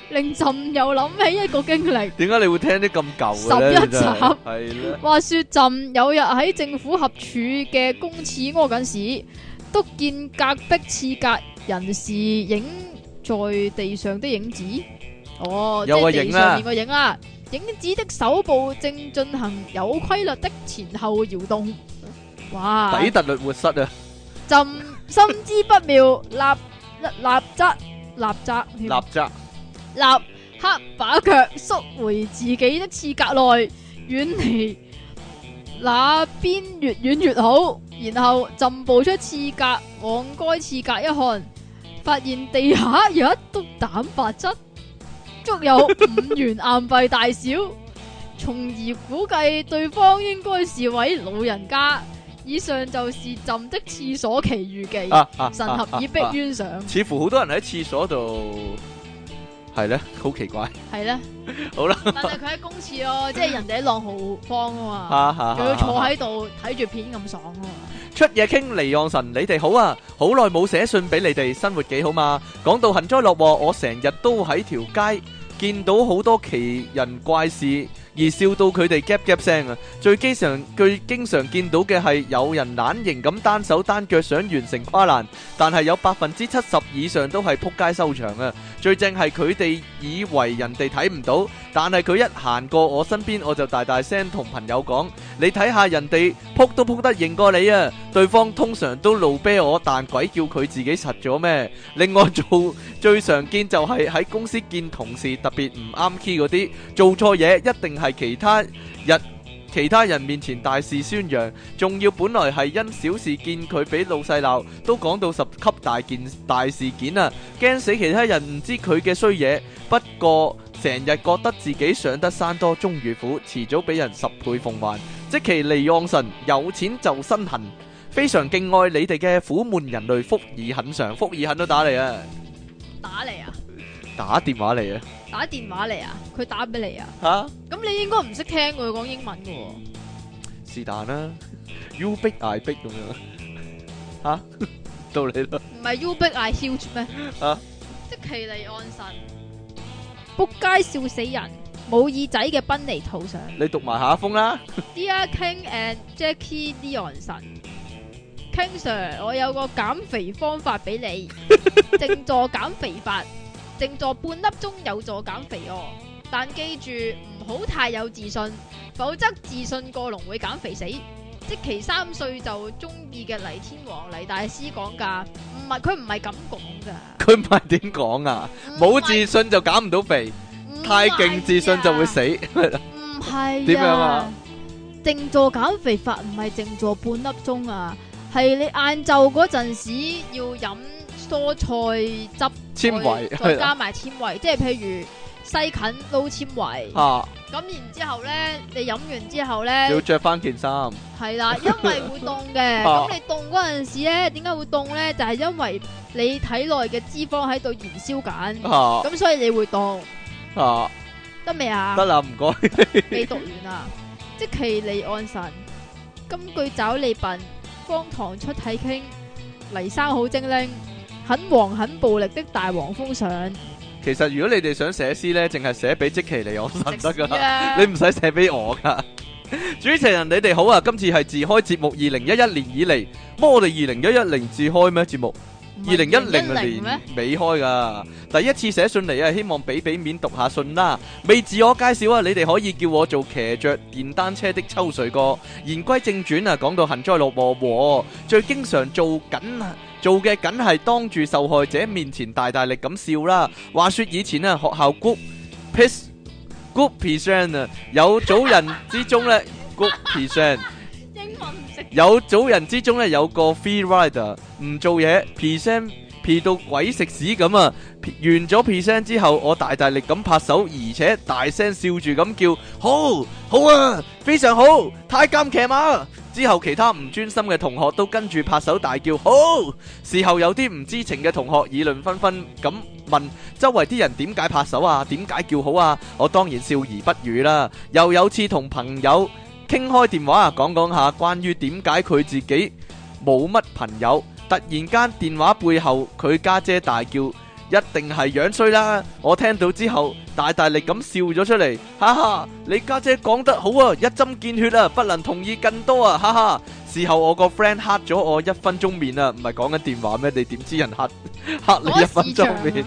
Speaker 1: 令朕又諗起一個經歷。
Speaker 2: 係啦。點解你會聽啲咁舊嘅
Speaker 1: 11
Speaker 2: 呢？真係。
Speaker 1: 集。话说朕有日喺政府合署嘅公廁屙緊屎，督見隔壁廁隔人士影在地上的影子，哦，即
Speaker 2: 有個
Speaker 1: 係
Speaker 2: 影
Speaker 1: 地
Speaker 2: 啦
Speaker 1: 上面個影啦。影子的手部正進行有規律的前後搖動，哇！
Speaker 2: 係啦。底特律活塞啊。
Speaker 1: 朕心知不妙，立立則立則添
Speaker 2: 立則。
Speaker 1: 立刻把腳縮回自己的刺格內，遠離那邊越遠越好。然後朕步出刺格，往該刺格一看，發現地下有一篤蛋白質，足有五元硬幣大小，從而估計對方應該是位老人家。以上就是朕的廁所奇遇記，
Speaker 2: 啊，啊，
Speaker 1: 神合以逼
Speaker 2: 啊，啊。
Speaker 1: 冤上，
Speaker 2: 似乎好多人喺廁所度係咧，好奇怪，
Speaker 1: 係咧。
Speaker 2: 好啦，
Speaker 1: 但係佢喺公廁咯，即係人哋喺浪豪坊啊嘛，
Speaker 2: 哈哈
Speaker 1: 佢要坐喺
Speaker 2: 啊
Speaker 1: 度睇住片咁爽啊嘛。
Speaker 2: 出嘢傾離岸神，你哋好啊！好耐冇寫信俾你哋，生活幾好嘛？講到幸災樂禍，我成日都喺條街見到好多奇人怪事，而笑到佢哋夾夾聲啊！最經常、最經常見到嘅係有人懶型咁單手單腳想完成跨欄，但係有百分之七十以上都係撲街收場啊！最正係佢哋以為人哋睇唔到，但係佢一行過我身邊，我就大大聲同朋友講。你睇下人哋撲都撲得型過你啊！對方通常都路啤我，但鬼叫佢自己實咗咩？另外做 最常見就係喺公司見同事特別唔啱 key 嗰啲，做錯嘢一定係其他日。其他人面前大肆宣揚，仲要本來係因小事見佢俾老細鬧，都講到十級大件大事件啊！驚死其他人唔知佢嘅衰嘢。不過成日覺得自己上得山多終遇虎，遲早俾人十倍奉還。即其離岸神有錢就身痕，非常敬愛你哋嘅苦悶人類福爾肯上，福爾肯都打嚟啊，
Speaker 1: 打嚟啊，
Speaker 2: 打電話嚟
Speaker 1: 打電話嚟啊，佢打俾你啊。
Speaker 2: 啊，
Speaker 1: 咁你應該唔識聽佢講英文嘅喎，
Speaker 2: 吓是但啦，U big I big 咁樣，吓、 到你啦，
Speaker 1: 唔係 U big I huge 咩？
Speaker 2: 啊
Speaker 1: 即奇利安神，仆街笑死人，冇耳仔嘅賓尼圖上。
Speaker 2: 你讀埋下一封啦，
Speaker 1: Dear King and Jackie Leonson，King Sir，我有個減肥方法俾 你，靜坐減肥法，靜坐半粒鐘有助減肥哦。但記住唔好太有自信，否則自信過龍會減肥死。即其三歲就中意嘅黎天王黎大師講㗎，唔係佢唔係咁講㗎，
Speaker 2: 佢唔係點講啊？冇自信就減唔到肥，
Speaker 1: 唔啊係
Speaker 2: 太勁自信就會死。
Speaker 1: 唔係
Speaker 2: 點樣啊？
Speaker 1: 靜坐減肥法唔係靜坐半粒鐘啊，係你晏晝嗰陣時要飲蔬菜汁，
Speaker 2: 纖維
Speaker 1: 再
Speaker 2: 係啊啦
Speaker 1: 加埋纖維，即係譬如西芹撈纖維。
Speaker 2: 啊，
Speaker 1: 咁然之後咧，你飲完之後咧，
Speaker 2: 要着翻件衫。
Speaker 1: 係 啦，因為會凍嘅。
Speaker 2: 啊
Speaker 1: 咁你凍嗰陣時咧，點解會凍咧？就係因為你體內嘅脂肪喺度燃燒緊，
Speaker 2: 啊
Speaker 1: 咁所以你會凍，
Speaker 2: 啊，
Speaker 1: 得未啊？
Speaker 2: 得啦，唔該。
Speaker 1: 未讀完 啊！即其離岸神，金句找你笨，荒唐出體傾，黎生好精靈，很黃很暴力的大黃蜂上，
Speaker 2: 其實如果你哋想寫詩咧，淨係寫俾即其嚟我神得
Speaker 1: 食
Speaker 2: 噶
Speaker 1: 屎
Speaker 2: 啦。
Speaker 1: 啊
Speaker 2: 你唔使寫俾我噶。主持人你哋好啊！今次係自開節目二零一一年以嚟，乜我哋二零一一零自開咩節目？
Speaker 1: 唔
Speaker 2: 二
Speaker 1: 係
Speaker 2: 零一
Speaker 1: 2010
Speaker 2: 零
Speaker 1: 咩
Speaker 2: 年？尾開噶，第一次寫信嚟啊，希望俾俾面讀下信啦。未自我介紹啊，你哋可以叫我做騎着電單車的秋水哥。言歸正傳啊，講到幸災樂禍喎，最經常做緊做嘅梗係當住受害者面前大大力咁笑啦。話說以前啊，學校 group piss group present 啊，有組人之中呢 group present。
Speaker 1: 英文唔識
Speaker 2: 有組人之中咧有個 free rider 唔做嘢 present P 到鬼食屎咁啊！完咗 present 之後，我大大力咁拍手，而且大聲笑住咁叫：好，好啊，非常好，太監騎馬！之後其他唔專心嘅同學都跟住拍手大叫：好！事後有啲唔知情嘅同學議論紛紛咁問周圍啲人點解拍手啊？點解叫好啊？我當然笑而不語啦。又有次同朋友傾開電話啊，講講下關於點解佢自己冇乜朋友。突然間電話背後佢家姐大叫：一定係樣衰啦！我聽到之後大大力咁笑咗出嚟，哈哈！你家姐講得好啊，一針見血啊，不能同意更多啊，哈哈！事後我個 friend 黑咗我一分鐘面啊，唔係講緊電話咩？你點知人黑 黑你一分鐘面？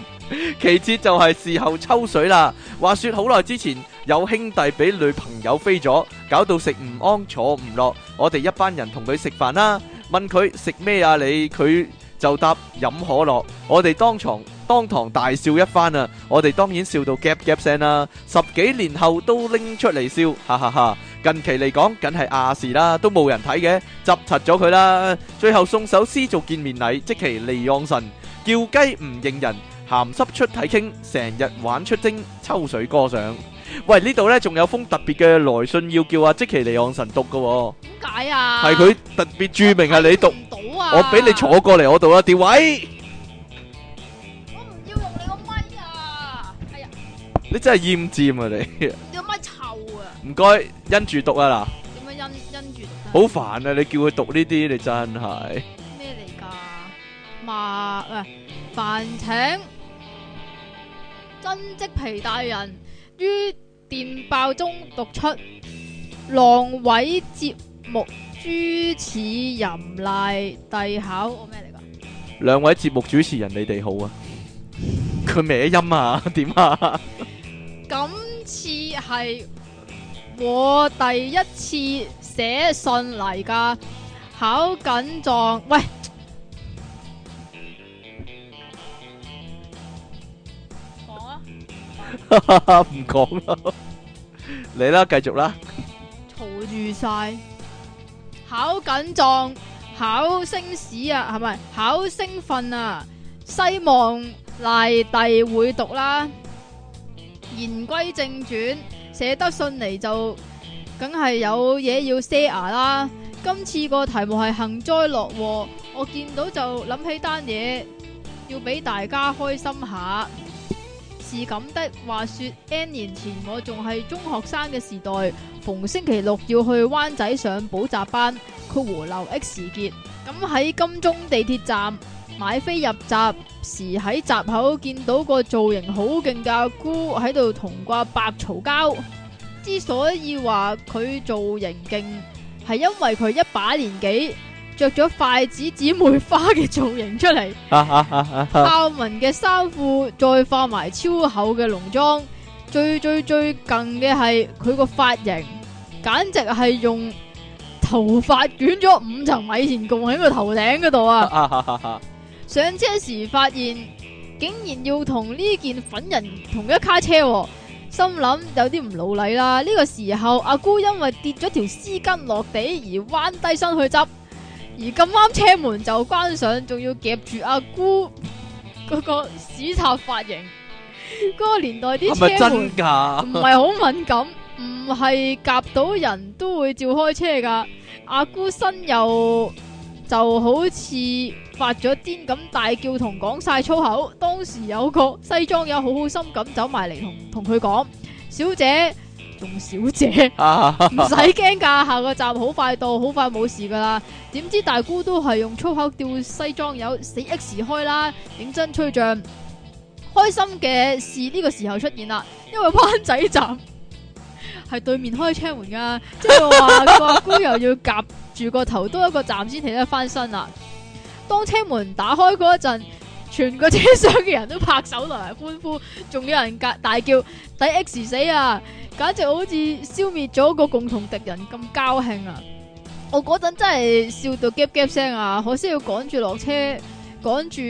Speaker 2: 其次就係事後抽水啦。話說好耐之前有兄弟俾女朋友飛咗，搞到食唔安坐唔落。我哋一班人同佢食飯啦，問佢食咩啊你，佢就答飲可樂。我哋當場當堂大笑一番啊！我哋當然笑到 gap gap 聲啦，十幾年後都拎出嚟笑，哈哈哈！近期嚟講，梗係亞視啦，都冇人睇嘅，執柒咗佢啦。最後送首詩做見面禮，即其利昂神叫雞唔認人。鹹濕出體傾，成日玩出精，抽水歌上。喂，呢度呢仲有封特別嘅來信要叫阿即其尼昂神讀嘅、喎，
Speaker 1: 點解啊？
Speaker 2: 係佢、特別注明係你讀，
Speaker 1: 我睇唔到啊！
Speaker 2: 我俾你，坐過嚟我度啦，調位，
Speaker 1: 我唔要用你個咪啊！哎呀，
Speaker 2: 你真係厭尖啊你，
Speaker 1: 你個咪臭啊！
Speaker 2: 唔該因住讀啊
Speaker 1: 點樣因因住讀
Speaker 2: 嗱，好
Speaker 1: 得
Speaker 2: 煩啊你叫佢讀呢啲，你真係
Speaker 1: 咩嚟㗎？麻喂，煩請真職皮大人於電爆中讀出浪位節目諸此淫賴帝考我咩嚟㗎？
Speaker 2: 兩位節目主持人你哋好啊，佢歪音啊 點啊，
Speaker 1: 今次係我第一次寫信嚟噶，考緊狀。喂，講啊，
Speaker 2: 唔講啦，你啦繼續啦，
Speaker 1: 嘈住晒。考緊狀，考升試啊，係咪？考升訓啊，西望賴帝會讀啦。言歸正傳，寫得信嚟就梗係有嘢要 share 啦。今次個題目係幸災樂禍，我見到就諗起單嘢，要俾大家開心下。是咁的，話說 N 年前我仲係中學生嘅時代，逢星期六要去灣仔上補習班，括弧留 X 結。咁喺金鐘地鐵站買飛入閘時，喺閘口見到個造型好勁嘅阿姑喺度同個阿伯嘈交。之所以話佢造型勁，係因為佢一把年紀，着咗筷子姊妹花嘅造型出嚟。
Speaker 2: 啊啊啊啊啊
Speaker 1: 豹紋嘅衫褲，再化埋超厚嘅濃妝，最最最近嘅係佢個髮型，簡直係用頭髮捲咗五層米線共喺個頭頂嗰度啊！上車時發現竟然要同呢件粉人同一卡車、喎，心諗有啲唔老禮啦。呢、個時候阿姑因為跌咗條絲巾落地而彎低身去執，而咁啱車門就關上，仲要夾住阿姑嗰個屎塔髮型。嗰、個年代啲車門。唔系好敏感，唔系夹到人都会照开车噶。阿姑身又就好似发咗癫咁大叫同讲晒粗口。当时有个西装友好好心咁走埋嚟同同佢讲：小姐，仲小姐。唔使惊噶，下個站好快到，好快冇事噶啦。點知大姑都係用粗口吊西裝友死 X 開啦，認真吹脹。開心嘅事呢個時候出現啦，因為灣仔站係對面開車門噶，即係話個阿姑又要夾住個頭多一個站先起得翻身啦。當車門打開嗰一陣，全個車廂嘅人都拍手同埋歡呼，仲有人格大叫抵 X 死啊！簡直好似消滅咗個共同敵人咁交興啊！我嗰陣真係笑到 gap gap 聲啊！可惜要趕住落車，趕住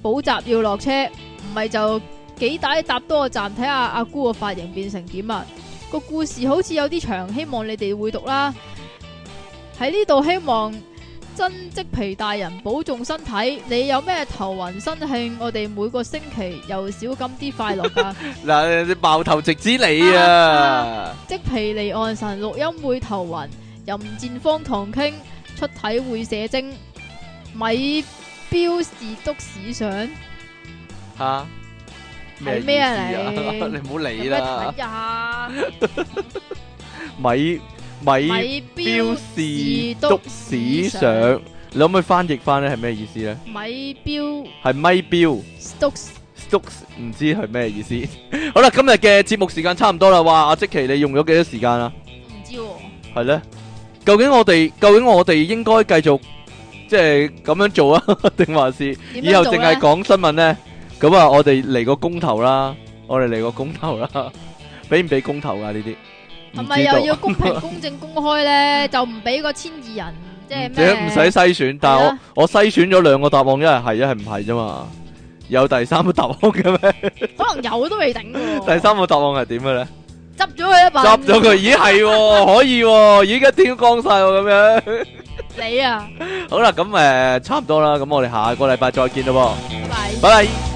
Speaker 1: 補習要落車，唔係就幾大搭多個站睇下阿姑個髮型變成點啊！個故事好似有啲長，希望你哋會讀啦。喺呢度希望真積皮大人保重身體。你有咩頭暈身慶，我哋每個星期又少咁啲快樂㗎。即皮離岸神錄音會頭暈，淫戰方唐傾出體會寫精，米標是督屎相， 係咩啊，你？有咩睇呀？米標是督屎相，米標是督屎
Speaker 2: Stokes 唔知係咩意思。 好啦，今日嘅節目時間差唔多啦。哇，阿即奇你用咗幾多時間啊？
Speaker 1: 唔知喎，
Speaker 2: 係咧，究竟我哋究竟我哋應該繼續即係咁樣做啊， 定還是
Speaker 1: 點
Speaker 2: 以後
Speaker 1: 樣做
Speaker 2: 淨係
Speaker 1: 咧？
Speaker 2: 講新聞呢？咁啊，我哋嚟個公投啦，我哋嚟個公投啦，俾唔俾公投啊？呢啲唔
Speaker 1: 係咪
Speaker 2: 知道
Speaker 1: 又要公平、公正、公開 咧？就唔俾個千二人即係
Speaker 2: 唔使
Speaker 1: 咩？
Speaker 2: 唔使篩選，但
Speaker 1: 係
Speaker 2: 係
Speaker 1: 啊
Speaker 2: 我我篩選咗兩個答案，一係係一係唔係啫嘛。有第三個答案嘅 咩？
Speaker 1: 可能有都未頂
Speaker 2: 第
Speaker 1: 喎。
Speaker 2: 三個答案係點嘅咧？
Speaker 1: 執咗佢一把，
Speaker 2: 執咗佢，咦係喎，可以喎，而家天光晒喎咁樣。
Speaker 1: 你啊，
Speaker 2: 好啦，咁誒、呃差唔多啦，咁我哋下個禮拜再見咯
Speaker 1: 拜拜
Speaker 2: 喎，。拜拜。